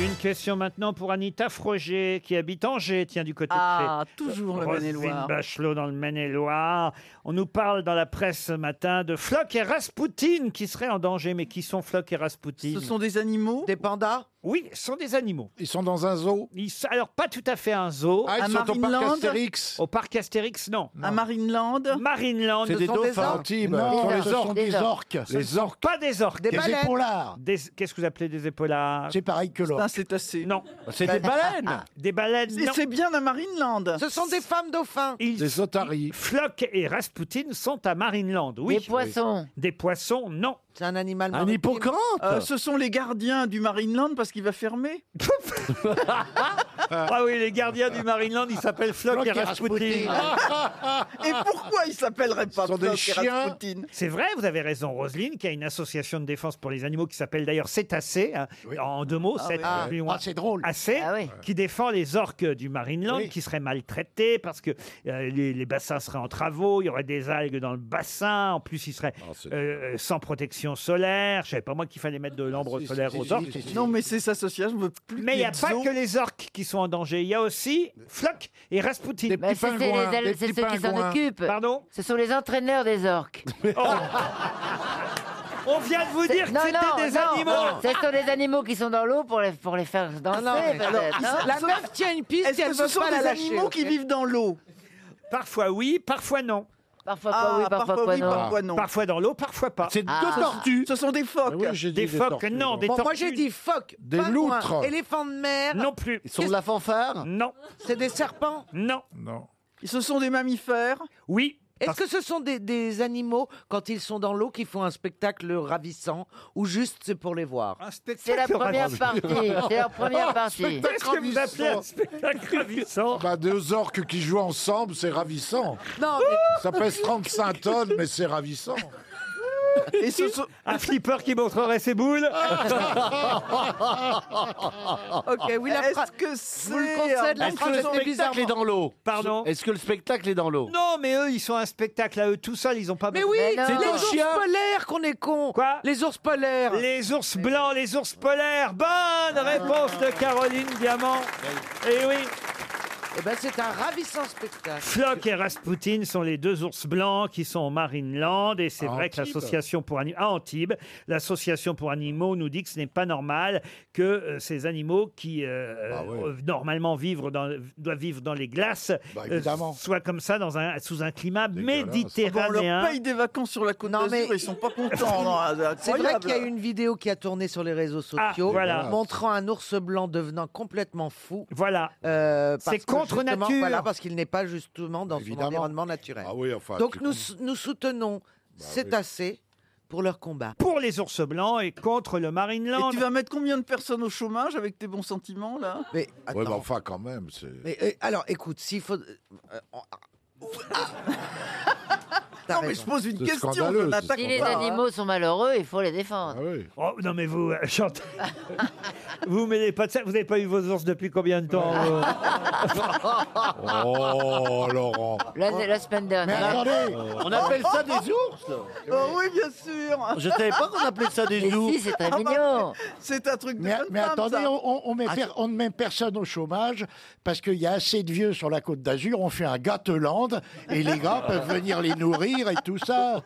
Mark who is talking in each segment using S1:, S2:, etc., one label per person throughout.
S1: Une question maintenant pour Anita Froger, qui habite Angers, tiens, du côté
S2: Ah,
S1: de chez
S2: toujours le
S1: Roselyne
S2: Maine-et-Loire.
S1: Bachelot dans le Maine-et-Loire. On nous parle dans la presse ce matin de Flock et Raspoutine qui seraient en danger. Mais qui sont Flock et Raspoutine
S2: Ce sont des animaux
S3: Des pandas
S1: Oui, ce sont des animaux.
S3: Ils sont dans un zoo
S1: Ils... Alors, pas tout à fait un zoo.
S3: Ah,
S2: À
S3: ils sont au parc
S2: Marineland
S3: Astérix
S1: Au parc Astérix, non.
S2: à Marineland,
S1: Marineland,
S3: C'est
S1: ce
S3: des
S1: sont
S3: dauphins
S2: orques.
S3: Antibes
S4: Non,
S3: Ce
S4: ce
S3: sont
S4: sont
S3: des
S4: des
S3: orques Les orques
S1: pas des orques.
S3: Les
S4: baleines.
S5: Ah.
S3: épaulards
S1: Des- Qu'est-ce que vous appelez des épaulards
S4: C'est pareil que l'or.
S2: Putain, Ah, c'est assez.
S1: Non,
S3: Ah,
S1: Ah,
S3: C'est des baleines
S1: des baleines,
S2: Et
S1: non.
S2: c'est bien à Marineland.
S5: Ce sont des femmes dauphins.
S1: Ils-
S3: Des otaries
S1: Flock et Raspoutine sont à Marineland, oui.
S5: des poissons.
S1: Des poissons, non.
S5: C'est un animal
S3: Un
S5: maritime.
S3: hippocampe
S2: Euh, ce sont les gardiens du Marineland parce qu'il va fermer.
S1: Ah oui, les gardiens du Marineland, ils s'appellent Flock et Raspoutine.
S2: Et pourquoi ils s'appelleraient pas
S3: Ce sont des
S2: Flock et
S3: chiens.
S2: Rasputin
S1: C'est vrai, vous avez raison, Roselyne, qui a une association de défense pour les animaux qui s'appelle d'ailleurs Cétacé, hein,
S3: Oui.
S1: en deux mots, Cét-
S4: Ah,
S1: plus loin,
S4: c'est drôle.
S1: Acé,
S5: Ah oui.
S1: qui défend les orques du Marineland
S3: Oui.
S1: qui seraient maltraités parce que euh, les, les bassins seraient en travaux, il y aurait des algues dans le bassin, en plus ils seraient
S3: Ah,
S1: euh, sans protection solaire. Je savais pas moi qu'il fallait mettre de l'ambre
S3: Ah, Si, si,
S1: solaire
S3: si,
S1: aux
S3: si,
S1: orques.
S3: si, si.
S2: Non, mais c'est ça, ce chien, je veux plus.
S1: Mais il n'y a
S2: de
S1: pas
S2: zoo.
S1: que les orques qui sont en danger, il y a aussi Flock et Rasputin.
S3: Des
S5: Bah,
S3: petits
S5: c'est c'est les
S3: pingouins
S5: al-
S3: Des
S5: c'est
S3: petits
S5: ceux qui s'en
S3: pingouins
S5: occupent.
S1: Pardon
S5: Ce sont les entraîneurs des orques.
S1: On vient de vous dire que
S5: Non, non,
S1: c'était des
S5: non.
S1: animaux
S5: Ce sont les animaux qui sont dans l'eau pour les, pour les faire danser. peut-être,
S2: ils-
S5: hein.
S2: la meuf
S6: tient une piste
S2: Est-ce que ce sont des animaux qui vivent dans l'eau
S1: Parfois oui, parfois non.
S5: Parfois pas oui, parfois, pas
S2: oui,
S5: non.
S2: Ah, parfois non.
S1: Parfois dans l'eau, parfois pas.
S3: C'est deux
S5: Ah.
S3: tortues
S2: Ce
S3: Ah
S2: sont des phoques.
S3: Oui, j'ai dit
S1: Des phoques,
S3: tortues,
S1: non,
S3: genre.
S1: des
S6: Bon, moi
S1: tortues,
S6: j'ai dit phoque,
S3: Des
S6: pingouin,
S3: loutres.
S6: éléphant de mer.
S1: non plus.
S4: Ils sont de la fanfare
S1: Non,
S6: C'est des serpents.
S1: non,
S3: Non.
S2: Ce sont des mammifères.
S1: oui.
S6: Est-ce
S1: Parce-
S6: que ce sont des, des animaux, quand ils sont dans l'eau, qui font un spectacle ravissant ou juste c'est pour les voir
S1: Un
S5: C'est la
S1: spectacle
S5: première
S1: ravissant.
S5: partie. C'est leur première
S7: Oh.
S5: partie.
S1: Qu'est-ce que vous appelez un spectacle ravissant
S3: Bah, deux orques qui jouent ensemble, c'est ravissant.
S6: Non, mais
S3: Ça pèse 35 tonnes, mais c'est ravissant.
S2: Et ce sont.
S1: Un flipper qui montrerait ses boules
S3: Ah.
S2: Ok, oui,
S6: la
S2: Est-ce
S6: phrase-
S2: que c'est.
S6: vous le concède, la
S2: Est-ce que
S6: phrase
S2: ce
S6: est
S2: sont-
S6: bizarre.
S4: spectacle est dans l'eau.
S1: Pardon
S4: Est-ce que le spectacle est dans l'eau
S1: Non, mais eux, ils sont un spectacle à eux tout seuls, ils n'ont pas
S6: mais
S1: besoin-
S6: oui,
S5: Mais non.
S6: les
S5: C'est des
S6: ours
S4: chiens.
S6: polaires qu'on est con.
S1: Quoi
S6: les ours polaires.
S1: Les ours blancs, les ours polaires Bonne réponse de Caroline Diamant Et oui
S6: Eh ben, c'est un ravissant spectacle.
S1: Flock et Rasputin sont les deux ours blancs qui sont en Marineland et c'est
S3: À
S1: vrai que
S3: Antibes.
S1: l'association pour animaux à Antibes, l'association pour animaux nous dit que ce n'est pas normal que euh, ces animaux qui euh,
S3: Ah ouais.
S1: euh, normalement vivre dans, doivent vivre dans les glaces euh,
S3: Bah, évidemment.
S1: soient comme ça dans un sous un climat
S2: Bon,
S3: Dégueulasse.
S2: on leur
S1: méditerranéen.
S2: paye des vacances sur la côte
S6: Non,
S2: d'Azur,
S6: mais-
S2: ils sont pas contents. non, ah,
S6: C'est vrai
S2: incroyable.
S6: qu'il y a eu une vidéo qui a tourné sur les réseaux
S1: Ah,
S6: sociaux
S1: voilà.
S6: montrant un ours blanc devenant complètement fou.
S1: Voilà.
S6: euh, parce
S1: C'est
S6: que
S1: contre
S6: justement-
S1: nature.
S6: Voilà, parce qu'il n'est pas justement dans
S3: Évidemment.
S6: son environnement naturel.
S3: Ah oui, enfin.
S6: Donc
S3: tu-
S6: nous, nous soutenons
S2: Bah
S6: Cétacés pour leur combat.
S1: Pour les ours blancs et contre le Marineland.
S2: Et tu vas mettre combien de personnes au chômage avec tes bons sentiments, là
S6: Mais, attends.
S3: Ouais, mais enfin, quand même, c'est.
S6: Mais, euh, alors, écoute, s'il faut. euh, euh, on- ah. T'as
S2: Non, mais
S6: raison.
S2: je pose une
S3: C'est
S2: question,
S3: scandaleux,
S2: je
S3: c'est
S2: n'attaque
S5: Si les
S2: pas, hein.
S5: animaux sont malheureux, il faut les défendre.
S3: Ah oui.
S1: Oh, non mais vous, euh, chantez. vous mêlez pas de ça. Vous n'avez pas eu vos ours depuis combien de temps euh
S3: Oh, Laurent.
S5: La, la semaine
S4: Mais
S5: dernière.
S4: attendez, on appelle ça des ours
S2: Oh oui, bien sûr
S4: Je savais pas qu'on appelait ça
S5: Mais
S4: des ours.
S5: si, c'est très
S2: Ah,
S5: mignon.
S2: C'est un truc de
S4: Mais,
S2: jeune
S4: mais
S2: femme,
S4: attendez,
S2: ça.
S4: on, on- on met per- on ne met personne au chômage parce qu'il y a assez de vieux sur la côte d'Azur. On fait un gâteland et les gars peuvent venir les nourrir et tout ça.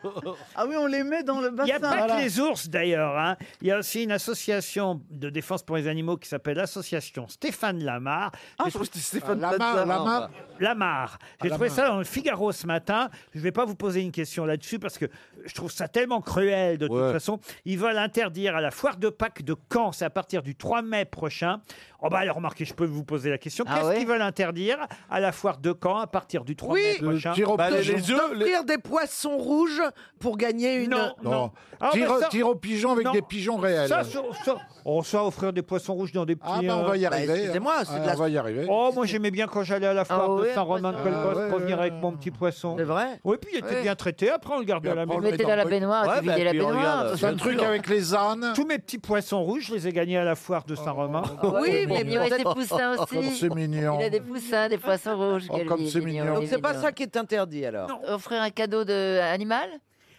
S2: Ah oui, on les met dans le
S1: Il n'y
S2: bassin.
S1: a pas
S4: voilà.
S1: que les ours d'ailleurs. hein. Il y a aussi une association de défense pour les animaux qui s'appelle l'association Stéphane Lamar.
S2: Ah, je crois que c'était Stéphane Ah,
S3: La main,
S2: Plaza.
S3: la main.
S1: Lamar. J'ai trouvé ça dans le Figaro ce matin. Je ne vais pas vous poser une question là-dessus parce que je trouve ça tellement cruel de toute
S4: Ouais.
S1: façon. Ils veulent interdire à la foire de Pâques de Caen, c'est à partir du 3 mai prochain. Oh bah alors remarquez, je peux vous poser la question.
S5: Ah
S1: Qu'est-ce
S5: ouais
S1: qu'ils veulent interdire à la foire de Caen à partir du 3
S6: Oui.
S1: mai
S3: Le
S1: prochain
S3: tiro
S4: Bah,
S3: pigeon.
S4: les- les œufs, les-
S6: Offrir des poisson rouge pour gagner une.
S1: Non, non.
S3: Non.
S1: Ah,
S3: tire,
S1: bah ça-
S3: tire aux pigeons avec
S1: Non.
S3: des pigeons réels.
S1: Ça, ça, ça- on sait offrir des poissons rouges dans des petits.
S3: ah, bah, on
S1: euh,
S3: va y
S6: bah,
S3: arriver.
S6: excusez-moi, c'est de
S3: Ah,
S6: la-
S3: On va y arriver.
S1: Oh, moi j'aimais bien quand j'allais à la foire
S5: Ah
S1: de
S5: ouais,
S1: Saint-Romain de
S5: ah
S1: Colbos
S3: ouais,
S1: revenir
S3: ouais.
S1: avec mon petit poisson.
S6: C'est vrai
S1: Oui, puis il était
S5: Ouais.
S1: bien traité. Après, on le gardait
S3: Puis
S1: à la
S3: après,
S1: maison.
S3: on
S5: Vous mettez dans la baignoire,
S6: Ouais,
S5: tu
S6: bah,
S5: vidais la
S6: puis on
S5: baignoire.
S6: regarde.
S3: C'est un truc avec les ânes.
S1: Tous mes petits poissons rouges, je les ai gagnés à la foire de Saint-Romain.
S3: Ah bah
S6: Oui, mais
S5: Il y aurait des poussins
S3: Oh, Comme
S5: aussi.
S3: c'est mignon.
S5: Il a des poussins, des poissons rouges.
S3: Oh,
S5: quel
S3: comme
S5: vie-
S3: c'est
S5: mignon,
S3: mignon.
S5: il
S6: Donc
S5: est
S6: c'est pas
S5: mignon.
S6: ça qui est interdit alors.
S5: Offrir un cadeau de animal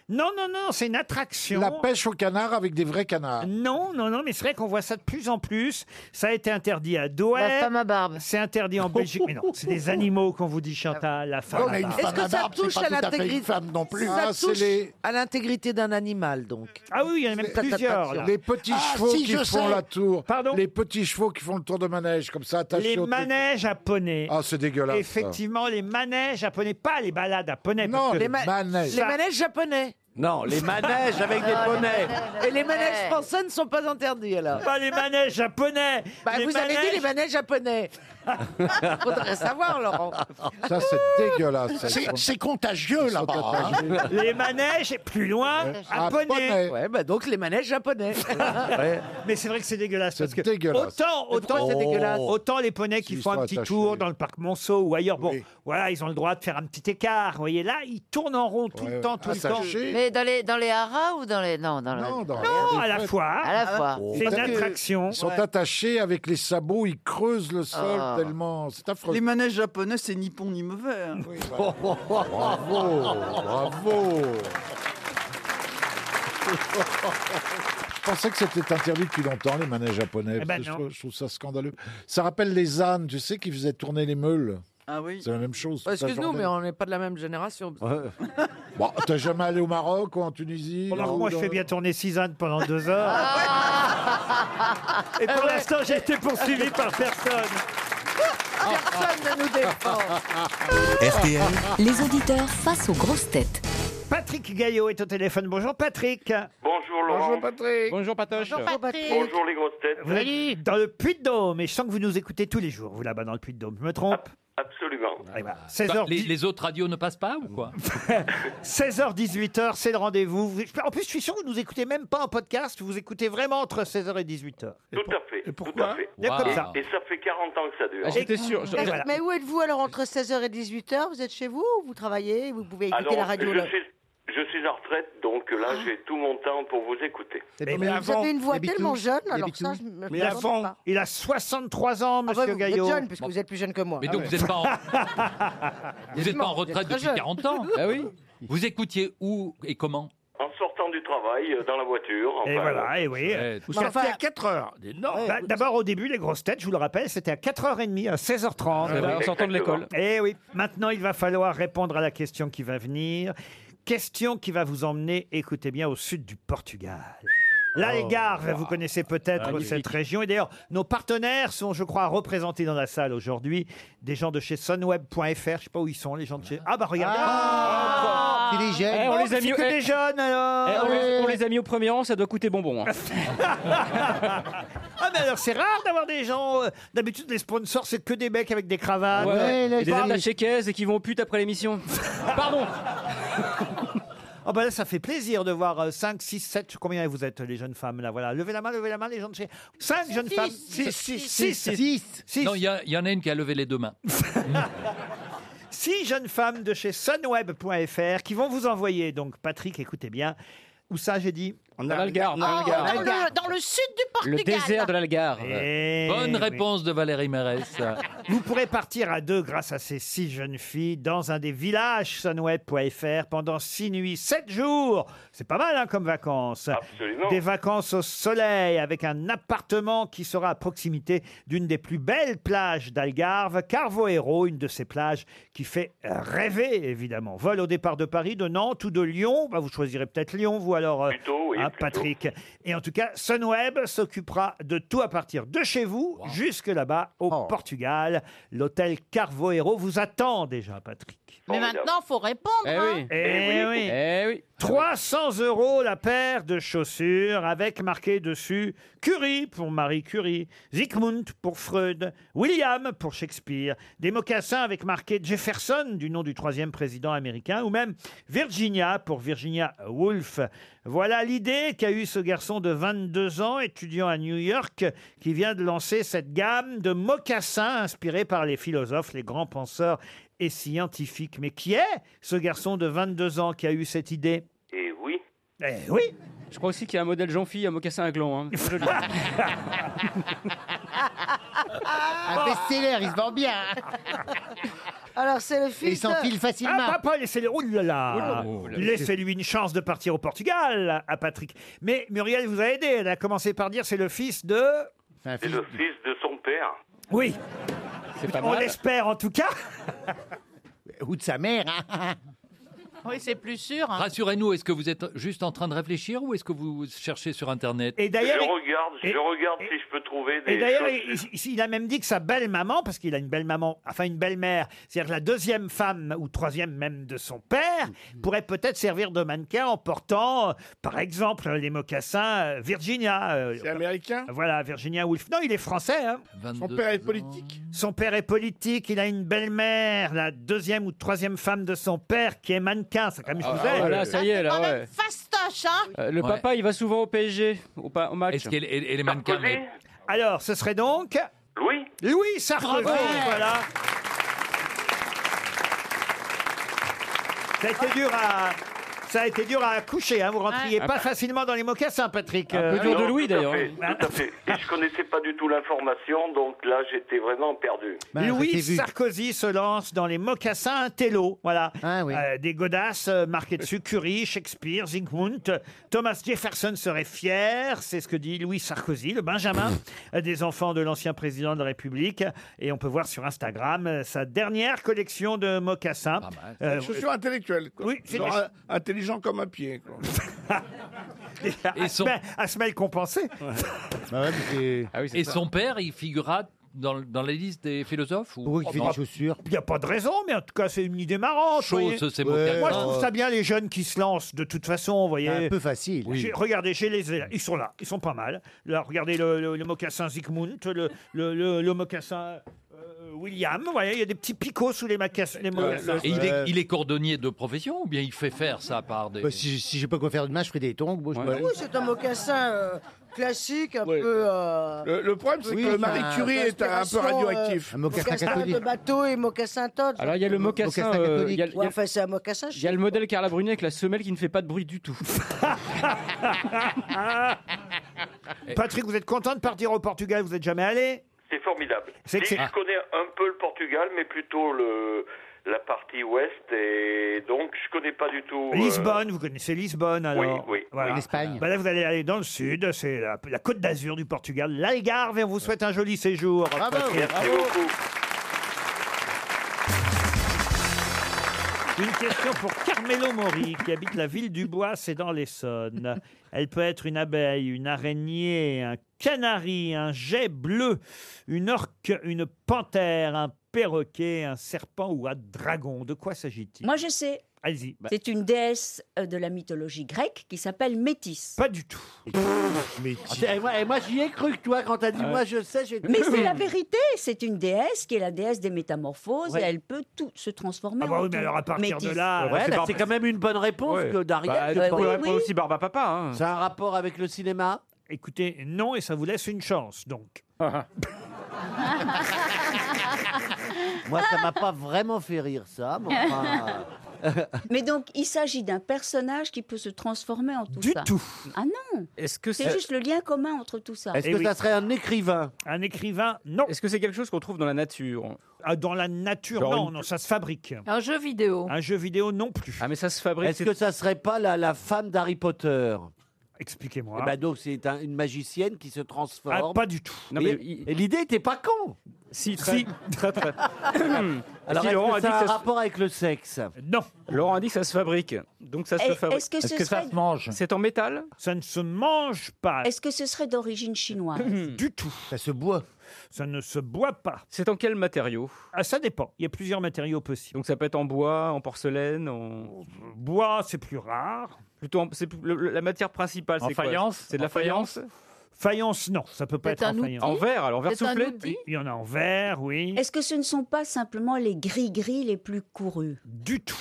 S1: Non, non, non, c'est une attraction.
S3: La pêche au canard avec des vrais canards.
S1: Non, non, non, mais c'est vrai qu'on voit ça de plus en plus. Ça a été interdit à Doha.
S5: La femme à barbe.
S1: C'est interdit en Belgique. Mais non, c'est des animaux qu'on vous dit, Chantal, la femme.
S4: Non,
S3: Oh,
S1: à
S4: mais une
S1: barbe.
S4: femme
S6: que
S4: à
S6: ça
S4: barbe, c'est
S6: touche
S4: pas
S6: à
S4: tout fait
S6: l'intégrité
S4: une femme non plus.
S6: Ça
S3: Ah, c'est
S6: touche
S3: les-
S6: à l'intégrité d'un animal donc.
S1: Ah oui, il y en a même
S6: ta- ta- ta-
S1: plusieurs. là.
S3: Les petits
S4: Ah,
S3: chevaux
S4: si,
S3: qui
S4: je
S3: font
S4: sais.
S3: la tour.
S1: Pardon
S3: les petits chevaux qui font le tour de manège, comme ça, attachés
S1: Les
S3: au truc.
S1: manèges à poney.
S3: Ah, c'est dégueulasse. ça.
S1: Effectivement, les manèges à poney, pas les balades à poney. parce
S3: Non,
S1: que-
S3: les
S6: ma-
S3: manèges.
S6: Les manèges japonais.
S1: Oh,
S6: Ah,
S8: Non, les manèges avec des poneys.
S6: Et les manèges
S5: Ouais.
S6: français ne sont pas interdits alors.
S1: Pas Ah, les manèges japonais.
S6: Bah,
S1: les
S6: vous avez dit les
S1: manèges-
S6: manèges japonais. Faudrait savoir, Laurent.
S3: Ça, c'est dégueulasse. ça.
S4: C'est- C'est contagieux là-bas. hein.
S1: Oh. les manèges, et plus loin, à
S3: Ah,
S1: poney.
S3: poney.
S6: Ouais, bah donc les manèges japonais.
S1: Mais c'est vrai que c'est dégueulasse.
S3: C'est
S1: parce que
S3: dégueulasse. Oh.
S1: Autant, autant,
S3: c'est dégueulasse
S1: autant les poneys qui
S3: S'ils
S1: font
S3: sont
S1: un petit
S3: attachés.
S1: tour dans le parc Monceau ou ailleurs, bon,
S3: Oui.
S1: voilà, ils ont le droit de faire un petit écart. Vous voyez, là, ils tournent en rond tout le
S3: Ouais,
S1: temps, tout le temps.
S3: attachés.
S5: Mais dans les, dans les haras ou dans les. Non, dans
S3: Ah, Non,
S5: le...
S3: dans-
S1: Non,
S3: des
S1: à la
S3: fois,
S1: fois.
S5: À la fois.
S1: C'est une
S3: Parce que-
S1: attraction.
S3: Ils sont attachés avec les sabots, ils creusent le sol
S5: Ah.
S3: tellement. C'est affreux.
S2: Les manèges japonais, c'est ni bon ni mauvais. hein.
S3: Bravo, bravo. Je pensais que c'était interdit depuis longtemps, les manèges japonais.
S1: Eh
S3: parce
S1: ben
S3: que je,
S1: non.
S3: trouve, je trouve ça scandaleux. Ça rappelle les ânes, tu sais, qui faisaient tourner les meules.
S2: Ah oui.
S3: C'est la même chose. toute la
S6: Bah, Excuse-nous,
S3: journée.
S6: mais on n'est pas de la même génération.
S3: Bon, t'es jamais allé au Maroc ou en Tunisie
S1: Pendant que
S3: ou
S1: moi, je
S3: dans-
S1: fais bien tourner Cisane pendant deux heures. Et pour l'instant, j'ai été poursuivi par personne.
S6: Personne ne nous défend.
S9: RTL,
S10: Les auditeurs face aux grosses têtes.
S1: Patrick Gaillot est au téléphone. Bonjour, Patrick.
S11: Bonjour Laurent. Bonjour,
S8: Bonjour Patoche.
S11: les grosses têtes.
S1: Vous êtes dans le Puy-de-Dôme et je sens que vous nous écoutez tous les jours, vous là-bas dans le Puy-de-Dôme. Je me trompe
S11: Absolument.
S1: Eh ben,
S12: Bah,
S1: 16h,
S8: les, les autres radios ne passent pas ou quoi
S1: 18h, c'est le rendez-vous. Vous- En plus, je suis sûr que vous nous écoutez même pas en podcast, vous écoutez vraiment entre 16h et 18h.
S11: Tout à fait. tout à fait.
S1: Il y a comme ça. Ah,
S11: Et ça fait 40 ans que ça dure.
S1: J'étais sûr.
S13: Mais où êtes-vous alors entre 16h et 18h Vous êtes chez vous ou vous travaillez Vous pouvez écouter
S11: Alors,
S13: la radio là
S11: je suis, je suis en retraite, donc là, j'ai tout mon temps pour vous écouter.
S13: Vous avez une voix tellement jeune, alors ça, je me je
S1: Mais
S13: me demande
S1: avant,
S13: pas.
S1: il a 63 ans,
S13: Ah bah,
S1: monsieur
S13: vous êtes
S1: Gaillot.
S13: jeune, puisque vous êtes plus jeune que moi.
S8: Mais
S14: Ah
S8: donc vous n'êtes pas en, vous êtes pas en
S13: Ah, Vous êtes
S8: retraite
S13: très
S8: depuis
S13: jeune.
S8: 40 ans. oui. Vous écoutiez où et comment
S11: En sortant du travail, euh, dans la voiture.
S1: Et
S11: enfin, euh,
S1: voilà, et oui.
S8: Ouais, tout
S1: Vous sortez à
S6: 4 heures.
S1: quatre- bah, D'abord, au début, les grosses têtes, je vous le rappelle, c'était à 4h30, à 16h30.
S8: ça. En sortant de l'école.
S1: Eh oui, maintenant il va falloir répondre à la question qui va venir. Question qui va vous emmener, écoutez bien, au sud du Portugal. Là, les gares, vous connaissez peut-être cette région. Et d'ailleurs, nos partenaires sont, je crois, représentés dans la salle aujourd'hui. Des gens de chez sunweb.fr. Je sais pas où ils sont, les gens de chez. Ah, bah regardez. Ah,
S8: Eh,
S1: on les a mis. que des jeunes, alors.
S8: on les a mis au premier rang, ça doit coûter hein. bonbon.
S1: Ah, mais alors, c'est rare d'avoir des gens. euh, D'habitude, les sponsors, c'est que des mecs avec des cravates.
S8: des attachés caisses et qui vont pute après l'émission. Pardon.
S1: Ah bah là, ça fait plaisir de voir euh, 5, 6, 7, combien vous êtes les jeunes femmes là Voilà, levez la main, levez la main les gens de chez... 5 jeunes femmes 6, 6, 6, 6,
S8: Non, il y, a- il y en a une qui a levé les deux mains.
S1: jeunes femmes de chez sunweb.fr qui vont vous envoyer, donc Patrick, écoutez bien, où ça j'ai dit Ah,
S8: On a l'Algarve.
S6: Ah,
S13: Oh, dans, le, dans le sud du Portugal.
S8: de l'Algarve.
S1: Eh
S8: Bonne
S1: oui.
S8: réponse de Valérie Mérès.
S1: Vous pourrez partir à deux grâce à ces six jeunes filles dans un des villages sunweb.fr pendant six nuits, sept jours. C'est pas mal hein, comme vacances.
S11: Absolument.
S1: Des vacances au soleil avec un appartement qui sera à proximité d'une des plus belles plages d'Algarve, Carvoeiro, une de ces plages qui fait rêver évidemment. Vol au départ de Paris, de Nantes ou de Lyon. Bah, vous choisirez peut-être Lyon, vous alors. euh,
S11: Plutôt, oui.
S1: hein, Patrick. Et en tout cas, Sunweb s'occupera de tout à partir de chez vous jusque là-bas au Portugal. L'hôtel Carvoero vous attend déjà, Patrick.
S15: Mais maintenant, faut répondre. hein.
S1: Eh oui. 300 euros la paire de chaussures avec marqué dessus Curie pour Marie Curie, Zygmunt pour Freud, William pour Shakespeare, des mocassins avec marqué Jefferson du nom du troisième président américain ou même Virginia pour Virginia Woolf. Voilà l'idée qu'a eu ce garçon de 22 ans, étudiant à New York, qui vient de lancer cette gamme de mocassins inspirés par les philosophes, les grands penseurs et scientifique. Mais qui est ce garçon de 22 ans qui a eu cette idée
S11: Et oui.
S1: Eh oui
S8: Je crois aussi qu'il y a un modèle jean-fille à mocassin à gland. hein. Joli.
S5: Un best-seller, il se vend bien.
S13: Alors, c'est le fils. de-
S1: Ah, papa, laissez-le. Ouh là
S8: Oh
S1: là.
S13: Ouh là là.
S1: Laissez-lui une chance de partir au Portugal, à Patrick. Mais Muriel vous a aidé. Elle a commencé par dire c'est le fils de.
S11: C'est le fils de son père.
S1: Oui.
S11: C'est pas
S1: On
S11: mal.
S1: l'espère en tout cas.
S4: Ou de sa mère.
S15: Oui, c'est plus sûr. hein.
S12: Rassurez-nous, est-ce que vous êtes juste en train de réfléchir ou est-ce que vous cherchez sur Internet
S1: Et d'ailleurs,
S11: je
S1: il-
S11: regarde, je regarde si je peux trouver des.
S1: Et d'ailleurs,
S11: choses-
S1: il, il- il a même dit que sa belle-maman, parce qu'il a une belle-maman, enfin une belle-mère, c'est-à-dire la deuxième femme ou troisième même de son père, pourrait peut-être servir de mannequin en portant, euh, par exemple, les mocassins euh, Virginia. C'est américain Voilà, Virginia Woolf. Non, il est français. hein.
S12: Son père est
S1: politique Son père est politique, il a une belle-mère, la deuxième ou troisième femme de son père, qui est mannequin. C'est quand même, je
S8: Ah,
S1: vous
S8: ah,
S1: aide.
S8: voilà, ça y est, là, ouais.
S15: Fastoche, hein
S8: Euh, le
S1: Ouais.
S8: papa, il va souvent au PSG, au, pa- au match.
S12: Est-ce qu'elle elle- elle est mannequin mais-
S1: Ah Alors, ce serait donc...
S11: Louis
S1: Louis Sarkozy,
S12: Bravo
S6: Ah
S1: voilà. Ça a été dur à... Ça a été dur à coucher, vous rentriez
S11: Ouais.
S1: pas
S11: Ah bah.
S1: facilement dans les mocassins, Patrick.
S11: Ah,
S1: Euh,
S11: non, tout à fait,
S1: hein.
S11: Tout à fait. Et je connaissais pas du tout l'information, donc là j'étais vraiment perdu.
S1: Louis Sarkozy se lance dans les mocassins Tello, voilà. Euh, des godasses euh, marquées dessus, Curie, Shakespeare, Zygmunt, euh, Thomas Jefferson serait fier, c'est ce que dit Louis Sarkozy, le Benjamin euh, des enfants de l'ancien président de la République. Et on peut voir sur Instagram euh, sa dernière collection de mocassins. Euh,
S14: Chaussures intellectuelles. Quoi.
S1: Oui, c'est
S14: Genre,
S1: des-
S14: euh, intelligent comme un pied. Quoi.
S1: à, se mal compenser.
S11: Ah
S12: Et son père, il figurera dans, le- dans la liste des philosophes ou... Non.
S1: Oh, bah, Il n'y a pas de raison, mais en tout cas, c'est une idée marrante.
S12: Chose,
S1: voyez.
S12: c'est beau Ouais,
S1: Moi, je
S12: euh,
S1: trouve ça bien, les jeunes qui se lancent, de toute façon, vous voyez.
S4: Un peu facile.
S1: J'ai- Regardez, chez les élèves, ils sont là, ils sont pas mal. Là, regardez le, le- le mocassin Zygmunt, le, le, le- le mocassin euh, William, vous voyez, il y a des petits picots sous les, macas- les mocassins.
S12: Et Euh, il est, il est cordonnier de profession ou bien il fait faire ça par des...
S1: Bah,
S4: si si j'ai pas quoi faire demain, je ferai des tongs. bon, je
S13: bah, Oui, c'est un mocassin euh, classique, un peu. euh,
S14: Le- le problème, c'est
S13: oui,
S14: que
S13: un-
S14: Marie Curie est un- un peu
S13: d'inspiration,
S14: radioactif.
S13: euh,
S14: Un mocassin
S13: mocassin
S14: catholique.
S13: de bateau et mocassin Todd.
S8: Alors, il y a le mocassin, Mocassin euh, catholique. il y a- il y a-
S13: Ouais, enfin, c'est un mocassin.
S8: Il y a le modèle Carla Bruni avec la semelle qui ne fait pas de bruit du tout.
S14: Ah,
S1: Patrick, vous êtes content de partir au Portugal, vous n'êtes jamais allé
S11: C'est formidable.
S1: C'est que
S11: Si,
S1: c'est-
S11: je connais un peu le Portugal, mais plutôt le la partie ouest, et donc je connais pas du tout. euh,
S1: Lisbonne, vous connaissez Lisbonne alors
S11: oui, oui. Oui, l'Espagne.
S1: Bah là, vous allez aller dans le sud, c'est la, la côte d'Azur du Portugal, l'Algarve, et on vous souhaite un joli séjour.
S5: Ah bah
S1: Patrick.
S11: Merci beaucoup.
S1: Une question pour Carmelo Mori, qui habite la ville du Bois, c'est dans l'Essonne. Elle peut être une abeille, une araignée, un canari, un jet bleu, une orque, une panthère, un perroquet, un serpent ou un dragon. De quoi s'agit-il
S16: Moi, je sais.
S1: Allez-y.
S5: Bah.
S16: C'est une déesse euh, de la mythologie grecque qui s'appelle Métis.
S1: Pas du tout.
S5: Et moi, et moi, j'y ai cru que toi, quand t'as dit
S16: Euh.
S5: moi je sais, j'ai dit.
S16: Mais c'est la vérité, c'est une déesse qui est la déesse des métamorphoses
S5: Ouais.
S16: et elle peut tout se transformer
S5: Ah bah
S16: en
S5: oui, mais
S16: tout.
S5: alors à partir de
S16: Métis.
S5: là, euh. Ouais, c'est là, pas- c'est quand même une bonne réponse Ouais. que d'Ariel, Bah, je
S8: tu
S5: pense.
S8: pourrais
S5: Oui,
S8: répondre
S5: oui.
S8: aussi Barba Papa. hein.
S5: Ça a un rapport avec le cinéma
S1: Écoutez, non, et ça vous laisse une chance, donc.
S8: Ah,
S5: Moi, ça m'a pas vraiment fait rire, ça. Mais Ah, enfin,
S16: Mais donc, il s'agit d'un personnage qui peut se transformer en tout
S5: Du
S16: ça.
S5: tout.
S16: Ah non
S8: Est-ce que
S16: C'est juste le lien commun entre tout ça.
S8: serait un écrivain
S1: Eh Un écrivain, non.
S8: Est-ce que c'est quelque chose qu'on trouve dans la nature
S1: Ah, Dans la nature,
S8: Genre
S1: non,
S8: une-
S1: non, ça se fabrique.
S16: Ah
S15: Un jeu vidéo.
S1: Un jeu vidéo non plus.
S8: Ah, mais ça se fabrique.
S5: Est-ce que ça serait pas la, la femme d'Harry Potter
S1: Expliquez-moi.
S5: Eh ben donc, c'est un- une magicienne qui se transforme.
S1: Ah, pas du tout.
S5: Et- et l'idée était pas con.
S8: Si,
S1: très- Si.
S8: très, très.
S5: Alors, est-ce que ça a un rapport avec le sexe
S1: Non.
S8: Laurent a dit que ça se fabrique. Donc ça se
S16: Est-ce
S8: fabrique.
S16: que ce Est-ce que ça serait- se mange
S8: C'est en métal
S1: Ça ne se mange pas.
S16: Est-ce que ce serait d'origine
S8: Ah,
S16: chinoise
S1: Du tout. Ça se boit. Hum. Ça ne se boit pas.
S8: C'est en quel matériau
S1: Ah, ça dépend. Il y a plusieurs matériaux possibles.
S8: Donc ça peut être en bois, en porcelaine, en.
S1: Bois, c'est plus rare.
S8: Plutôt, en- c'est plus- le- le- la matière principale,
S1: En
S8: c'est quoi
S1: faïence
S8: C'est de la
S1: En faïence
S8: faïence.
S1: Faïence, non, ça peut pas
S16: C'est
S1: être
S16: un
S1: en
S16: outil
S1: faïence.
S8: En verre, alors, verre C'est un soufflé outil
S1: Il y en a en verre, oui.
S16: Est-ce que ce ne sont pas simplement les gris-gris les plus courus
S1: Du tout.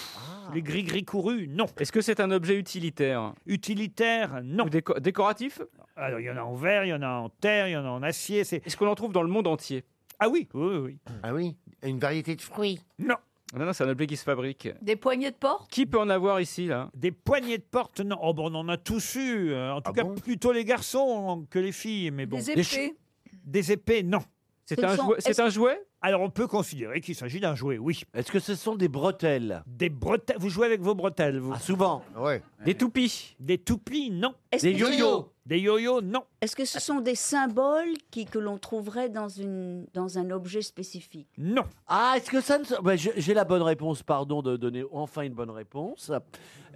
S1: Les gris-gris courus, non.
S8: Ah. Est-ce que c'est un objet utilitaire
S1: Utilitaire, non.
S8: décoratif
S1: Alors, il y en a en verre, il y en a en terre, il y en a en acier. C'est...
S8: Est-ce qu'on en trouve dans le monde entier
S1: Ah oui, oui, oui.
S8: Ah oui Une variété de fruits
S1: Non.
S8: Non, non, c'est un objet qui se fabrique.
S15: Des poignées de porte
S8: Qui peut en avoir ici, là
S1: Des poignées de porte, non. Oh, bon, on en a tous eu. euh, En tout cas, plutôt les garçons que les filles, mais bon.
S15: Des épées
S1: Des épées, non.
S8: C'est Ce un sont- jouet- c'est est-ce- un jouet
S1: Alors, on peut considérer qu'il s'agit d'un jouet, oui. Est-ce que ce sont des bretelles Des bretelles Vous jouez avec vos bretelles, vous Souvent.
S16: Ouais.
S8: Des toupies
S1: Des toupies, non.
S16: Est-ce Des que c'est- yo-yos
S1: Des yo-yos, non.
S16: Est-ce que ce sont des symboles qui, que l'on trouverait dans, une, dans un objet spécifique
S1: Non.
S5: Ah, est-ce que ça ne. se- bah, je- J'ai la bonne réponse, pardon de donner enfin une bonne réponse.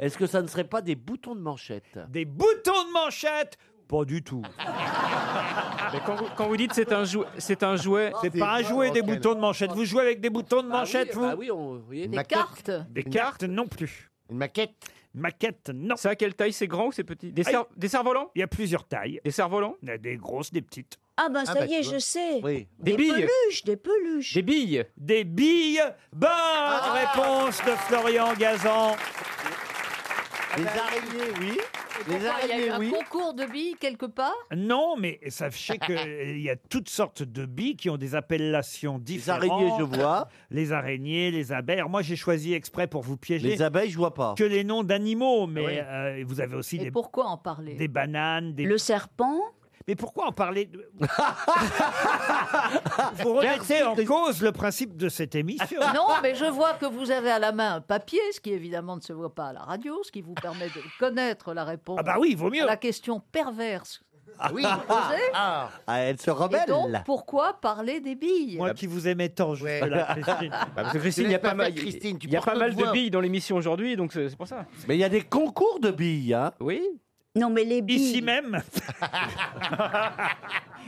S5: Est-ce que ça ne serait pas des boutons de manchette
S1: Des boutons de manchette Pas du tout.
S8: Mais quand, vous, quand vous dites c'est un jouet, c'est un jouet.
S1: C'est pas un jouet des boutons de manchette. Vous jouez avec des boutons
S5: Ah
S1: de manchette, vous
S15: Des cartes
S1: Des cartes non plus.
S8: Une maquette.
S1: Maquette, non.
S8: C'est à quelle taille C'est grand ou c'est petit Des,
S1: Aïe.
S8: cerfs- des cerfs-volants
S1: Ah, Il y a plusieurs tailles.
S8: Des cerfs-volants
S1: Il y a des grosses, des petites.
S16: Ah ben
S8: Ah
S16: ça
S8: bah,
S16: y est,
S8: tu vois.
S16: je sais.
S8: Oui.
S16: Des,
S8: Des billes.
S16: peluches, des peluches.
S8: Des billes. Ah.
S1: Des billes. Bonne réponse de Florian Gazan.
S5: Les araignées, oui.
S15: Pourquoi, Il y a eu un concours de billes quelque part
S1: Non, mais sachez qu'il y a toutes sortes de billes qui ont des appellations différentes.
S5: araignées, je vois.
S1: Les araignées, les abeilles. Alors moi, j'ai choisi exprès pour vous piéger.
S5: Les abeilles, je vois pas.
S1: Que les noms d'animaux, mais
S5: Oui.
S1: euh, vous avez aussi
S15: Et
S1: des,
S15: pourquoi en parler
S1: des bananes, des...
S16: Le serpent
S1: Mais pourquoi en parler de- Ah, Vous remettez en cause le principe de cette émission.
S15: Non, mais je vois que vous avez à la main un papier, ce qui évidemment ne se voit pas à la radio, ce qui vous permet de connaître la réponse
S5: Ah bah oui, vaut mieux.
S15: à la question perverse.
S5: Ah
S15: oui. Posé.
S5: Ah, elle Ah. se
S15: Et
S5: rebelle.
S15: donc, pourquoi parler des billes
S1: Moi qui vous aimais tant, je suis là, Christine.
S8: Bah, parce que Christine, il y a pas mal, il y a pas mal de billes dans l'émission aujourd'hui, donc c'est c'est pour ça.
S5: Mais il y a des concours de billes, hein
S8: Oui.
S16: Non mais les billes.
S1: Ici même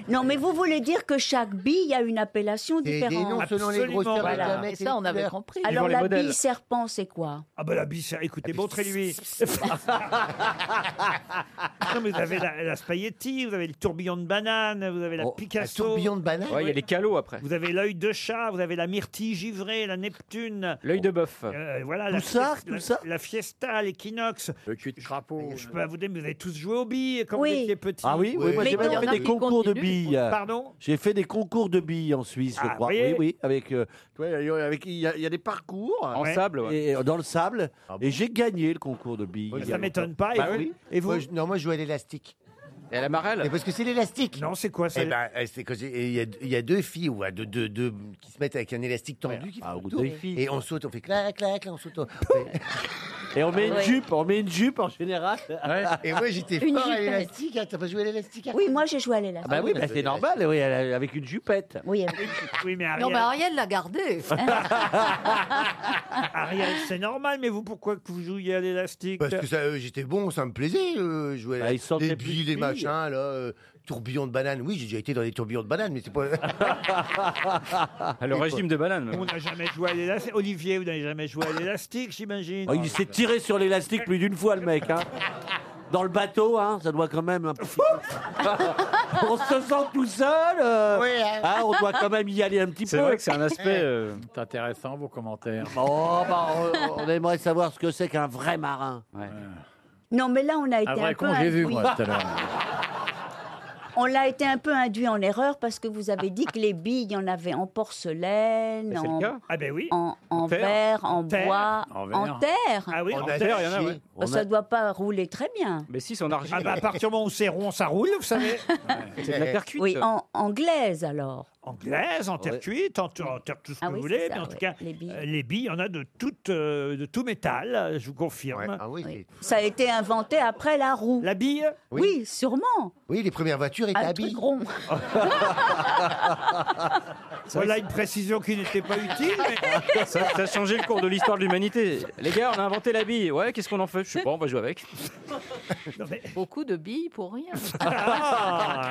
S16: Non mais vous voulez dire que chaque bille a une appellation différente
S1: Absolument.
S15: Et ça, on avait compris.
S16: Alors la bille serpent, c'est quoi
S1: Ah bah la bille, c'est- écoutez, montrez-lui. non, mais vous avez la, la spaghetti, vous avez le tourbillon de banane, vous
S5: Oh,
S1: avez la Picasso. tourbillon de banane
S8: Ouais, il y a les calots après.
S1: Vous avez l'œil de chat, vous avez la myrtille givrée, la Neptune.
S8: L'œil de bœuf.
S1: Euh, voilà,
S8: Tout
S1: la,
S8: ça,
S1: fiesta,
S8: tout
S1: la-
S8: ça
S1: la fiesta, l'équinoxe.
S8: Le cul de crapaud.
S1: Je peux pas vous dire, mais vous avez tous joué aux billes quand vous étiez petit.
S5: Ah oui, oui, moi j'ai même fait des concours de billes.
S1: Pardon
S5: J'ai fait des concours de billes en Suisse, je
S1: Ah,
S5: crois.
S1: vous voyez
S5: Oui, oui, avec. euh, tu vois, il y a- avec- il y, a- il y a des parcours.
S8: En Ouais. sable, ouais.
S5: Et, euh, dans le sable. Et j'ai gagné le concours de billes.
S1: Ça
S5: Il y a
S1: m'étonne
S5: longtemps.
S1: pas, et Bah vous- oui. et vous
S7: Moi, je- Non, moi je joue à l'élastique.
S8: Et à la marelle
S7: Parce que c'est l'élastique.
S1: Non, c'est quoi ça
S7: Eh ben, euh, c'est que j'ai- et il y, a- il y a deux filles ou deux, deux, deux qui se mettent avec un élastique tendu qui font le tour.
S5: des filles.
S7: et on saute, on fait clac clac, on saute. on-
S5: Et on met une
S7: Ouais.
S5: jupe, on met une jupe en général.
S7: Et moi j'étais
S16: Une
S7: fort à l'élastique.
S16: élastique, t'as pas joué à l'élastique Oui, moi j'ai joué à
S5: Ah
S16: l'élastique.
S5: bah oui, bah, c'est normal, oui, elle a- avec une jupette.
S16: Oui,
S1: oui mais
S15: Non, mais Ariel l'a gardé.
S1: Ariel, c'est normal, mais vous, pourquoi que vous jouiez à l'élastique
S7: Parce que ça, euh, j'étais bon, ça me plaisait. euh, jouer à
S1: Bah, il sentait
S7: les
S1: plus
S7: billes,
S1: de
S7: les
S1: billes.
S7: machins, là, euh, tourbillon de banane. Oui, j'ai déjà été dans des tourbillons de banane, mais c'est pas.
S8: Ah, le régime de banane.
S1: On n'a jamais joué à l'élastique. Olivier, vous n'avez jamais joué à l'élastique, j'imagine.
S5: Oh, il s'est tiré sur l'élastique plus d'une fois, le mec. hein. Dans le bateau, hein, ça doit quand même. un petit peu- on se sent tout seul. euh,
S7: Oui, hein.
S5: hein, on doit quand même y aller un petit peu.
S7: C'est vrai que c'est un aspect, euh,
S5: C'est intéressant, vos commentaires. Oh, bah, on, on aimerait savoir ce que c'est qu'un vrai marin.
S16: Non, mais là, on a été un, peu induit. On l'a été un peu induit en erreur parce que vous avez dit que les billes, il y en avait en porcelaine, en,
S1: Ah ben oui.
S16: en, en verre, en,
S1: terre.
S16: bois, en, terre.
S1: Ah oui,
S8: En terre, il y en a, ouais.
S16: Bah,
S8: On
S16: Ça
S8: a-
S16: ne doit pas rouler très bien.
S8: Mais si, c'est en argile.
S1: Ah bah, à partir du moment où c'est rond, ça roule, vous savez.
S8: C'est de la percute.
S16: Oui, en, en glaise alors.
S1: anglaise, en terre
S5: Ouais.
S1: cuite, en, ter- en terre tout ce
S5: Ah
S1: que
S5: oui,
S1: vous voulez,
S5: c'est ça,
S1: mais en tout
S5: ouais.
S1: cas,
S5: Les billes.
S1: euh, les billes, il y en a de, toute, euh, de tout métal, euh, je vous confirme.
S8: Ah
S16: Oui. Ça a été inventé après la roue.
S1: La bille
S16: oui. sûrement.
S17: Oui, les premières voitures étaient
S16: Un
S17: à
S16: truc
S17: billes.
S16: rond.
S1: Voilà une précision qui n'était pas utile. Mais...
S18: Ça, ça a changé le cours de l'histoire de l'humanité. Les gars, on a inventé la bille. Ouais, qu'est-ce qu'on en fait Je sais pas, on va jouer avec.
S19: Beaucoup de billes pour rien.
S18: Ah.
S1: Ah.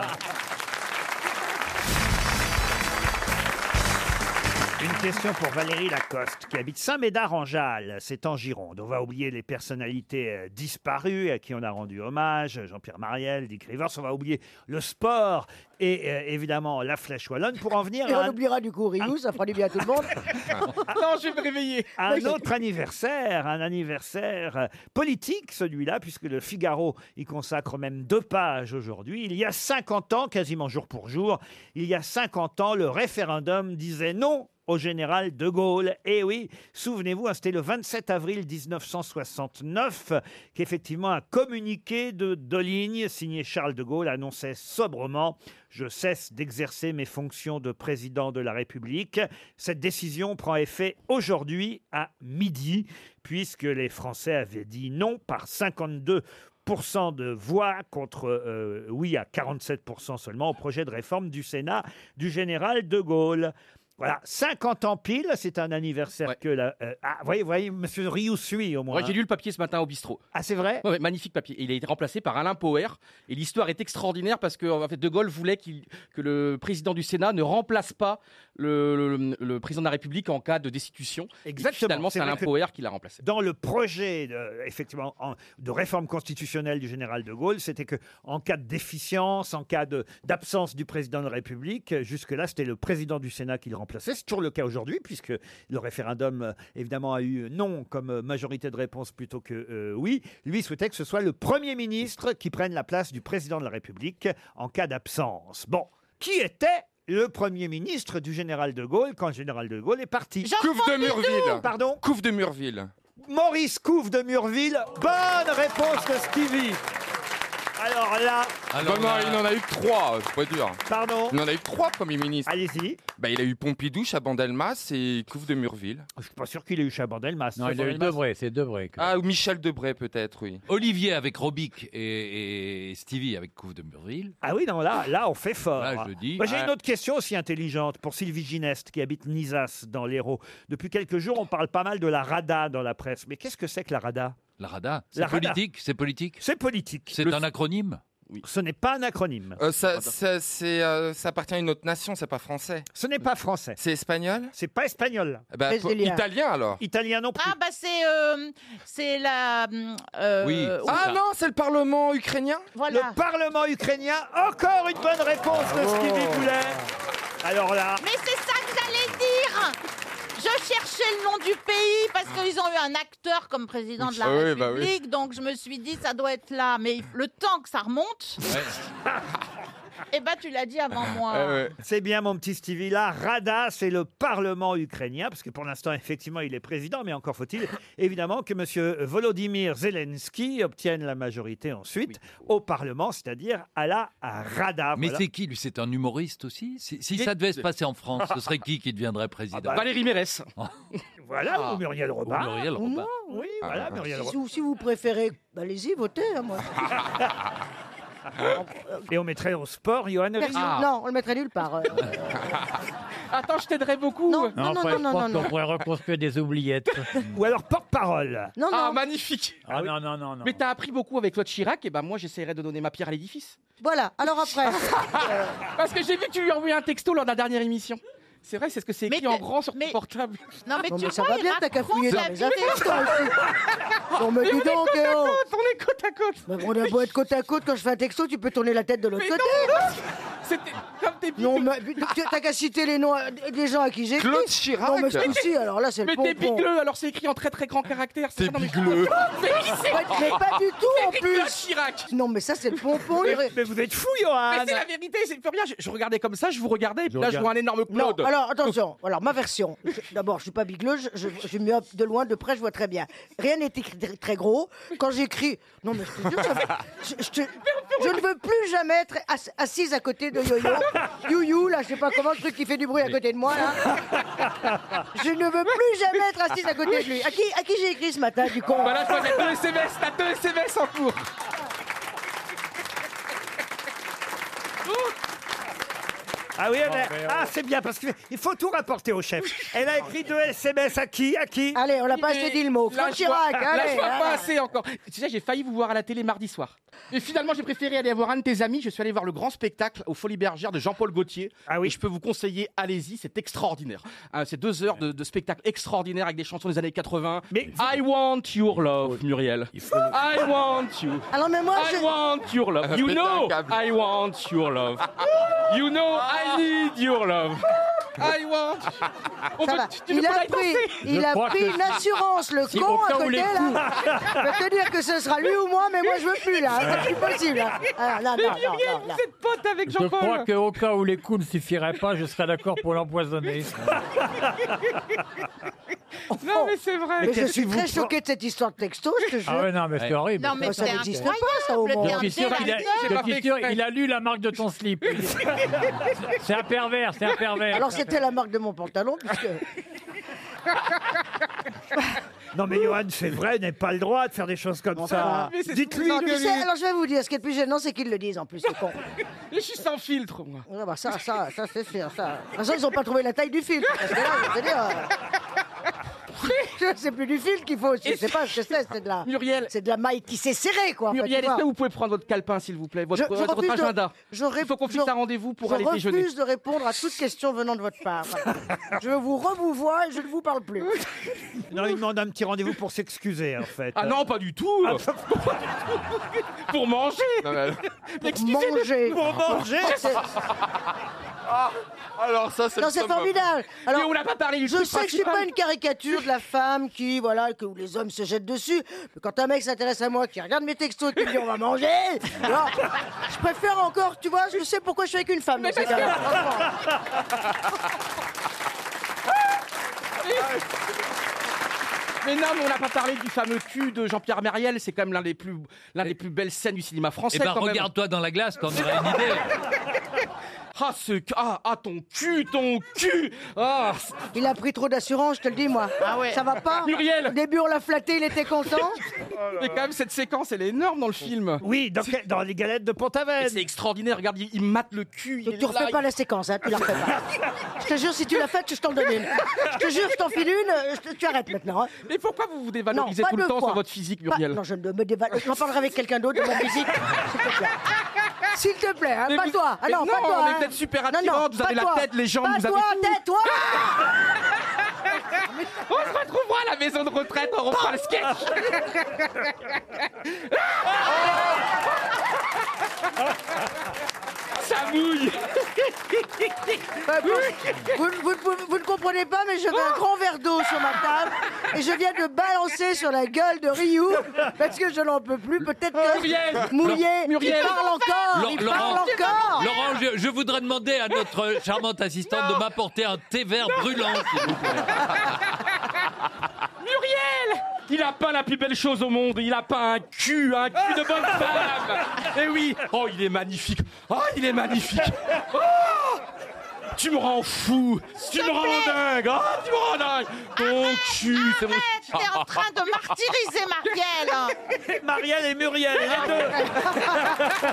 S1: Une question pour Valérie Lacoste, qui habite Saint-Médard-en-Jalles, c'est en Gironde. On va oublier les personnalités euh, disparues à qui on a rendu hommage, Jean-Pierre Mariel, Dick Rivers, on va oublier le sport et euh, évidemment la flèche wallonne pour en venir
S13: Et
S1: à
S13: on
S1: un,
S13: oubliera du coup Riou, ça fera du bien à tout le monde. non, je vais me réveiller.
S1: un autre anniversaire, un anniversaire euh, politique celui-là, puisque le Figaro y consacre même deux pages aujourd'hui. Il y a 50 ans, quasiment jour pour jour, il y a 50 ans, le référendum disait non au général de Gaulle. Et oui, souvenez-vous, hein, c'était le 27 avril 1969 qu'effectivement un communiqué de deux lignes signé Charles de Gaulle annonçait sobrement Je cesse d'exercer mes fonctions de président de la République. Cette décision prend effet aujourd'hui à midi, puisque les Français avaient dit non par 52 de voix contre euh, oui à 47% seulement au projet de réforme du Sénat du général de Gaulle. Voilà, 50 ans pile, c'est un anniversaire que la... euh, ah, voyez, voyez, monsieur Rioux suit au moins.
S18: Ouais, j'ai
S1: hein.
S18: lu le papier ce matin au bistrot.
S1: Ah, c'est vrai
S18: ouais, ouais, Magnifique papier. Il a été remplacé par Alain Poher. Et l'histoire est extraordinaire parce que en fait, De Gaulle voulait qu'il- que le président du Sénat ne remplace pas le, le- le président de la République en cas de destitution. Et
S1: Exactement,
S18: finalement,
S1: c'est
S18: c'est
S1: vrai
S18: Alain
S1: que-
S18: Poher qui l'a remplacé.
S1: Dans le projet de, effectivement en- de réforme constitutionnelle du général de Gaulle, c'était que en cas de déficience, en cas de- d'absence du président de la République, euh, jusque-là c'était le président du Sénat qui le remplaçait. C'est toujours le cas aujourd'hui puisque le référendum euh, évidemment a eu non comme euh, majorité de réponse plutôt que euh, oui. Lui souhaitait que ce soit le premier ministre qui prenne la place du président de la République en cas d'absence. Bon, qui était le premier ministre du général de Gaulle quand le général de Gaulle est parti
S9: Couve de Murville.
S1: Pardon
S9: Couve de Murville.
S1: Maurice Couve de Murville. Bonne réponse de Stevie. Alors là,
S12: Ah
S9: non, non, il en a eu que trois, c'est pas dur.
S1: Pardon
S9: Il en a eu que trois premiers ministres.
S1: Allez-y.
S9: Bah, il a eu Pompidou, Chabandelmas et Couve de Murville.
S1: Je suis pas sûr qu'il ait eu Chabandelmas.
S12: Non, il a eu Debré, c'est Debré.
S9: Ah, ou Michel Debray peut-être, oui.
S12: Olivier avec Robic et, et Stevie avec Couve de Murville.
S1: Ah oui, non, là, là, on fait fort.
S12: Là, je dis.
S1: Moi, j'ai
S12: Ah.
S1: une autre question aussi intelligente pour Sylvie Gineste, qui habite Nisas, dans l'Hérault. Depuis quelques jours, on parle pas mal de la RADA dans la presse. Mais qu'est-ce que c'est que la RADA
S12: La Rada.
S1: La
S12: C'est
S1: Rada.
S12: politique, c'est politique.
S1: C'est politique.
S12: C'est un acronyme.
S1: Ce n'est pas un acronyme.
S9: Euh, ça, ça, c'est, euh, ça appartient à une autre nation, c'est pas français.
S1: Ce n'est pas français.
S9: C'est espagnol
S1: C'est pas espagnol.
S9: Bah, pour-
S20: Brésilien.
S9: italien alors
S1: Italien non plus.
S20: Ah bah c'est euh, c'est la hum, euh,
S9: Oui, c'est Ah ça. non,
S20: c'est le parlement ukrainien. Voilà.
S1: Le Parlement ukrainien, encore une bonne réponse de Stevie Boulet.
S12: Oh.
S1: Alors là,
S20: Mais c'est ça que j'allais dire. Je cherchais le nom du pays parce qu'ils ont eu un acteur comme président de la
S9: Ah oui,
S20: République,
S9: bah oui.
S20: donc je me suis dit ça doit être là. Mais le temps que ça remonte, eh ben tu l'as dit avant moi.
S9: Eh
S1: C'est bien mon petit Stevie là. Rada, c'est le Parlement ukrainien, parce que pour l'instant, effectivement, il est président, mais encore faut-il, évidemment, que M. Volodymyr Zelensky obtienne la majorité ensuite au Parlement, c'est-à-dire à la Rada.
S12: Mais
S1: Ah, Voilà.
S12: c'est qui, lui C'est un humoriste aussi Si, si
S1: Il est-
S12: ça devait se passer en France, ce serait qui qui deviendrait président Oh.
S1: bah, Valérie
S12: Mérès.
S1: Voilà, ou Muriel Robin.
S12: Ah. Ou Muriel Robin.
S1: Oui, voilà, Muriel
S13: Si
S1: Robin.
S13: vous, si vous préférez, bah, allez-y, votez. hein, moi.
S12: Ah.
S1: Et on mettrait au sport Johan
S13: Personne-
S1: Rioux.
S12: Ah.
S13: Non, on le mettrait nulle part. euh.
S20: Attends, je t'aiderai beaucoup. Non,
S13: non, non, non, non, non.
S21: reconstruire des oubliettes.
S1: Ou alors porte-parole.
S13: Non,
S18: ah,
S13: non.
S18: magnifique.
S21: Ah, non, non, non,
S18: Mais t'as appris beaucoup avec Claude Chirac, et ben moi j'essaierai de donner ma pierre à l'édifice.
S13: Voilà, alors après.
S18: Parce que j'ai vu que tu lui as envoyé un texto lors de la dernière émission. C'est vrai, c'est ce que c'est écrit en grand sur ton portable.
S20: Non mais
S13: Non,
S20: tu
S13: mais ça
S20: vois,
S13: va
S20: il
S13: bien, t'as qu'à
S20: raconte
S13: fouiller
S20: la
S13: dans les
S20: vie
S13: affaires,
S20: des
S13: toi aussi. Non, mais dis donc, eh oh.
S18: On est côte à côte.
S13: Mais Bah, On a beau être côte à côte, quand je fais un texto, tu peux tourner la tête de l'autre côté.
S18: C'était comme tes
S13: Non, mais tu- t'as qu'à citer les noms euh, des gens à qui j'ai.
S9: Claude
S13: écrit.
S9: Chirac.
S13: Non, mais c'est aussi, alors là, c'est le
S18: Mais t'es
S13: pompon.
S18: bigleux, alors c'est écrit en très très grand caractère. c'est
S9: T'es
S18: ça, non, mais-
S9: bigleux.
S18: Mais qui c'est
S13: Ouais, mais pas du tout, en
S18: C'est
S13: plus.
S18: Claude Chirac.
S13: Non, mais ça, c'est le pompon. il aurait-
S1: Mais vous êtes fou, Johan.
S18: Mais c'est la vérité, c'est plus rien. Je, je regardais comme ça, je vous regardais, et puis là je vois un énorme
S13: Non,
S18: Claude.
S13: alors attention, alors ma version. Je- D'abord, je suis pas bigleux, je, je, je suis myope de loin, de près, je vois très bien. Rien n'est écrit très- très gros. Quand j'écris, non mais je te jure, ça fait- je, je te- je ne veux plus jamais être ass- assise à côté de Yo-Yo. you-you, là, je sais pas comment, le truc qui fait du bruit à côté de moi, là. Je ne veux plus jamais être assise à côté de lui. À qui, à qui j'ai écrit ce matin, du con
S18: Bah,
S12: Voilà,
S9: Bah,
S12: toi, t'as deux SMS, t'as deux SMS en cours.
S1: Ah oui, elle a- ah, c'est bien, parce qu'il faut tout rapporter au chef. Elle a écrit deux SMS à qui À qui
S13: Allez, on l'a pas
S18: Mais
S13: assez dit le mot.
S18: Là,
S13: Claude
S18: je vois,
S13: Chirac,
S18: là, je
S13: allez.
S18: vois
S13: hein.
S18: pas assez encore. Tu sais, j'ai failli vous voir à la télé mardi soir. Mais finalement, j'ai préféré aller voir un de tes amis. Je suis allé voir le grand spectacle aux Folies Bergères de Jean-Paul Gaultier. Ah oui. Et je peux vous conseiller, allez-y, c'est extraordinaire. Hein, c'est deux heures de, de spectacle extraordinaire avec des chansons des années 80. Mais I want your love, Muriel. I want you.
S13: Alors, Ah mais moi,
S18: I
S13: je-
S18: want your love. You know, I want your love. You know, I need your love. I want. On
S13: Ça va.
S18: peut- Oh, bah, tu- tu veux
S13: Il
S18: qu'on
S13: a
S18: aille
S13: pris,
S18: danser
S13: il a pris une assurance, le
S18: Si
S13: con
S18: on
S13: à
S18: tend
S13: côté
S18: les
S13: là. Je peux te dire que ce sera lui ou moi, mais moi je veux plus là. C'est plus possible. hein. Ah, non, non, non, non, non.
S18: pote avec
S5: Je crois qu'au cas où les coups ne suffiraient pas, je serais d'accord pour l'empoisonner.
S18: Non, mais c'est vrai.
S13: Mais je suis très choqué de cette histoire de texto, je te jure.
S5: Ah ouais, non, mais c'est horrible.
S13: Non, mais ça n'existe pas, ça, au
S5: Je
S13: monde.
S5: suis sûr qu'il a, je suis sûr, il a lu la marque de ton slip. C'est un pervers, c'est un pervers.
S13: Alors, c'était la marque de mon pantalon, puisque.
S1: Non, mais Johan, c'est vrai, n'est pas le droit de faire des choses comme ça. Dites-lui
S13: Non, tu
S1: de
S13: sais,
S1: lui.
S13: alors je vais vous dire, ce qui est le plus gênant, c'est qu'ils le disent en plus, c'est con.
S18: Je suis sans filtre, moi.
S13: Ah bah ça, ça, ça c'est sûr, ça. De toute façon, ils n'ont pas trouvé la taille du filtre. Parce que là, je veux dire. euh, C'est plus du filtre qu'il faut, je sais pas ce que c'est, c'est de la.
S18: Muriel.
S13: C'est de la maille qui s'est serrée, quoi. en fait,
S18: Muriel,
S13: tu
S18: est-ce
S13: vois.
S18: que vous pouvez prendre votre calepin, s'il vous plaît,
S13: Je-
S18: votre,
S13: je
S18: votre
S13: refuse de-
S18: agenda
S13: je ré-
S18: Il faut qu'on fixe
S13: je-
S18: un rendez-vous pour
S13: je
S18: aller
S13: refuse
S18: déjeuner.
S13: de répondre à toute question venant de votre part. je vous remouvoie et je ne vous parle plus.
S1: Non, il demande un petit rendez-vous pour s'excuser, en fait.
S18: Ah non, pas du tout Pour manger Excusez-le.
S13: manger.
S18: Pour
S6: Ah.
S18: manger
S13: C'est-
S18: Oh,
S6: Alors ça,
S13: Non, c'est formidable. Alors,
S18: Mais on n'a pas parlé du
S13: Je
S18: truc
S13: sais que je suis
S18: principal.
S13: pas une caricature de la femme qui, voilà, que où les hommes se jettent dessus. Mais quand un mec s'intéresse à moi, qui regarde mes textos et qui me dit on va manger, alors, je préfère encore, tu vois, je sais pourquoi je suis avec une femme. dans ces cas-là, franchement.
S18: Mais non, mais on n'a pas parlé du fameux cul de Jean-Pierre Mériel. C'est quand même l'un des plus, l'un des plus belles scènes du cinéma français.
S12: Eh ben,
S18: quand même.
S12: regarde-toi dans la glace, t'en auras une idée.
S18: Ah, ce, cu- ah, ah, ton cul, ton cul. Ah,
S13: Il a pris trop d'assurance, je te le dis, moi.
S18: Ah ouais.
S13: Ça va pas
S18: Muriel.
S13: Au début, on l'a flatté, il était content. Oh
S18: Mais quand même, cette séquence, elle est énorme dans le film.
S1: Oui, dans, quel- dans les galettes de Pont-Aven.
S18: C'est extraordinaire. Regarde, il, il mate le cul. il
S13: Donc,
S18: est
S13: tu refais
S18: là,
S13: pas
S18: il-
S13: la séquence, hein, tu la refais pas. Je te jure, si tu l'as faite, je t'en donne une. Je te jure, je t'en file une, euh, je te- tu arrêtes maintenant. hein.
S18: Mais pourquoi vous vous dévalorisez
S13: Non, pas
S18: tout le
S13: deux
S18: temps
S13: fois.
S18: sur votre physique,
S13: Pas-
S18: Muriel
S13: non, je ne me dévalorise. Je m'en parlerai avec quelqu'un d'autre de ma physique, s'il te plaît. S'il te plaît, hein,
S18: Mais
S13: pas
S18: vous-
S13: toi. Ah
S18: mais
S13: non,
S18: non,
S13: pas toi.
S18: on est
S13: hein.
S18: peut-être super
S13: Non, non,
S18: attirantes, vous
S13: pas
S18: avez la
S13: toi.
S18: tête, les jambes,
S13: Pas
S18: vous avez
S13: toi,
S18: tout.
S13: tais-toi.
S18: On se retrouvera à la maison de retraite, on reprend le sketch. Ça mouille.
S13: Ouais, bon, Bah, vous, vous- vous- vous ne comprenez pas, mais j'avais
S18: Oh.
S13: un grand verre d'eau sur ma table et je viens de balancer sur la gueule de Ryu parce que je n'en peux plus. Peut-être
S12: Muriel.
S13: que Mouillé, il
S12: Muriel.
S13: parle encore, il
S12: Laurent-
S13: parle encore.
S12: Laurent, je, je voudrais demander à notre charmante assistante de m'apporter un thé vert brûlant, s'il vous plaît.
S18: Muriel Il a pas la plus belle chose au monde, il a pas un cul, un cul de bonne femme Eh oui Oh, il est magnifique Oh, il est magnifique Oh Tu me rends fou Tu me rends dingue Oh, tu me rends dingue Ton cul c'est mon-
S20: T'es en train de martyriser
S13: hein.
S20: Marielle.
S1: Marielle et Muriel, les deux.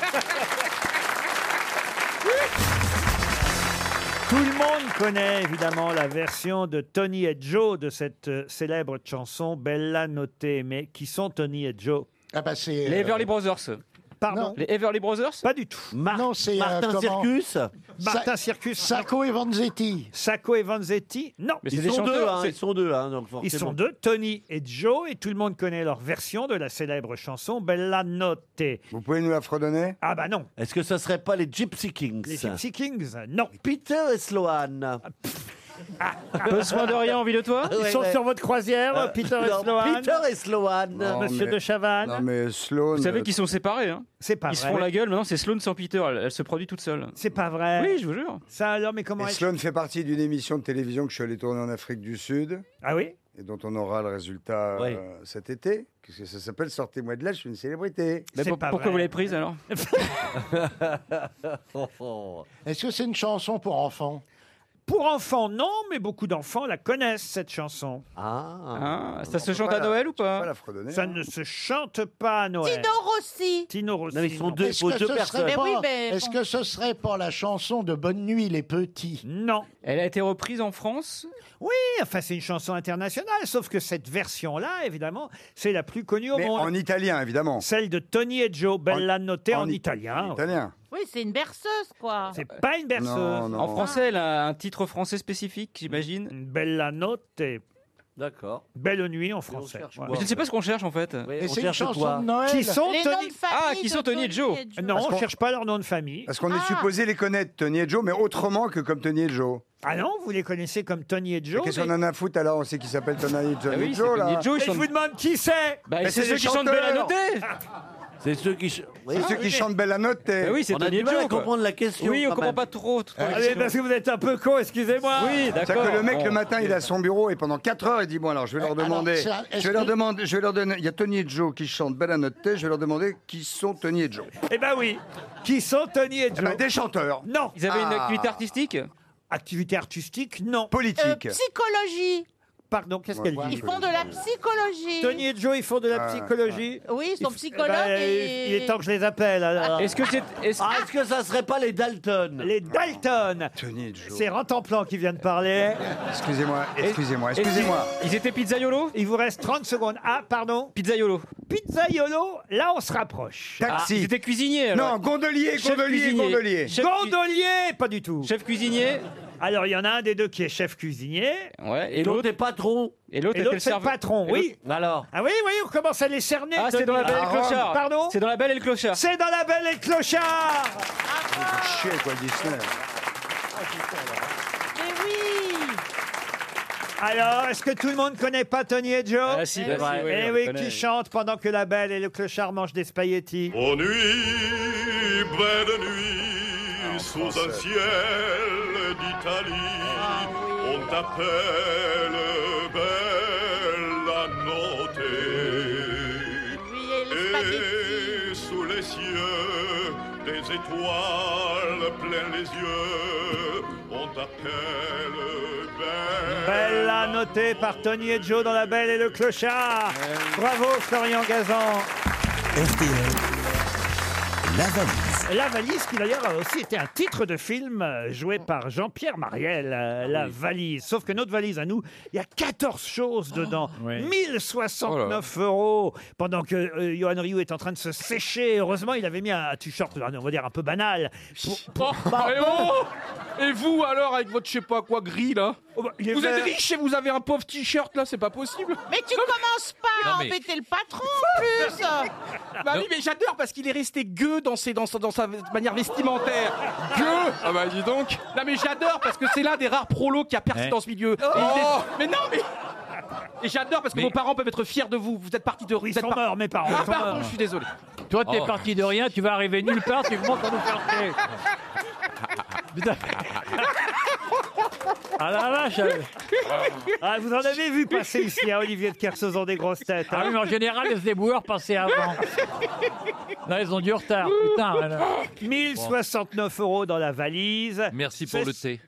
S1: Tout le monde connaît évidemment la version de Tony et Joe de cette euh, célèbre chanson Bella Notte. Mais qui sont Tony et Joe
S22: Ah bah c'est.
S18: Les Everly Brothers.
S1: Pardon
S18: Les Everly Brothers
S1: Pas du tout.
S22: Non, c'est.
S1: Martin
S22: Circus
S1: Martin Circus.
S22: Sacco et Vanzetti.
S1: Sacco et Vanzetti Non.
S23: Mais ils, sont deux, hein, ils sont deux, hein, donc
S1: Ils sont
S23: forcément.
S1: deux, Tony et Joe, et tout le monde connaît leur version de la célèbre chanson Bella Notte. Vous pouvez nous la fredonner Ah bah non.
S23: Est-ce que ça serait pas les Gypsy Kings
S1: Les Gypsy Kings, non.
S23: Peter et Sloan.
S5: Besoin de rien, envie de toi
S23: Ils sont sur votre
S1: croisière,
S5: Euh,
S23: Peter et Sloan.
S5: Non, Monsieur mais- de
S1: Chavannes.
S5: non,
S24: mais Sloan.
S12: Vous savez qu'ils sont séparés. Hein.
S1: C'est pas
S12: Ils se
S1: vrai.
S12: font la gueule, maintenant c'est Sloane sans Peter, elle, elle se produit toute seule.
S1: C'est pas vrai.
S12: Oui, je vous jure.
S1: Ça alors, mais comment
S24: Et
S1: est-ce-
S24: Sloan fait partie d'une émission de télévision que je suis allé tourner en Afrique du Sud.
S1: Ah oui
S24: et dont on aura le résultat
S1: Oui.
S24: euh, cet été, puisque ça s'appelle Sortez-moi de là, je suis une célébrité.
S1: Mais C'est pour- pas pourquoi vrai. vous l'avez prise, alors
S4: Est-ce que c'est une chanson pour enfants
S1: Pour enfants, non, mais beaucoup d'enfants la connaissent, cette chanson. Ah,
S24: ça On se peut chante pas à la- Noël
S1: ou pas
S24: la fredonner,
S1: Ça
S24: hein.
S1: ne se chante pas à Noël.
S20: Tino Rossi.
S1: Tino Rossi.
S5: Non, mais ils sont deux,
S1: non.
S5: il faut deux personnes.
S20: Mais oui, mais-
S4: Est-ce que ce serait pas la chanson de Bonne Nuit les Petits
S1: Non.
S4: Elle a été reprise en France
S1: Oui, enfin, c'est une chanson internationale, sauf que cette version-là, évidemment, c'est la plus connue au
S24: Mais
S1: monde.
S24: en italien, évidemment.
S1: Celle de Tony et Joe, Bella Notte en, italien.
S24: italien.
S20: Oui, c'est une berceuse, quoi.
S1: C'est pas une berceuse.
S25: En français, elle a un titre français spécifique, j'imagine.
S1: Bella notte.
S25: D'accord.
S1: Belle nuit en français.
S25: Mais je ne sais pas ce qu'on cherche en fait.
S1: Et on c'est une cherche chanson quoi de Noël. Qui sont Les Tony- noms de famille
S25: Ah, qui
S1: de
S25: sont Tony et
S1: Tony
S25: Joe
S1: et Joe. Non, on cherche pas leur nom de famille.
S24: Parce qu'on est
S1: Ah.
S24: supposé les connaître, Tony et Joe, mais autrement que comme Tony et Joe.
S1: Ah non, vous les connaissez comme Tony et
S24: Mais
S1: Joe
S24: Qu'est-ce
S1: mais-
S24: qu'on en a à foutre alors On sait qui s'appelle Eh Tony et Joe.
S1: Ah oui,
S24: Joe,
S1: c'est Tony
S24: là.
S1: et Joe, ils Mais je sont- vous demande qui c'est Ah,
S24: Mais
S25: c'est ceux
S24: des
S25: qui chantent
S24: chanteurs.
S25: Bella Notte.
S5: C'est ceux qui, ch-
S24: C'est ceux qui chantent Bella Notte.
S25: Ben
S5: oui, c'est
S24: Ah, On a
S5: Tony
S24: du mal
S5: Joe,
S24: à
S5: quoi.
S24: comprendre la question,
S25: Oui, on
S24: quand
S25: comprend
S24: même.
S25: pas trop. trop
S24: Ah,
S25: la
S24: mais
S25: question.
S24: parce que
S1: vous êtes un peu con, excusez-moi.
S25: Oui,
S24: C'est-à-dire
S25: d'accord.
S24: que le mec,
S25: Bon.
S24: le matin, il est à son bureau et pendant 4 heures, il dit Bon, Euh, alors je vais leur
S4: alors,
S24: demander.
S4: c'est un- est-ce
S24: je vais leur
S4: que-
S24: demander. Je vais leur donner. Il y a Tony et Joe qui chantent Bella Notte. Je vais leur demander qui sont Tony et Joe. Eh ben,
S1: Eh ben oui. Qui sont Tony et Joe
S24: Des chanteurs. Ah.
S1: Non. Ah.
S25: Ils avaient une activité artistique
S1: Activité artistique, non.
S24: Politique.
S20: Euh, Psychologie.
S1: Pardon, qu'est-ce qu'elle dit
S20: Ils font de la psychologie.
S1: Tony et Joe, ils font de la
S24: Ah,
S1: psychologie.
S20: Oui, ils sont
S1: f-
S20: psychologues
S1: eh ben,
S20: et-
S1: Il est temps que je les appelle. alors.
S5: Est-ce que c'est- est-ce- Ah, est-ce que ça serait pas les Dalton
S1: Les Dalton. C'est Rantanplan qui vient de parler.
S24: Excusez-moi, excusez-moi,
S25: Est-ce qu'ils-
S24: excusez-moi.
S25: Ils étaient pizzaiolo
S1: Il vous reste 30 secondes. Ah, pardon.
S25: Pizzaiolo.
S1: Pizzaiolo, là on se rapproche.
S25: Taxi. Ah, ils étaient cuisiniers, alors.
S1: Non, gondolier,
S25: Chef
S1: gondolier,
S25: cuisinier.
S1: gondolier.
S25: Chef cu-
S1: gondolier, pas du tout.
S25: Chef cuisinier
S1: Alors il y en a un des deux qui est chef cuisinier.
S25: Ouais. Et l'autre
S5: est patron.
S25: Et
S1: Et
S25: l'autre était
S1: l'autre c'est le
S25: serveur.
S1: patron,
S25: Et
S1: oui.
S25: l'autre- Alors.
S1: Ah oui, oui, on commence à les cerner.
S25: Ah, c'est dans la
S1: Tony.
S25: belle et le clochard.
S1: Pardon
S25: C'est dans la belle et le clochard.
S1: C'est dans la belle et le clochard
S24: Chier, quoi, Disney.
S20: Mais oui
S1: Alors, est-ce que tout le monde connaît pas Tony et Joe
S25: Ah, si, bah, si, oui,
S1: Eh
S25: on
S1: oui,
S25: les connaît,
S1: qui
S25: oui.
S1: chante pendant que la belle et le clochard mangent des spaghettis.
S18: Ô nuit, belle nuit, sous un ciel d'Italie, on t'appelle Bella Notte. et sous les cieux, des étoiles plein les yeux, on t'appelle Bella
S1: Bella notée par Tony et Joe dans La Belle et le Clochard. Bravo Florian Gazan.
S9: La valise.
S1: La valise qui d'ailleurs a aussi été un titre de film euh, joué par Jean-Pierre Mariel.
S9: Ah
S1: euh, La valise. Sauf que notre valise à nous, il y a 14
S9: Ah,
S1: choses dedans. 1069 euros. Pendant que euh, Johan Rioux est en train de se sécher. Heureusement, il avait mis un t-shirt, on va dire, un peu banal. Pour- pour-
S9: Ah,
S18: et, Oh, eh et vous alors avec votre je sais pas quoi gris là
S20: Oh, bah,
S1: il est
S18: Vous êtes
S1: vert.
S18: riche et vous avez un pauvre t-shirt là, c'est pas possible.
S20: Mais tu commences pas
S18: Non,
S20: à
S18: mais-
S20: embêter le patron en plus
S18: Bah oui, mais j'adore parce qu'il est resté gueux dans, ses, dans, sa- dans sa manière vestimentaire. Gueux Ah bah dis donc Non mais j'adore parce que c'est l'un des rares prolos qui a percé
S5: Ouais.
S18: dans ce milieu. Et il
S5: Oh
S18: est- mais non mais Et j'adore parce que vos parents peuvent être fiers de vous. Vous êtes partis de Ils
S1: sont morts, mes parents,
S18: Ah
S1: ils sont
S18: pardon,
S1: morts.
S18: je suis désolé.
S26: Toi, t'es
S18: Oh.
S26: parti de rien, tu vas arriver nulle part, tu commences à nous faire chier. Putain.
S1: Ah la vache elle- Ah, Vous en avez vu passer ici, hein, Olivier de Kersauzon des grosses têtes. hein.
S26: Ah oui, mais en général, les éboueurs passaient avant. Là, ils ont du retard, putain. alors.
S1: 1069 euros dans la valise.
S12: Merci pour le thé.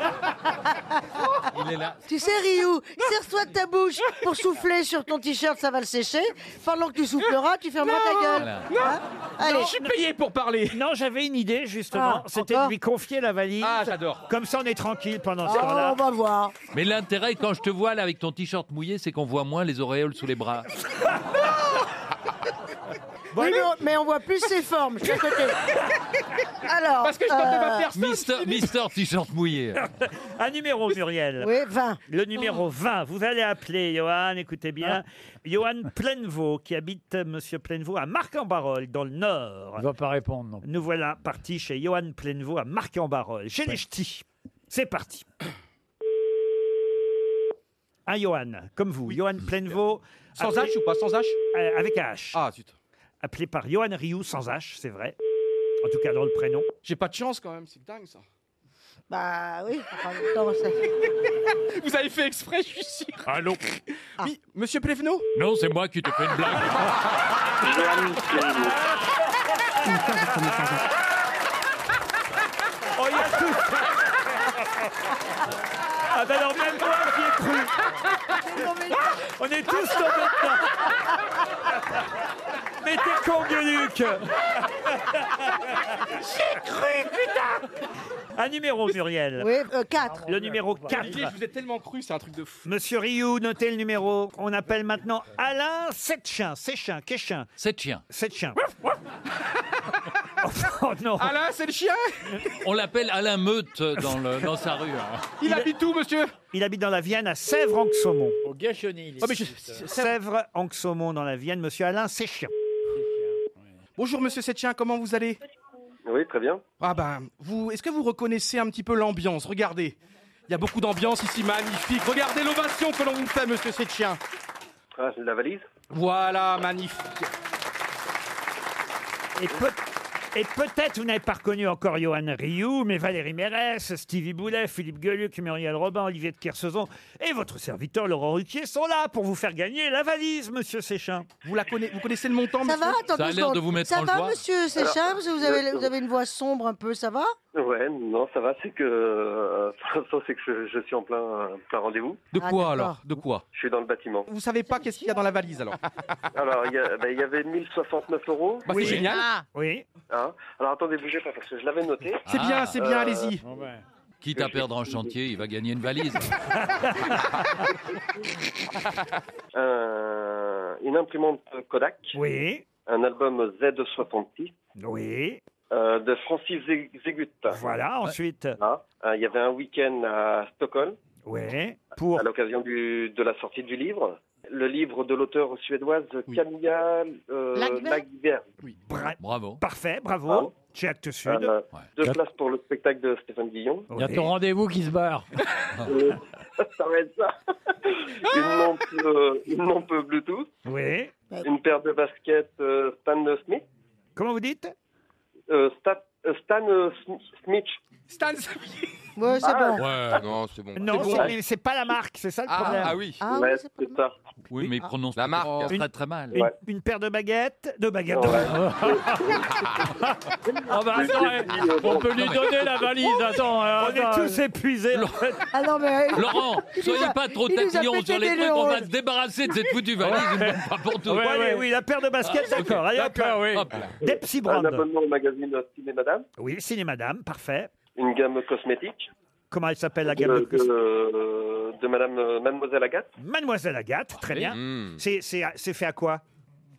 S13: Ah
S12: Il est là.
S13: Tu sais, Ryu, serre-toi de ta bouche pour souffler sur ton t-shirt, ça va le sécher. Pendant que tu souffleras, tu fermeras ta gueule. Hein Allez.
S18: Je suis payé pour parler
S1: Non, j'avais une idée justement.
S13: Ah,
S1: C'était de
S13: encore
S1: lui confier la valise. Ah, j'adore. Comme ça, on est tranquille pendant ce
S13: Ah,
S1: temps-là.
S13: on va voir.
S12: Mais l'intérêt, quand je te vois là avec ton t-shirt mouillé, c'est qu'on voit moins les auréoles sous les bras.
S13: Oui, mais, on, mais on voit plus ses formes. Je suis à côté. Alors.
S18: Parce que je
S13: euh,
S12: Mister, Mister t-shirt mouillé.
S1: Un numéro, Muriel.
S13: Oui, 20.
S1: Le numéro 20. Vous allez appeler Johan, écoutez bien. Johan Plainevaux, qui habite, euh, monsieur Plainevaux, à Marc-en-Barœul, dans le Nord.
S26: Il va pas répondre, non.
S1: Nous voilà partis chez Johan Plainevaux à Marc-en-Barœul, chez les Ch'tis. C'est parti. Un Johan, comme vous, Johan Plainevaux.
S18: Sans H ou pas Sans H
S1: Euh, Avec un H. Ah, zut. Appelé par Johan Rioux, sans H, c'est vrai. En tout cas, dans le prénom.
S18: J'ai pas de chance quand même, c'est dingue ça.
S13: Bah oui, enfin, en même temps, c'est-
S18: Vous avez fait exprès, je suis sûr.
S26: Allô
S18: Oui, monsieur Plévenot
S26: Non, c'est moi qui te fais une blague.
S1: Oh, il y a tout Ah ben alors, même moi, j'y ai cru On est tous tombés dedans Mais t'es con, Gueluc
S18: J'ai cru, putain
S1: Un numéro, Muriel
S13: Oui, 4.
S1: Le numéro 4
S18: Je vous ai tellement cru, c'est un truc de fou.
S1: Monsieur Rioux, notez le numéro. On appelle maintenant Alain Setchin. Setchin, Quéchin.
S12: Setchin.
S1: Setchin. oh non
S18: Alain, c'est le chien
S12: On l'appelle Alain Meute dans, le- dans sa rue. hein.
S1: Il,
S18: habite où, monsieur
S1: Il habite dans la Vienne, à Oh, Sèvres-en-Saumon.
S27: Au Gachoni, il est.
S1: Sèvres-en-Saumon, dans la Vienne, monsieur Alain Setchin.
S18: Bonjour, monsieur Setchien, comment vous allez
S11: Oui, très bien.
S18: Ah ben, vous, est-ce que vous reconnaissez un petit peu l'ambiance Regardez, il y a beaucoup d'ambiance ici, magnifique. Regardez l'ovation que l'on vous fait, monsieur Setchien.
S11: Ah, c'est de la valise
S18: Voilà, magnifique.
S1: Et peut- et peut-être vous n'avez pas reconnu encore Johan Rioux, mais Valérie Mérès, Stevie Boulet, Philippe Gueluc, Muriel Robin, Olivier de Kersauzon et votre serviteur Laurent Ruquier sont là pour vous faire gagner la valise, monsieur Séchin.
S18: Vous la connaissez, vous connaissez le montant,
S13: Ça va, attends deux secondes. Ça va, monsieur Séchard
S11: Alors,
S13: Parce que vous avez,
S11: exactement.
S13: vous avez une voix sombre un peu, ça va
S11: Ouais, non, ça va, c'est que. euh, pour l'instant, c'est que je, je suis en plein, euh, plein rendez-vous.
S18: De quoi alors De quoi
S11: Je suis dans le bâtiment.
S18: Vous savez pas qu'est-ce qu'il y a dans la valise alors
S1: Ah
S11: Alors, il y, a- bah, il y avait 1069 euros. Hein
S18: Bah, c'est Oui. génial. Ah.
S1: Oui.
S11: Alors, attendez, bougez pas, parce que je l'avais noté.
S12: C'est bien, c'est bien,
S11: Euh,
S12: allez-y. Quitte à perdre en chantier, il va gagner une valise.
S11: un- euh, une imprimante Kodak.
S1: Oui.
S11: Un album Z66
S1: Oui.
S11: euh, de Francis Zeg- Zegut.
S1: Voilà, ensuite.
S11: Ah, euh, Il y avait un week-end à Stockholm
S1: Ouais. Pour.
S11: à l'occasion du- de la sortie du livre. Le livre de l'auteur suédoise Camilla euh,
S1: Lagerberg.
S11: Lagerberg.
S1: Bra-
S12: Bravo.
S1: Parfait, bravo. Chez Actes Sud.
S11: Euh, Deux places pour le spectacle de Stéphane Guillon.
S26: Il y a ton rendez-vous qui se barre. Ah,
S11: Euh, ça va être ça. Une lampe, euh, une lampe Bluetooth.
S1: Ah Oui.
S11: Une paire de baskets euh, Stan Smith.
S1: Comment vous dites
S11: Stan, euh, Stan euh, Sm- Smith.
S18: Stan
S13: Ouais, c'est
S9: Ah.
S13: bon.
S14: Ouais, non, c'est bon.
S1: Non, c'est- mais c'est pas la marque, c'est ça le
S14: Ah,
S1: problème.
S14: ah oui.
S13: Ah
S11: Ouais, c'est Ah. ça.
S12: Oui, mais il prononce
S14: La marque.
S12: peut-être
S14: Une-
S12: très très mal.
S1: Une, une paire de baguettes, de baguettes.
S26: Ah bah attends, eh, on peut lui donner la valise, attends.
S1: On est tous épuisés. en fait.
S13: Ah non, mais.
S12: Laurent, soyez pas trop tatillon sur les trucs, on va se débarrasser de cette foutue valise une bonne fois pour toutes.
S1: Ouais, allez, oui, la paire de baskets,
S12: Ah,
S1: d'accord.
S12: ok.
S1: Allez, hop là.
S12: D'accord, oui. Hop là.
S1: Depsy
S11: Un
S1: Brand.
S11: abonnement au magazine Ciné Madame.
S1: Oui, ciné madame, parfait.
S11: Une gamme cosmétique.
S1: Comment elle s'appelle la gamme de
S11: de, de, de Madame euh, Mademoiselle Agathe.
S1: Mademoiselle Agathe, très
S11: Oui.
S1: bien.
S12: Hmm.
S11: Mm.
S1: C'est- C'est c'est fait à quoi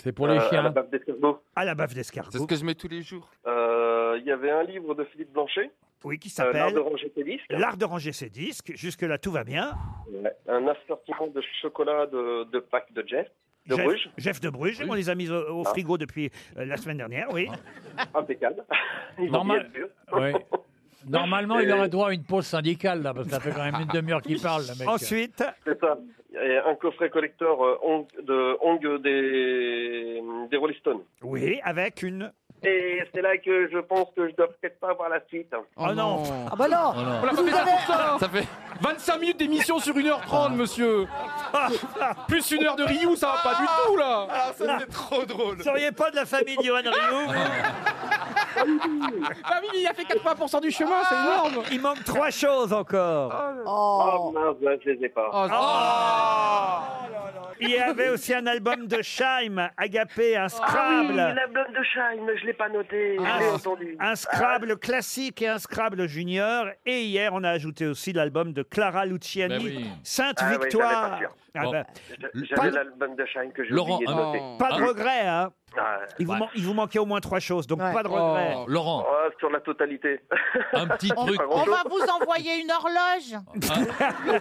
S26: C'est pour
S11: Euh, à la bave d'escargot.
S1: À la bave d'escargot.
S14: C'est ce que je mets tous les jours.
S11: Euh, Il y avait un livre de Philippe Blanchet.
S1: Oui, qui
S11: Euh, L'art
S1: s'appelle
S11: de ranger ses disques.
S1: L'art de ranger ses disques. Jusque-là, tout va bien.
S11: Ouais. Un assortiment de chocolat de, de Pâques de Jeff. De
S1: Jeff,
S11: Bruges.
S1: Jeff de Bruges, on les a mis au, au
S11: Ah.
S1: frigo depuis euh, la semaine dernière, oui.
S12: Ah.
S11: Impeccable. Ils vont
S26: Normal.
S11: y être durs.
S26: Oui. Normalement, il
S11: Et-
S26: aurait droit à une pause syndicale, là, parce que ça fait quand même une demi-heure qu'il parle, le mec.
S1: Ensuite,
S11: C'est ça. Et un coffret collector euh, Hong- de Hong des, des Rolling Stones.
S1: oui, avec une.
S11: Et c'est là que je pense que je dois peut-être pas avoir la suite.
S1: Oh, non.
S13: Ah bah non
S12: Oh non.
S18: On l'a pas fait ça pour ça Ça fait 25 minutes d'émission sur 1h30,
S1: Ah.
S18: monsieur Plus une heure de Ryu, ça va pas du tout, là Ah, ça, c'est trop drôle
S1: Vous seriez pas de la famille d'Ivan Rioux
S18: Ah oui, il a fait 80% du chemin, c'est énorme
S1: Ah, Il manque trois choses encore.
S11: Oh, mince, ouais, je les ai pas.
S1: Oh, Il y avait aussi un album de Scheim, Agapé, un
S11: Ah oui,
S1: Scrabble.
S11: l'album de Shine, je l'ai pas noté.
S1: Ah.
S11: Je l'ai entendu.
S1: Un Scrabble classique et un Scrabble junior. Et hier, on a ajouté aussi l'album de Clara Luciani,
S12: Ben oui.
S1: Sainte
S11: Ah oui,
S1: Victoire.
S11: j'allais pas sûr.
S1: Ah
S12: Bon.
S1: ben,
S11: Je-
S1: Pas-
S11: J'avais l'album de Shine que j'ai
S12: Laurent,
S11: oublié de
S12: un-
S11: noter.
S1: pas de
S12: Ah.
S1: regret, hein.
S11: Ah,
S1: Il vous,
S12: Ouais.
S1: man- il vous manquait au moins trois choses, donc pas de regret.
S12: Oh, Laurent,
S11: oh, sur la totalité.
S12: un petit
S11: On-
S12: truc.
S20: On va vous envoyer une horloge.
S12: hein.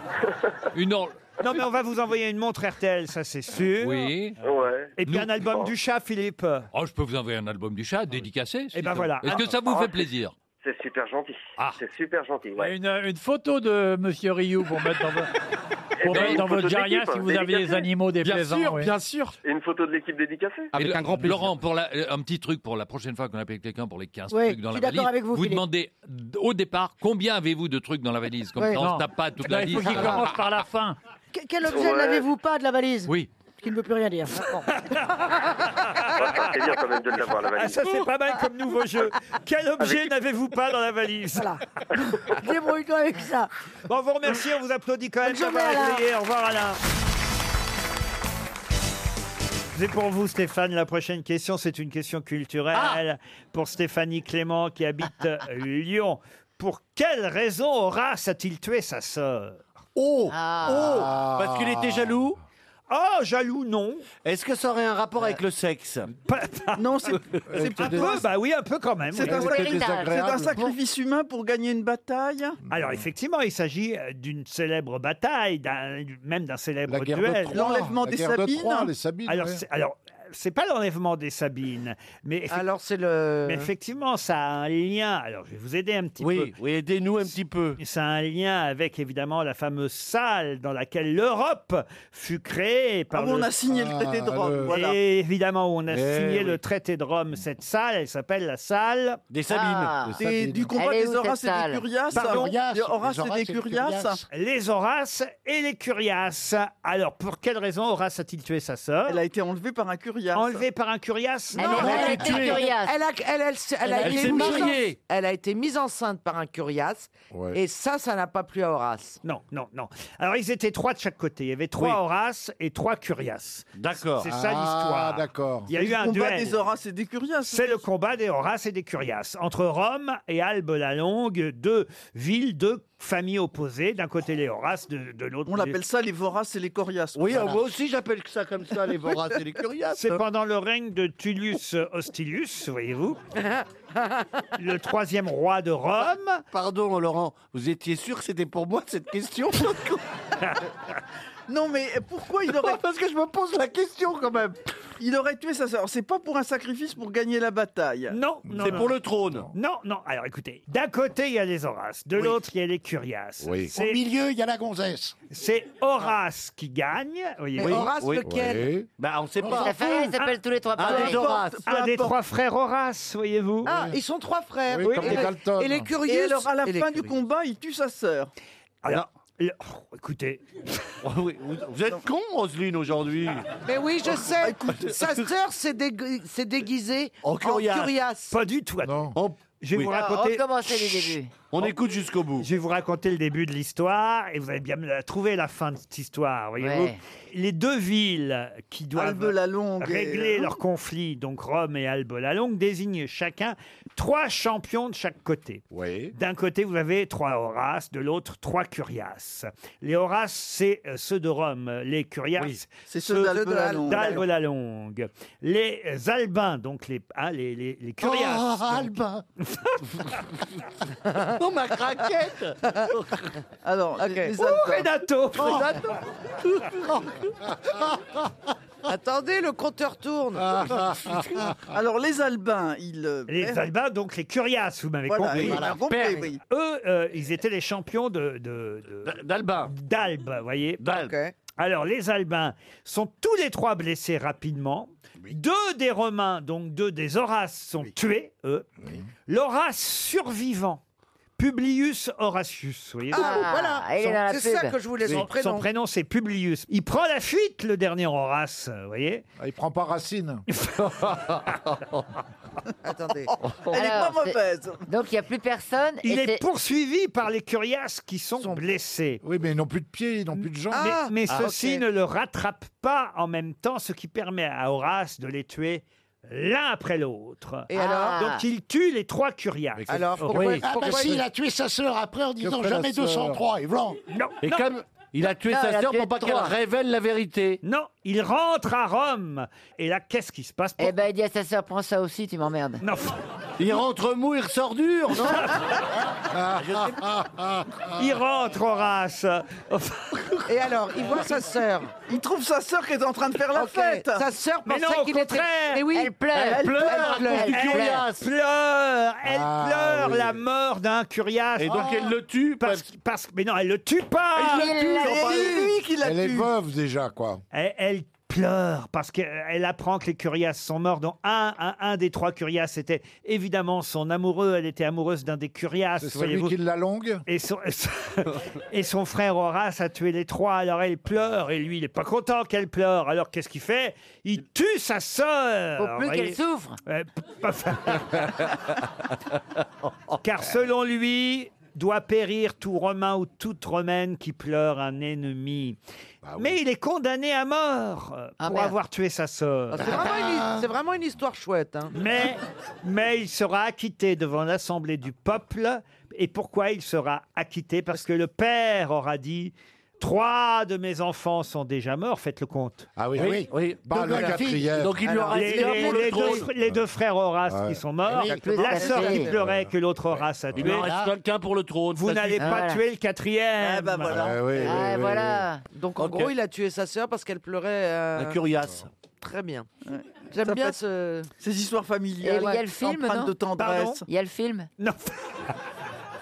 S12: Une or-
S1: Non, mais on va vous envoyer une montre RTL, ça c'est sûr.
S12: Oui.
S11: Ouais.
S1: Et puis
S12: Nous-
S1: un album du chat, Philippe.
S12: Oh, je peux vous envoyer un album du chat, dédicacé. si
S1: ben
S12: ça-
S1: voilà.
S12: Est-ce que ça vous
S11: Ah,
S12: fait plaisir Ah.
S11: C'est super gentil. C'est super gentil.
S12: Bah,
S11: ouais.
S28: Une, une photo de Monsieur Rioux pour mettre dans, vo- pour
S11: Eh ben,
S28: mettre
S11: une
S28: dans
S11: photo
S28: votre jarrière
S11: d'équipe,
S28: si vous avez des
S11: dédicacée.
S28: animaux déplaisants. oui.
S11: sûr. Et une photo de l'équipe dédicacée
S12: Et le- Laurent, pour la- euh, un petit truc pour la prochaine fois qu'on appelle quelqu'un pour les 15
S11: Ouais,
S12: trucs dans
S11: je
S12: la
S11: suis
S12: valise.
S11: d'accord avec vous, Philippe.
S12: demandez d- au départ combien avez-vous de trucs dans la valise Comme
S28: Ouais.
S12: ça, on
S28: Non.
S12: ne tape pas toute
S28: Non,
S12: la
S28: il
S12: liste.
S28: faut qu'il commence par la fin.
S29: Que- Quel objet
S12: Ouais.
S29: n'avez-vous pas de la valise
S12: Oui.
S29: Qui ne veut plus rien dire. Bon.
S11: Ah, ça fait bien quand même de l'avoir, la
S1: Ah,
S11: valise.
S1: ça c'est pas mal comme nouveau jeu. Quel objet
S11: Avec-
S1: n'avez-vous pas dans la valise
S29: Débrouille-toi avec ça.
S1: Bon, on vous remercie, on vous applaudit quand même
S29: Bonne journée,
S1: d'avoir
S29: Alain.
S1: essayé. Au revoir Alain. C'est pour vous, Stéphane. La prochaine question, c'est une question
S29: Ah
S1: culturelle pour Stéphanie Clément qui habite euh, Lyon. Pour quelle raison Horace a-t-il tué sa sœur
S5: Oh
S1: Ah.
S5: Oh Parce qu'il était jaloux
S1: Ah, jaloux, non.
S5: Est-ce que ça aurait un rapport avec le sexe
S1: Non,
S5: c'est- c'est
S1: un peu, bah oui, un peu quand même.
S5: C'est
S1: oui.
S5: un Pour sacri- l'héritage. c'est un
S1: sacrifice humain pour gagner une bataille Alors effectivement, il s'agit euh, d'une célèbre bataille, d'un- même d'un célèbre
S30: guerre de
S1: duel.
S30: Troie. L'enlèvement La des guerre de Sabines. Troie, les Sabines,
S1: Alors,
S30: ouais.
S1: c'est- alors, c'est pas l'enlèvement des Sabines, mais alors c'est le. Mais effectivement, ça a un lien. Alors, je vais vous aider un petit peu.
S5: Oui, oui aidez-nous un petit peu.
S1: Ça a un lien avec évidemment la fameuse salle dans laquelle l'Europe fut créée par.
S6: Ah, où on a signé le traité de Ah, Rome, le- voilà.
S1: Et évidemment, où on a
S6: Eh
S1: signé
S6: oui.
S1: le traité de Rome. Cette salle, elle s'appelle la salle
S6: Des Sabines. Ah. Des Sabines. Des- du combat Elle est des où, Horaces cette et des salle Curiaces
S1: Pardon
S6: Des Horaces, Des Horaces et des et des Curiaces Curiaces.
S1: Les Horaces et les Curiaces. Alors, pour quelle raison Horace a-t-il tué sa sœur Elle a été enlevée par un Curiace. Enlevée par un Curiace
S13: Non,
S1: Non,
S13: elle, a
S1: tuée.
S13: été curiace. Elle a, elle, elle s- elle a
S1: Elle
S13: été
S1: s'est
S13: mise en-
S1: mariée.
S13: elle a été mise enceinte par un curiace.
S1: Ouais.
S13: Et ça, ça n'a pas plu à Horace.
S1: Non, non, non. Alors, ils étaient trois de chaque côté. Il y avait trois Horaces et trois Curiaces.
S5: D'accord.
S1: C'est ça
S30: Ah,
S1: l'histoire.
S30: d'accord.
S1: Il y a
S30: C'est
S1: eu
S30: le
S1: un
S30: combat
S1: duel.
S30: des
S1: Horaces et des hein. Curiaces. C'est le combat des Horaces et des Curiaces. Entre Rome et Albe la Longue, deux villes, deux familles opposées. D'un côté, les Horaces, de, de l'autre.
S6: On
S1: les-
S6: l'appelle ça les voraces et les coriaces.
S5: euh,
S1: Oui, moi
S6: aussi j'appelle ça comme ça, les voraces et les coriaces.
S1: C'est pendant le règne de Tullius Hostilius, voyez-vous, le troisième roi de Rome.
S5: Pardon, Laurent, vous étiez sûr que c'était pour moi cette question
S6: Non, mais pourquoi il aurait. Parce que je me pose la question quand même. Il aurait tué sa sœur. C'est pas pour un sacrifice pour gagner la bataille.
S1: Non, non, non.
S5: trône.
S1: Non, non. Alors écoutez, d'un côté il y a les Horaces, de l'autre il y a les Curiaces.
S7: Au
S1: C'est-
S7: milieu, il y a la gonzesse.
S1: C'est Horace qui gagne. voyez-vous.
S7: Mais Horace Oui, lequel oui.
S5: Bah on sait
S7: pas. Sa famille, ils s'appellent tous les trois
S1: un
S7: pareil.
S1: des,
S7: Horace.
S1: un
S7: Peu
S1: des
S7: importe.
S1: trois frères Horace, voyez-vous.
S6: Ah, ils sont trois frères.
S1: Oui, comme
S6: et,
S1: les Dalton.
S6: et les curieux.
S1: Et
S6: alors,
S1: alors,
S6: à la
S1: et les
S6: fin du
S1: Curious.
S6: combat, il tue sa sœur.
S1: Alors, le- oh, écoutez.
S5: Oh, vous, êtes con, Roselyne, aujourd'hui. Oh,
S13: Mais oui, je sais. Sa sœur s'est dégu- s'est déguisée en curiace.
S1: Pas du tout. attends. Je vais
S5: Oui.
S1: vous
S5: Ah,
S1: raconter.
S5: recommencez les
S1: Chut.
S5: débuts. On écoute jusqu'au bout.
S1: Je vais vous raconter le début de l'histoire et vous allez bien me la trouver la fin de cette histoire. Voyez-vous,
S6: Ouais.
S1: les deux villes qui doivent
S6: Albe-la-Longue et- euh,
S1: régler leur conflit, donc Rome et Albe-la-Longue, désignent chacun trois champions de chaque côté. D'un côté, vous avez trois Horaces, de l'autre trois Curiaces. Les Horaces, c'est euh, ceux de Rome. Les Curiaces,
S6: Oui, c'est ceux d'Albe-la-Longue.
S1: d'Albe-la-Longue. Les Albins, donc les hein, les les, les Curiaces.
S7: Oh,
S1: donc.
S7: Albin
S6: Oh, ma craquette Alors, les, les
S1: Oh,
S6: Alpins.
S1: Renato
S6: Attendez, le compteur tourne. Alors, les Albins, ils... euh,
S1: Les
S6: perdent.
S1: Albins, donc les Curias, vous m'avez
S6: Voilà,
S1: compris.
S6: oui, Voilà. compris,
S1: Perdent.
S6: oui.
S1: Eux, euh, ils étaient les champions de... de- de-
S5: D'Alba.
S1: D'Albe, vous voyez. Alors, les Albins sont tous les trois blessés rapidement. Deux des Romains, donc deux des Horaces, sont tués, eux. L'Horace survivant, Publius Horatius, vous voyez.
S13: Ah, voilà. elle est dans la C'est pub. ça que je voulais, son
S1: Son
S13: prénom.
S1: Son prénom, c'est Publius. Il prend la fuite, le dernier Horace, vous voyez. Ah, il prend pas Racine.
S6: Attendez.
S1: Elle est pas
S20: c'est- Donc il n'y a plus personne.
S1: Il
S20: et
S1: est
S20: c'est-
S1: poursuivi par les curiaces qui sont, blessés.
S30: Oui, mais ils n'ont plus de pieds, ils n'ont plus de jambes.
S1: Mais,
S5: Ah,
S1: mais ceux-ci ne le rattrapent pas en même temps, ce qui permet à Horace de les tuer l'un après l'autre. Ah.
S7: Et alors
S1: Donc il tue les trois curiaces.
S7: Alors, pourquoi, Ah, bah si, il a tué sa sœur après en disant
S1: ferait la
S7: jamais
S1: sœur
S7: 203, et blanc.
S1: Non,
S5: Et
S1: non.
S5: comme il a tué
S1: Non, il
S5: sa
S1: a
S5: sœur
S1: tué
S5: pour pas qu'elle
S1: trois.
S5: révèle la vérité.
S1: Non, il rentre à Rome. Et là, qu'est-ce qui se passe
S20: Eh ben, il dit à sa sœur, prends ça aussi, tu m'emmerdes.
S1: Non.
S5: ben, Il rentre mou, il ressort dur, non
S1: Il rentre, Horace.
S6: Et alors, il voit sa sœur.
S2: Il trouve sa sœur qui est en train de faire la
S6: Ok,
S2: fête.
S6: Sa sœur
S2: Mais
S6: pensait
S2: non, au
S6: qu'il était.
S2: contraire.
S6: Mais oui,
S2: Elle pleure.
S1: Elle pleure,
S6: elle pleure,
S1: elle
S6: elle pleure.
S1: pleure, pleure, elle
S6: Ah,
S1: pleure
S6: oui.
S1: la mort d'un curiace.
S6: Et donc, elle
S1: le tue parce, parce mais non, elle le tue pas.
S3: Il la tue, enfin, Elle est
S1: tue.
S3: veuve déjà, quoi.
S1: Elle, elle pleure parce qu'elle apprend que les curiaces sont morts. Dont un, un, un des trois curiaces était évidemment son amoureux. Elle était amoureuse d'un des curiaces.
S3: C'est celui qui
S1: la longue. Et son, et son frère Horace a tué les trois. Alors elle pleure et lui, il est pas content qu'elle pleure. Alors qu'est-ce qu'il fait Il tue sa sœur.
S31: Faut plus
S1: Vous voyez
S31: qu'elle souffre.
S1: Ouais, p- pas ça. Car selon lui, doit périr tout Romain ou toute Romaine qui pleure un ennemi.
S3: Bah
S1: Mais il est condamné à mort euh,
S6: Ah,
S1: pour
S6: merde.
S1: avoir tué sa sœur.
S6: Ah, C'est vraiment, une- c'est vraiment une histoire chouette. hein.
S1: Mais, mais il sera acquitté devant l'Assemblée du peuple. Et pourquoi il sera acquitté Parce que le père aura dit Trois de mes enfants sont déjà morts, faites le compte. Ah
S3: oui, oui. Bah, Donc, le la fille- quatrième. donc il lui aura
S1: les,
S3: dit un pour le
S1: les deux,
S3: trône.
S1: les deux frères Horace
S3: Ouais.
S1: qui sont morts,
S3: Oui, exactement.
S1: la sœur qui
S3: Ouais.
S1: pleurait que l'autre Horace a tué.
S5: Il en reste quelqu'un pour le trône.
S1: Vous
S5: ça
S1: n'allez
S5: suffit.
S1: pas tuer le quatrième.
S6: Ah bah voilà.
S5: Ah oui, oui,
S6: Ah,
S5: oui,
S6: voilà. Donc en
S5: Ok.
S6: gros, il a tué sa sœur parce qu'elle pleurait. euh,
S5: Un curiace.
S6: Très bien.
S2: Ça
S6: J'aime bien
S2: fait-
S6: ce.
S2: Ces histoires
S31: Et il
S2: familiales.
S31: y a le film,
S2: empreintes
S31: non
S2: de tendresse.
S31: Pardon Il y a le film.
S1: Non.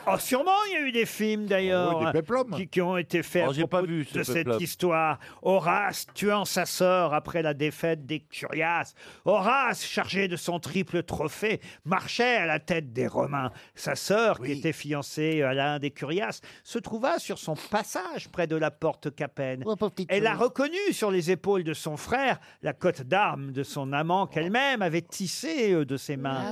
S1: Oh, sûrement, il y a eu des films d'ailleurs
S3: Oh oui, des péplums.
S1: qui, qui ont été faits
S3: Oh, j'ai
S1: à propos
S3: pas vu ce
S1: de cette
S3: péplum.
S1: histoire. Horace tuant sa sœur après la défaite des Curiaces. Horace, chargé de son triple trophée, marchait à la tête des Romains. Sa sœur, qui était fiancée à l'un des Curiaces, se trouva sur son passage près de la porte Capenne. Elle a reconnu sur les épaules de son frère la cotte d'armes de son amant qu'elle-même avait tissée euh, de ses mains.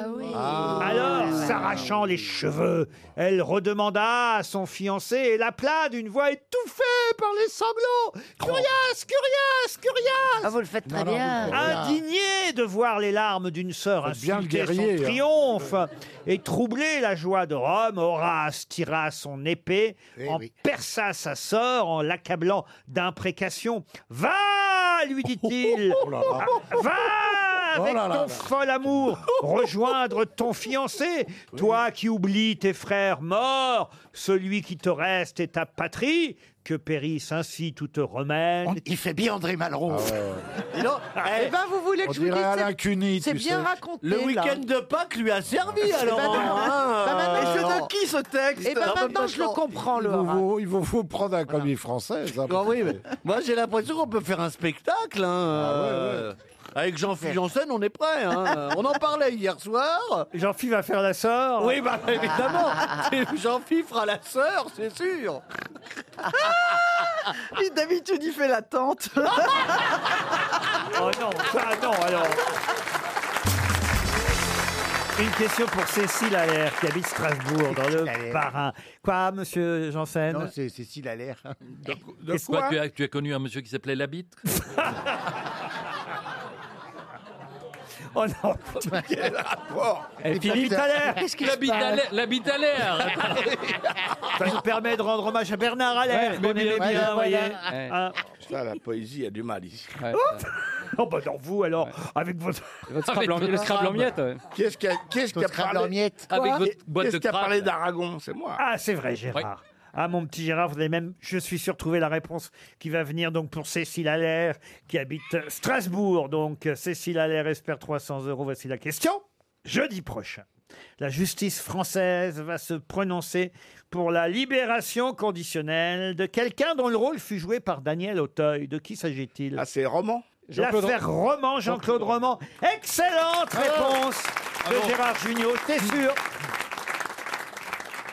S1: Alors, s'arrachant les cheveux, elle redemanda à son fiancé et l'appela d'une voix étouffée par les sanglots. Curiace, curiace, curiace
S31: Ah, vous le faites très
S1: Non, non,
S31: bien.
S1: vous faites Indigné de voir les larmes d'une sœur
S3: Faites bien le
S1: insulter
S3: guerrier,
S1: son
S3: hein.
S1: triomphe et troubler la joie de Rome, Horace tira son épée, en perça sa sœur en l'accablant d'imprécations. Va, lui dit-il, va avec ton fol amour rejoindre ton fiancé, toi qui oublies tes frères morts, celui qui te reste est ta patrie. Que périsse ainsi toute romaine. Oh, Il fait bien André Malraux.
S5: Non,
S1: Ah
S5: eh,
S6: Eh ben, vous voulez que
S1: on
S6: je vous dise.
S1: dirait Alain
S6: c'est-
S1: Cuny,
S6: C'est
S1: tu
S6: bien
S1: sais.
S6: raconté.
S5: Le
S6: là.
S5: week-end de Pâques lui a servi,
S6: Eh ben,
S5: alors.
S6: non,
S5: hein,
S6: bah, maintenant,
S5: euh,
S6: je
S5: alors.
S6: te qui ce texte Eh ben,
S5: Non,
S6: maintenant,
S5: mais
S6: je le
S5: attends.
S6: comprends,
S3: Il
S6: le
S3: vous,
S6: rat.
S3: faut- il vous faut prendre un comédie française. hein,
S5: Ah
S3: parce
S5: oui,
S3: que-
S5: mais moi j'ai l'impression qu'on peut faire un spectacle. hein, euh, Avec Jean-Philippe Janssen, on est prêt. hein. On en parlait hier soir.
S1: Jean-Philippe va faire la sœur.
S5: Oui, bah évidemment. Jean-Philippe fera la sœur, c'est sûr.
S6: Ah
S2: Et D'habitude, il fait la tente.
S1: Oh non,
S6: Bah,
S1: ça non alors. Une question pour Cécile Allaire qui habite Strasbourg dans le
S7: Allaire.
S1: Barin. Quoi, monsieur Janssen
S7: Non, c'est Cécile Allaire.
S1: Qu'est-ce
S7: quoi
S1: que-
S12: tu, as, tu as connu un monsieur qui s'appelait Labitte
S1: Oh non
S7: Quel
S1: Oh.
S7: rapport euh,
S1: Philippe Allaire
S12: L'habit Allaire- L'habit Allaire
S1: Ça nous permet de rendre hommage à Bernard
S18: Ouais,
S1: Allaire,
S18: mais
S1: qu'on aimait
S18: bien,
S1: bien,
S18: voilà.
S1: vous voyez.
S18: Ouais.
S12: Ah,
S1: Hein.
S18: Ça, la poésie a du mal ici.
S1: Oh bah dans vous alors, avec votre...
S18: Scrabble en- le Scrabble en miettes, ouais. Qu'est-ce qu'il y a- qu'est-ce qu'il y a parlé- Avec votre boîte de crabe, là.
S1: c'est moi. Ah, c'est vrai, Gérard. Ah, mon petit Gérard, vous avez même, je suis sûr, trouvé la réponse qui va venir donc pour Cécile Allaire, qui habite Strasbourg. Donc, Cécile Allaire espère 300 euros. Voici la question. Jeudi prochain, la justice française va se prononcer pour la libération conditionnelle de quelqu'un dont le rôle fut joué par Daniel Auteuil. De qui s'agit-il Ah, c'est Roman
S18: Jean-Claude-
S1: L'affaire Roman, Jean-Claude Roman. Excellente réponse de Gérard Junior, t'es sûr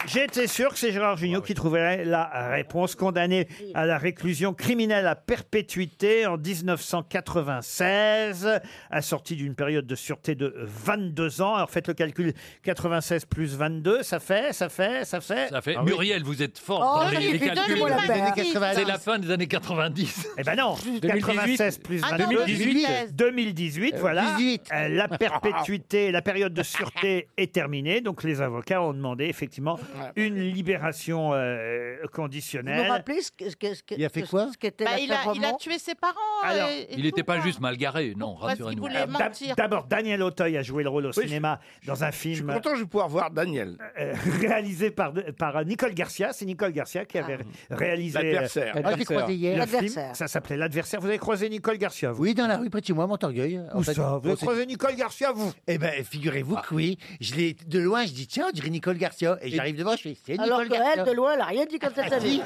S1: J'étais sûr que c'est Gérard Jugnot qui trouverait la réponse. Condamné à la réclusion criminelle à perpétuité en 1996, assorti d'une période de sûreté de 22 ans. Alors faites le calcul, 96 plus 22, ça fait, ça fait, ça fait...
S12: Ça fait.
S1: Ah oui.
S12: Muriel, vous êtes
S1: Oh,
S12: fort dans les,
S1: oui,
S12: les
S1: mais
S12: calculs.
S1: donnez-moi la Des paire. années 90.
S12: C'est la fin des années 90.
S1: Eh ben non, 96 plus 22, 2018, 2018,
S12: Euh,
S1: voilà.
S12: 18.
S1: Euh, La perpétuité, la période de sûreté est terminée. Donc les avocats ont demandé effectivement une libération euh,
S13: Vous me
S1: conditionnelle.
S13: rappelez ce que- ce que- ce que-
S1: Il a fait
S13: ce-
S1: quoi
S13: ce qu'était
S20: Bah, il,
S13: l'affaire
S20: a, il a
S13: Roman
S20: tué ses parents. euh,
S1: Alors, Euh,
S20: et- et
S12: Il n'était
S20: tout,
S12: pas
S20: quoi.
S12: juste mal garé, non,
S20: Parce qu'il
S12: rassurez-nous.
S20: voulait
S1: D'ab-
S20: mentir.
S1: D'abord, Daniel Auteuil a joué le rôle au cinéma dans un film. Je suis
S2: content, je vais pouvoir voir Daniel.
S1: réalisé par, par euh, Nicole Garcia. C'est Nicole Garcia qui avait réalisé.
S2: L'adversaire.
S1: euh,
S2: Ah, je l'ai croisé hier.
S1: le film.
S2: L'adversaire.
S1: Ça s'appelait L'adversaire. Vous avez croisé Nicole Garcia, vous
S7: Oui, dans la rue près de chez moi, à Montorgueil.
S1: Où ça Vous avez croisé Nicole Garcia, vous
S7: Eh ben, figurez-vous
S25: Ah.
S7: que oui. Je l'ai de loin, je dis tiens, on dirait Nicole Garcia. Et, j'arrive devant, je fais c'est
S13: Alors
S7: Nicole Garcia.
S13: qu'elle, de loin, elle n'a rien dit quand elle
S7: Ah,
S13: t'a
S7: si.
S13: vu.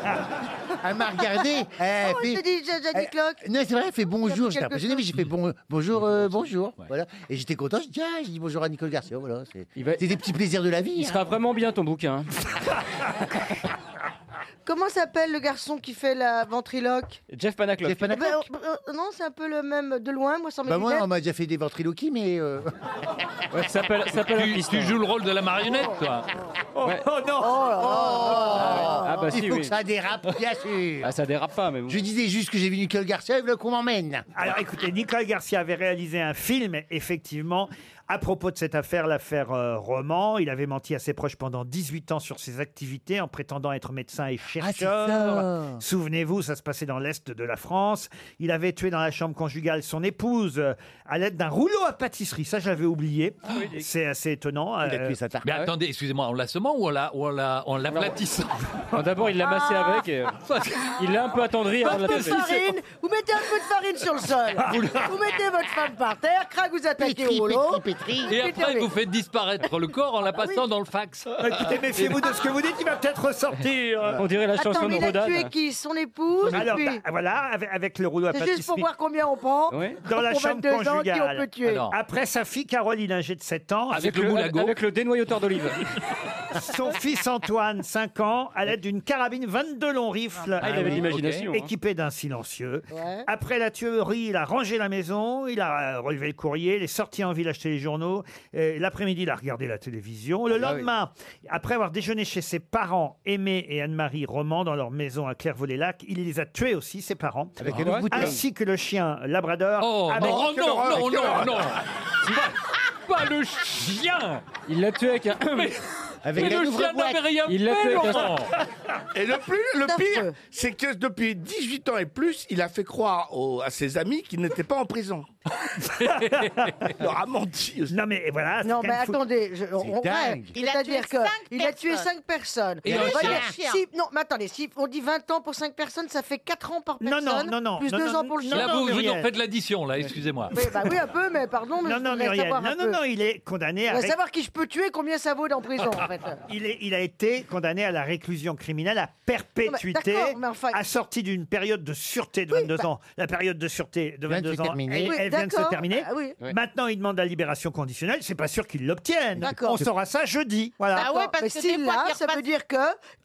S7: Elle m'a regardé. Elle
S13: Oh, je
S7: fait-
S13: te dis, j'ai- j'ai dit
S7: elle- Non, c'est vrai, elle fait bonjour. J'étais
S13: quelque
S7: impressionné, mais j'ai fait bon, bonjour, euh, bonjour. Voilà. Et j'étais content. Je dis tiens, je dis bonjour à Nicole Garcia. Voilà. C'est c'est des petits plaisirs de la vie. hein.
S25: Il sera vraiment bien ton bouquin.
S13: Comment s'appelle le garçon qui fait la ventriloque
S25: Jeff Panaclock.
S7: Jeff Panaclock.
S13: Bah, euh, euh, Non, c'est un peu le même de loin, moi sans mes
S7: Bah moi,
S13: lunettes.
S7: on m'a déjà fait des ventriloquies, mais. euh,
S25: Ouais, ça s'appelle- ça s'appelle un
S12: tu,
S25: piston. Oh,
S12: tu joues le rôle de la marionnette, toi.
S1: non
S25: Ah bah
S7: Oh. Ah Il
S25: si,
S7: faut
S25: oui.
S7: que ça dérape, bien sûr.
S25: Ah, ça dérape pas, mais bon.
S7: Je disais juste que j'ai vu Nicole Garcia, il veut qu'on m'emmène.
S1: Alors écoutez, Nicole Garcia avait réalisé un film, effectivement, à propos de cette affaire, l'affaire euh, Roman. Il avait menti à ses proches pendant 18 ans sur ses activités en prétendant être médecin et chercheur.
S7: Ah, ça.
S1: Souvenez-vous, ça se passait dans l'Est de la France. Il avait tué dans la chambre conjugale son épouse euh, à l'aide d'un rouleau à pâtisserie. Ça, j'avais oublié.
S25: Ah,
S1: C'est assez étonnant.
S25: Oh,
S1: euh,
S12: Il
S25: euh,
S12: a tué
S7: sa
S12: Mais attendez, excusez-moi, en l'assommant ou en la- ou en la- en l'aplatissant D'abord, il l'a
S25: massé
S1: Ah.
S25: avec et, euh, il l'a un peu attendri avant de la
S13: Un peu de
S25: taper.
S13: Ah. farine, vous mettez un peu de farine sur le sol, vous mettez votre femme par terre, crac, vous attaquez au rouleau.
S12: Et après, vous faites disparaître le corps
S1: Ah
S12: en la passant dans le fax.
S1: Écoutez, méfiez-vous de ce que vous dites, il va peut-être ressortir.
S25: On dirait la
S13: Attends, mais il a tué qui Son épouse
S1: Alors,
S13: puis-
S1: bah, voilà, avec, avec le rouleau à
S13: C'est
S1: pâtisserie.
S13: juste pour voir combien on prend
S1: Dans la
S13: pour
S1: chambre
S13: 22 ans qui on
S1: conjugale. Ah
S13: peut tuer.
S1: Alors, Après sa fille Caroline, âgée de 7 ans,
S25: Avec le, avec le dénoyauteur d'olive.
S1: son fils Antoine, 5 ans, à l'aide d'une carabine 22 longs rifles.
S25: Ah, il avait de l'imagination,
S1: Ok.
S25: hein.
S1: Équipé d'un silencieux. Après la tuerie, il a rangé la maison, il a euh, relevé le courrier, il est sorti en ville acheter les journaux. Et L'après-midi, il a regardé la télévision.
S25: Ah
S1: Le lendemain, après avoir déjeuné chez ses parents, Aimé et Anne-Marie Roman, dans leur maison à Clairvaux-les-Lacs, il les a tués aussi, ses parents.
S12: Avec une autre bouteille.
S1: ainsi que le chien Labrador.
S12: Ah
S1: Ah,
S12: Oh
S1: avec-
S12: non, oh, non, non, non, non Pas, pas le chien
S25: Il l'a tué avec un. Mais,
S2: Avec
S12: mais
S2: un
S12: le chien
S2: ouvre-boîte.
S12: n'avait rien
S25: Il l'a
S12: fait,
S25: tué avec un-
S12: Laurent
S2: Et le, plus, le pire, c'est que depuis 18 ans et plus, il a fait croire aux- à ses amis qu'il n'était pas en prison. il leur a menti.
S1: Non, mais voilà.
S13: Non, mais attendez, je- on- on-
S2: dingue.
S13: ouais, c'est-à-dire que il a tué 5 personnes.
S1: Et
S13: On
S1: un
S13: va
S1: chien.
S13: dire- si- non, mais attendez, si on dit 20 ans pour 5 personnes, ça fait 4 ans par personne.
S1: non, non,
S13: Plus
S1: non,
S13: 2
S1: non,
S13: ans Ah, pour le
S1: non,
S13: chien.
S12: Là, vous, vous
S1: Muriel.
S12: en faites l'addition, là, excusez-moi.
S13: Oui, bah oui, un peu, mais pardon, mais
S1: Non,
S13: je
S1: non,
S13: voudrais
S1: Muriel,
S13: savoir un
S1: non, non,
S13: peu.
S1: non, il est condamné
S13: Je
S1: à...
S13: voudrais
S1: ré-
S13: savoir qui je peux tuer, combien ça vaut en prison, en fait.
S1: Il, est- il a été condamné à la réclusion criminelle à perpétuité,
S13: d'accord, mais enfin- bah-
S1: assorti d'une période de sûreté de 22 ans. La période de sûreté de
S7: vient de
S1: 22
S7: se
S1: ans, elle,
S7: terminer.
S13: Oui,
S1: elle vient de se
S13: d'accord,
S1: terminer.
S13: bah oui. Oui.
S1: Maintenant, il demande la libération conditionnelle. C'est pas sûr qu'il l'obtienne.
S13: D'accord.
S1: On saura ça jeudi.
S20: Bah
S1: Voilà.
S13: D'accord, mais si là, ça veut dire que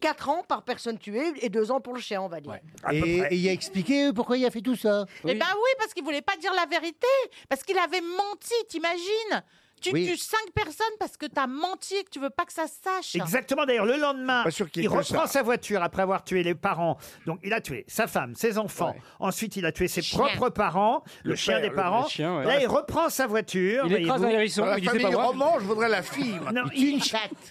S13: 4 ans par personne tuée et 2 ans pour le chien, on va dire.
S7: Et, et il a expliqué euh, pourquoi il a fait tout ça.
S20: Eh ben oui, parce qu'il voulait pas dire la vérité, parce qu'il avait menti, t'imagines Tu
S7: Oui.
S20: tues cinq personnes parce que t'as menti et que tu veux pas que ça se sache.
S1: Exactement. D'ailleurs, le lendemain,
S2: Pas sûr qu'il y
S1: il
S2: ait que
S1: reprend
S2: ça.
S1: sa voiture après avoir tué les parents. Donc, il a tué sa femme, ses enfants. Ensuite, il a tué ses
S2: Chien.
S1: propres parents, le,
S2: Le
S1: chien
S2: père,
S1: des
S2: le-
S1: parents.
S2: le chien, ouais.
S1: Là, il reprend sa voiture.
S2: Il écrase
S1: voyez-vous.
S2: un hérisson, Dans la il disait famille pas moi. Roman, je voudrais la fille, moi.
S1: Non, il,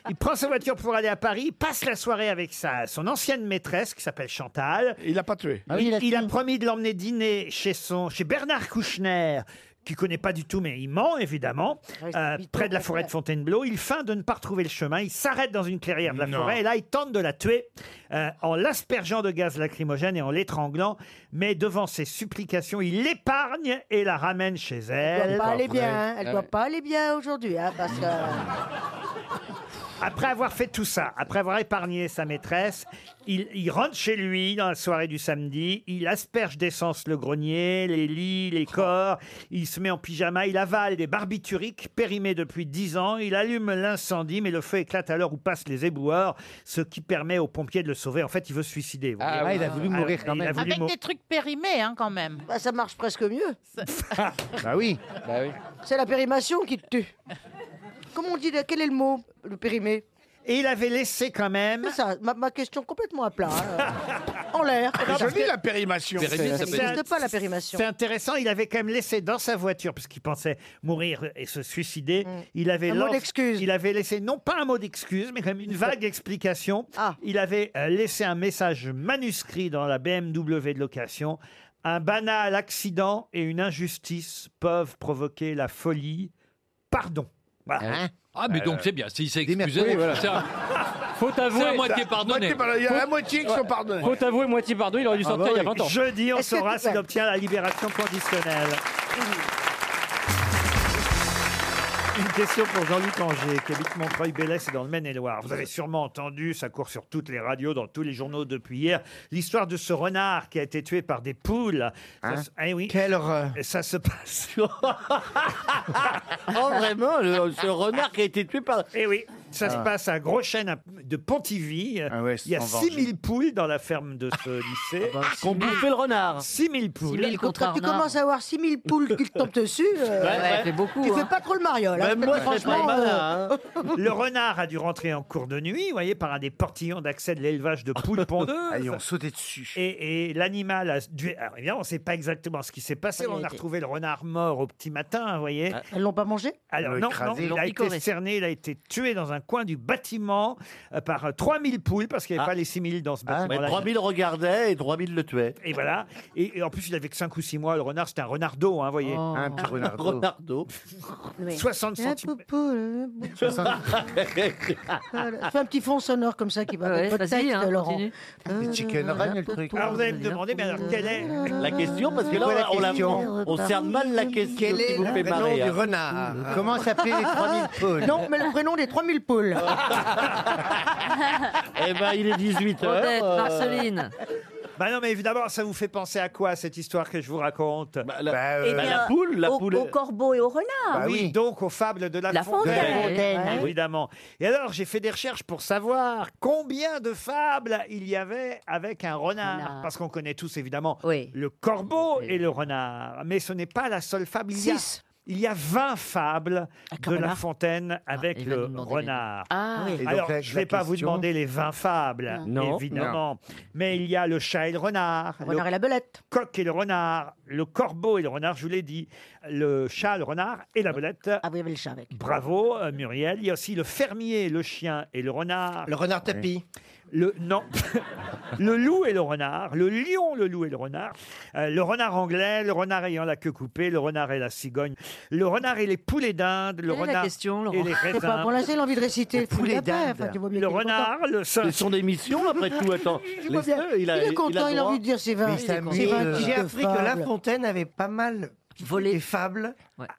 S1: il prend sa voiture pour aller à Paris, il passe la soirée avec sa, son ancienne maîtresse qui s'appelle Chantal.
S2: Il l'a pas tué.
S1: Ah
S13: Ah
S1: il, il a promis de l'emmener dîner chez, son, chez Bernard Kouchner qui connaît pas du tout, mais il ment, évidemment,
S13: Ah
S1: euh, près de la forêt de Fontainebleau. Il feint de ne pas retrouver le chemin. Il s'arrête dans une clairière de la
S2: Non.
S1: forêt. Et là, il tente de la tuer euh, en l'aspergeant de gaz lacrymogène et en l'étranglant. Mais devant ses supplications, il l'épargne et la ramène chez elle.
S13: Elle doit pas aller bien, hein.
S2: Ah
S13: elle doit pas aller bien aujourd'hui, hein, parce que...
S1: Après avoir fait tout ça, après avoir épargné sa maîtresse, il, il rentre chez lui dans la soirée du samedi, il asperge d'essence le grenier, les lits, les corps, il se met en pyjama, il avale des barbituriques périmés depuis 10 ans, il allume l'incendie, mais le feu éclate à l'heure où passent les éboueurs, ce qui permet aux pompiers de le sauver. En fait, il veut se suicider. vous voyez.
S7: Ah
S1: Ah,
S7: ouais, il a voulu mourir quand
S1: il a
S7: même.
S1: voulu
S20: Avec
S1: mou-
S20: des trucs périmés, hein, quand même.
S13: Bah, ça marche presque mieux.
S25: Ah.
S7: Bah oui.
S13: C'est la périmation qui te tue. Comment on dit là, Quel est le mot Le périmé
S1: Et il avait laissé quand même.
S13: C'est ça, ma, ma question complètement à plat. hein. en l'air.
S2: C'est joli la périmation.
S13: Ça n'existe pas la périmation.
S1: C'est intéressant, il avait quand même laissé dans sa voiture, puisqu'il pensait mourir et se suicider, il avait
S13: Mm. Un mot
S1: lan- Il avait laissé, non pas un mot d'excuse, mais quand même une vague explication.
S13: Ah.
S1: Il avait euh, laissé un message manuscrit dans la BMW de location. Un banal accident et une injustice peuvent provoquer la folie. Pardon. Voilà.
S12: Ah, mais donc c'est bien. S'il s'est excusé,
S1: Oui, voilà.
S12: c'est un-
S1: Faut
S12: c'est à moitié pardonné.
S26: Ouais. Faut avouer, moitié pardonné, il aurait dû
S12: Ah bah
S26: sortir il y a
S12: oui.
S26: 20 ans.
S1: Jeudi, on
S26: Est-ce que
S1: saura
S26: tu-
S1: s'il obtient la libération conditionnelle. Une question pour Jean-Luc Anger, qui habite Montreuil-Bellès, c'est dans le Maine-et-Loire. Vous avez sûrement entendu, ça court sur toutes les radios, dans tous les journaux depuis hier, l'histoire de ce renard qui a été tué par des poules.
S6: Hein
S1: Quelle horreur Ça se passe...
S5: Oh, vraiment, le- ce renard qui a été tué par...
S1: Eh oui, ça se
S5: Ah.
S1: passe à Groschène à- de Pontivy.
S13: Ah
S1: Il y a
S5: ils se sont
S1: 6000 poules dans la ferme de ce lycée.
S13: ben,
S5: Qu'on bouffait le renard.
S1: 6000 poules.
S13: Quand tu commences à avoir 6000 poules qui te tombent dessus, euh,
S1: Ouais, ouais, c'est beaucoup,
S13: tu
S1: hein.
S13: fais pas trop le mariole. hein, franchement. euh,
S1: Le renard a dû rentrer en cours de nuit, vous voyez, par un des portillons d'accès de l'élevage de poules pondeuses.
S2: Ah, ils ont
S1: sauté dessus. Et, et l'animal a dû. Alors, évidemment, on ne sait pas exactement ce qui s'est passé.
S13: Il a
S1: On a
S13: été- Ah,
S1: retrouvé le renard mort au petit matin, vous voyez.
S13: Elles l'ont pas mangé
S1: Alors, non, non,
S13: Ils l'ont
S1: il a été
S13: picoré.
S1: cerné, il a été tué dans un coin du bâtiment euh, par euh, 3000 poules, parce qu'il n'y avait
S5: Ah.
S1: pas les 6000 dans ce
S5: Ah, mais
S1: bâtiment-là.
S5: 3000 regardaient et 3000 le tuaient.
S1: Et voilà. Et, et en plus, il avait que 5 ou 6 mois. Le renard, c'était un renardo, hein, vous voyez.
S5: Oh. Un petit renardo. renardo.
S1: 60
S13: La
S1: centimètres.
S13: poupou, le- Voilà. Fais un petit fond sonore comme ça qui va
S1: Ouais,
S13: avec votre
S1: vas-y,
S13: texte,
S1: hein,
S13: Laurent.
S1: continue.
S13: Euh,
S1: chicken run, le truc. Alors, vous allez me demander, mais alors, quelle est
S5: La question, parce que là,
S1: Ouais, la
S5: on, la-
S1: question.
S5: on cerne mal la question
S13: Quel
S5: qui
S13: est
S5: vous
S13: le
S5: fait
S13: prénom
S5: marrer.
S13: du
S5: hein.
S13: renard
S7: Comment s'appelaient les 3000 poules
S13: Non, mais le prénom des 3000 poules.
S5: Eh ben, il est 18 heures.
S1: Odette,
S5: euh,
S1: Marceline. Bah non, mais évidemment, ça vous fait penser à quoi cette histoire que je vous raconte
S5: la,
S10: Eh bah, la bien,
S1: poule, la poule.
S10: Au corbeau et au renard.
S1: Bah oui, donc aux fables de la, bah
S10: La Fontaine. Fontaine.
S1: Évidemment. Et alors, j'ai fait des recherches pour savoir combien de fables il y avait avec un renard. Parce qu'on connaît tous, évidemment, le corbeau et le renard. Mais ce n'est pas la seule fable. Il y a, il y a 20 fables de
S10: Ah, même. hein. Ah,
S1: La Fontaine avec
S10: il va
S1: le
S10: nous demander les
S1: renard.
S10: noms. Ah. Et donc,
S1: Alors,
S10: la-
S1: je ne
S10: la
S1: vais pas vous
S10: question-
S1: demander les 20 fables,
S10: Non.
S1: évidemment. Mais il y a le chat et le renard. Le renard et la belette. Coq et le renard. Le corbeau et le renard, je vous l'ai dit. Le chat, le renard et la belette. Ah,
S13: vous avez le chat avec.
S1: Bravo, euh, Muriel. Il y a aussi le fermier, le chien et le renard. Le renard tapis. Le, non. le loup et le renard. Le lion, le loup et le renard. Euh, le renard anglais, le renard ayant la queue coupée, le renard et la cigogne. Le renard et les poulets d'Inde. Le
S6: Quelle est la
S1: renard
S6: question, Laurent
S1: et les
S6: Faut
S1: raisins.
S13: Pas pour l'instant, il a envie de réciter le
S1: poulet
S13: poulet d'après.
S1: d'Inde.
S13: enfin, tu vois bien
S1: Le
S13: qu'il est
S1: renard,
S13: content.
S1: le singe.
S5: C'est son émission, après tout, attends.
S13: Je vois bien.
S5: Laisse-le,
S13: Il est content, il a
S5: droit.
S13: envie de dire ses 20.
S5: ça
S13: ses 20
S5: m'émeut.
S13: titres
S15: J'ai
S13: de
S15: appris que La
S13: fables.
S15: Fontaine avait pas mal volé des fables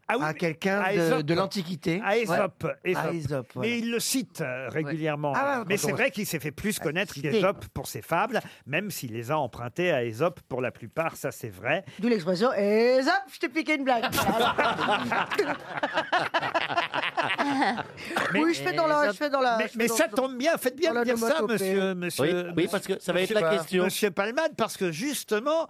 S15: à quelqu'un
S1: Ah à
S15: de,
S1: Ésope.
S15: de l'Antiquité.
S1: À Ah, Aesop.
S15: Ouais.
S6: Ah,
S15: À Ésope, voilà.
S1: Mais il le cite euh, régulièrement.
S15: Ah ouais, quand
S1: Mais
S15: on
S1: c'est vrai qu'il s'est fait plus connaître qu'Ésope pour ses fables, même s'il les a empruntées à Ésope pour la plupart, ça c'est vrai.
S13: D'où l'expression Et hop, je t'ai piqué une blague. Oui, je fais dans la- je fais dans la-
S1: Mais,
S13: je fais
S1: mais
S13: dans-
S1: ça tombe bien, faites bien
S13: dans
S1: de dire ça,
S13: l'onomatopée.
S1: monsieur, monsieur.
S5: Oui, oui, parce que ça va
S1: monsieur
S5: être la
S1: Pal-
S5: question.
S1: Monsieur Palman, parce que justement,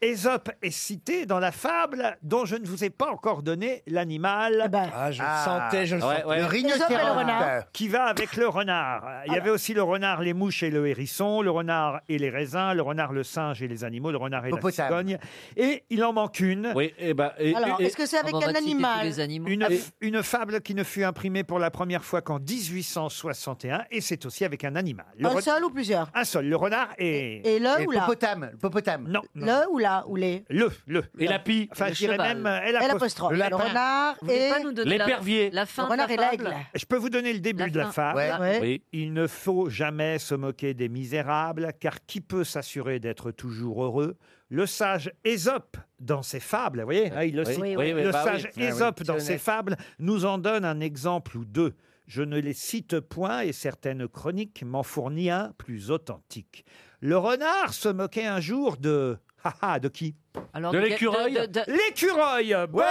S1: Ésope est cité dans la fable dont je ne vous ai pas encore donné l'animal.
S3: Ah, je le sentais, je le sentais. Le
S13: rhinocéros. bah. Ésope et le renard. Ah
S1: Qui va avec le renard. Il y avait aussi le renard, les mouches et le hérisson, le renard et les raisins, le renard, le singe et les animaux, le renard et
S15: Hippopotame.
S1: la cigogne. Et il en manque une.
S5: Oui, et ben. et-
S13: Alors,
S5: et-
S13: est-ce que c'est avec un animal Ah,
S1: une, une fable qui ne fut imprimée pour la première fois qu'en 1861, et c'est aussi avec un animal. Le
S13: Un
S1: ren-
S13: seul ou plusieurs
S1: Un seul, le renard et...
S13: Et le ou la
S1: Le popotame. Non. non.
S13: Le ou la ou les
S1: Le, le.
S5: Et la pie.
S1: Enfin,
S5: Le
S1: je dirais
S5: cheval.
S1: même... euh, L
S13: Elle
S1: apostrophe.
S13: apostrophe. Le lapin. Le renard Vous voulez et- pas nous donner la-
S5: L'épervier. la
S13: fin Le de renard la et fable l'aigle.
S1: Je peux vous donner le début
S13: La
S1: de la
S13: fin.
S1: fable.
S13: Ouais. Ouais. Oui.
S1: Il ne faut jamais se moquer des misérables, car qui peut s'assurer d'être toujours heureux Le sage Ésope dans ses fables, vous voyez, hein, il le
S5: Oui,
S1: cite.
S5: oui, oui,
S1: le
S5: bah oui.
S1: sage
S5: Ah oui,
S1: Ésope dans
S5: c'est
S1: ses
S5: honnête.
S1: fables nous en donne un exemple ou deux. Je ne les cite point et certaines chroniques m'en fournissent un plus authentique. Le renard se moquait un jour de... Ah, ah, de qui
S10: Alors, De de- l'écureuil de- de- de-
S1: L'écureuil Bonne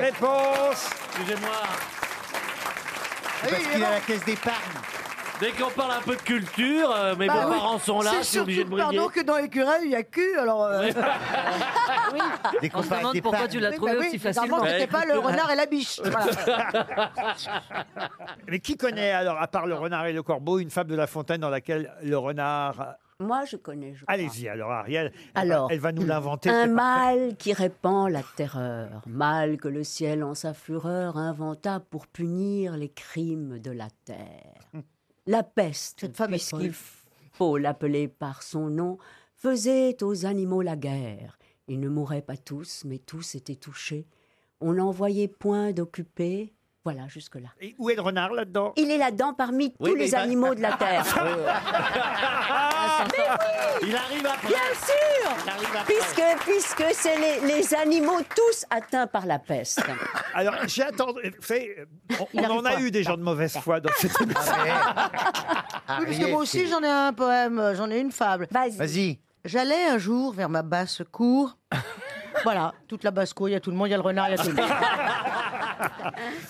S1: réponse
S5: Excusez-moi.
S7: Parce qu'il a la caisse d'épargne.
S5: Dès qu'on parle un peu de culture, euh, mes
S13: Bah oui.
S5: beaux-parents sont là, je suis
S13: C'est
S5: obligé de
S13: surtout,
S5: briller.
S13: pardon, que dans l'écureuil, il y a cul, alors... euh,
S5: Dès qu'on parle des parcs-
S13: Oui, bah oui, bizarrement,
S1: Bah,
S13: c'était pas
S1: écoute,
S13: le
S1: euh,
S13: renard et la biche. Voilà.
S1: Ah, Mais qui connaît alors, à part
S16: Ah.
S1: le renard et le corbeau, une fable de La Fontaine dans laquelle le renard...
S16: Moi, je connais. je crois.
S1: Allez-y alors, Ariel.
S16: Alors,
S1: elle va nous l'inventer.
S16: Un
S1: c'est parfait.
S16: mâle qui répand la terreur, mâle que le ciel en sa fureur inventa pour punir les crimes de la terre.
S1: Hum.
S16: La peste, puisqu'il faut l'appeler par son nom, faisait aux animaux la guerre. Ils ne mouraient pas tous, mais tous étaient touchés. On n'envoyait point d'occupés. Voilà, jusque-là.
S1: Et où est le renard là-dedans
S16: Il est là-dedans parmi
S1: Oui,
S16: tous
S1: mais
S16: les
S1: il va-
S16: animaux de la terre.
S6: Ah,
S5: Il arrive après.
S16: Bien sûr Puisque, puisque c'est les, les animaux tous atteints par la peste.
S1: Alors, j'ai attendu. vous savez, on,
S16: Il
S1: on
S16: arrive
S1: en a
S16: pas. Ah,
S1: eu des gens de mauvaise foi dans cette émission.
S13: Oui, parce que moi aussi, j'en ai un poème, euh, j'en ai une fable. Vas-y.
S7: Vas-y.
S13: J'allais un jour vers ma basse cour. voilà, toute la basse cour, il y a tout le monde, il y a le renard, il y a tout le monde.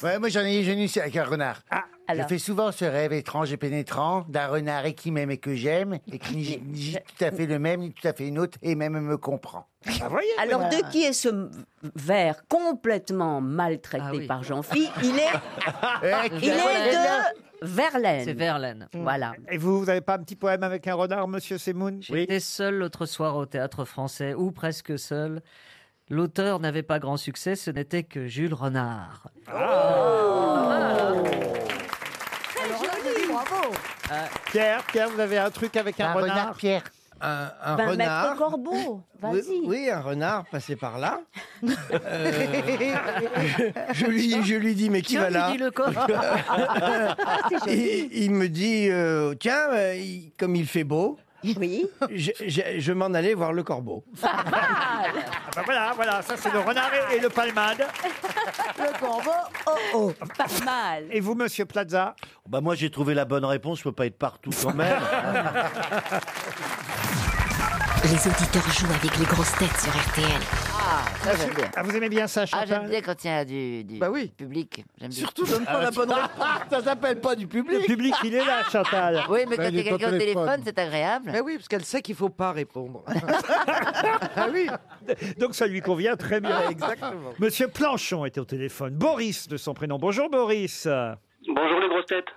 S7: Ouais, moi j'en ai une aussi avec un renard.
S25: Ah.
S7: Je
S13: alors.
S7: fais souvent ce rêve étrange et pénétrant d'un renard et qui m'aime et que j'aime et qui ni- ni tout à fait le même ni tout à fait une autre et même me comprend.
S25: Ah.
S16: Alors, de qui est ce verre complètement maltraité
S32: Ah
S16: par Jean-Phi Il est, il est de Verlaine.
S32: C'est Verlaine.
S16: Voilà.
S1: Et vous, vous n'avez pas un petit poème avec un renard, monsieur Semoun
S32: J'étais seul l'autre soir au théâtre français, ou presque seul. L'auteur n'avait pas grand succès, ce n'était que Jules Renard.
S13: Bravo
S6: Euh,
S1: Pierre, Pierre, vous avez un truc avec un,
S6: Un renard, Pierre. Un, un
S16: Ben, maître
S6: renard.
S16: Corbeau,
S6: Oui,
S16: vas-y.
S6: oui, un renard passé par là. Euh, je, lui, je lui dis, mais qui
S32: Je
S6: va
S32: lui
S6: là
S32: dis le corps. Ah, C'est joli.
S6: il, il me dit, euh, tiens, euh, il- comme il fait beau, je, je- je m'en allais voir le corbeau.
S1: Ah bah voilà, voilà, ça c'est le renard et, et le palmade.
S13: Le corbeau, oh oh.
S16: Pas mal.
S1: Et vous, monsieur Plaza
S5: Bah moi j'ai trouvé la bonne réponse, je peux pas être partout quand même.
S33: Les auditeurs jouent avec les grosses têtes sur RTL.
S20: Ah, ça j'aime bien.
S1: vous aimez bien ça,
S20: Ah, j'aime bien quand il y a du, du public. J'aime bien.
S7: Surtout, donne
S1: Ah,
S7: pas la
S5: Euh,
S7: bonne réponse,
S16: ça s'appelle pas du public.
S1: Le public, il est
S5: Ah.
S1: là, Chantal.
S20: Oui, mais quand il y a quelqu'un au téléphone, c'est agréable.
S34: Mais oui, parce qu'elle sait qu'il faut pas répondre.
S1: Ah Donc ça lui convient très bien.
S34: Ah, Exactement.
S1: Monsieur Planchon était au téléphone. Boris, de son prénom. Bonjour, Boris.
S35: Bonjour les grosses têtes.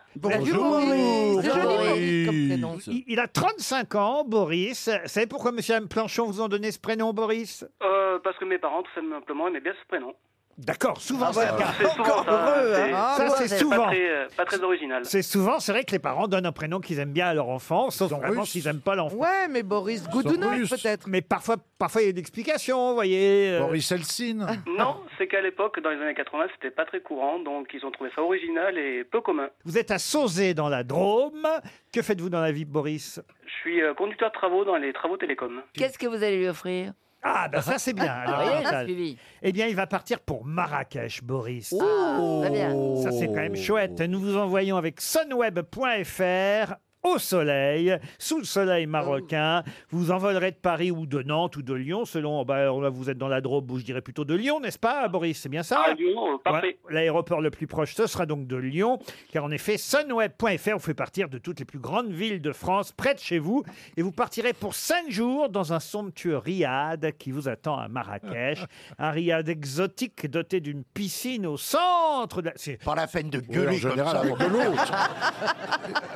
S1: Il, il a 35 ans, Boris. Vous savez pourquoi monsieur et madame Planchon vous ont donné ce prénom, Boris
S35: Euh, parce que mes parents, tout simplement, aimaient bien ce prénom.
S1: D'accord, souvent
S35: Ah,
S1: c'est le
S35: bah,
S1: cas.
S35: c'est souvent
S1: Encore
S35: ça,
S1: heureux,
S35: c'est-
S1: hein.
S35: Ah,
S1: Ça,
S35: ouais,
S1: c'est
S35: c'est
S1: souvent.
S35: pas très, euh, pas très original.
S1: C'est souvent, c'est vrai que les parents donnent un prénom qu'ils aiment bien à leur enfant, sauf vraiment
S35: russes.
S1: s'ils n'aiment pas l'enfant.
S34: Ouais, mais Boris Goudounov,
S1: peut-être. Mais parfois, parfois il y a une explication, vous voyez. euh.
S3: Boris Elsine.
S35: Non, c'est qu'à l'époque, dans les années 80, c'était pas très courant, donc ils ont trouvé ça original et peu commun.
S1: Vous êtes à Sauzé dans la Drôme. Que faites-vous dans la vie, Boris
S35: Je suis euh, conducteur de travaux dans les travaux télécoms.
S20: Qu'est-ce que vous allez lui offrir
S1: Ah, ben ça c'est bien. alors,
S20: Rien,
S1: Chantal.
S20: suivi.
S1: Eh bien, il va partir pour Marrakech, Boris.
S20: Ah, très bien.
S1: Ça c'est quand même chouette. Nous vous envoyons avec sunweb.fr. Au soleil, sous le soleil marocain, vous envolerez de Paris ou de Nantes ou de Lyon, selon. bah, alors là, vous êtes dans la Drôme, ou je dirais plutôt de Lyon, n'est-ce pas, Boris C'est bien ça
S35: Ah, Lyon, euh, parfait.
S1: Ouais, L'aéroport le plus proche, ce sera donc de Lyon, car en effet, sunweb.fr vous fait partir de toutes les plus grandes villes de France, près de chez vous, et vous partirez pour cinq jours dans un somptueux riad qui vous attend à Marrakech. un riad exotique doté d'une piscine au centre. De la... Pas la peine de
S3: gueuler Oui, en comme général, ça. avec de l'eau.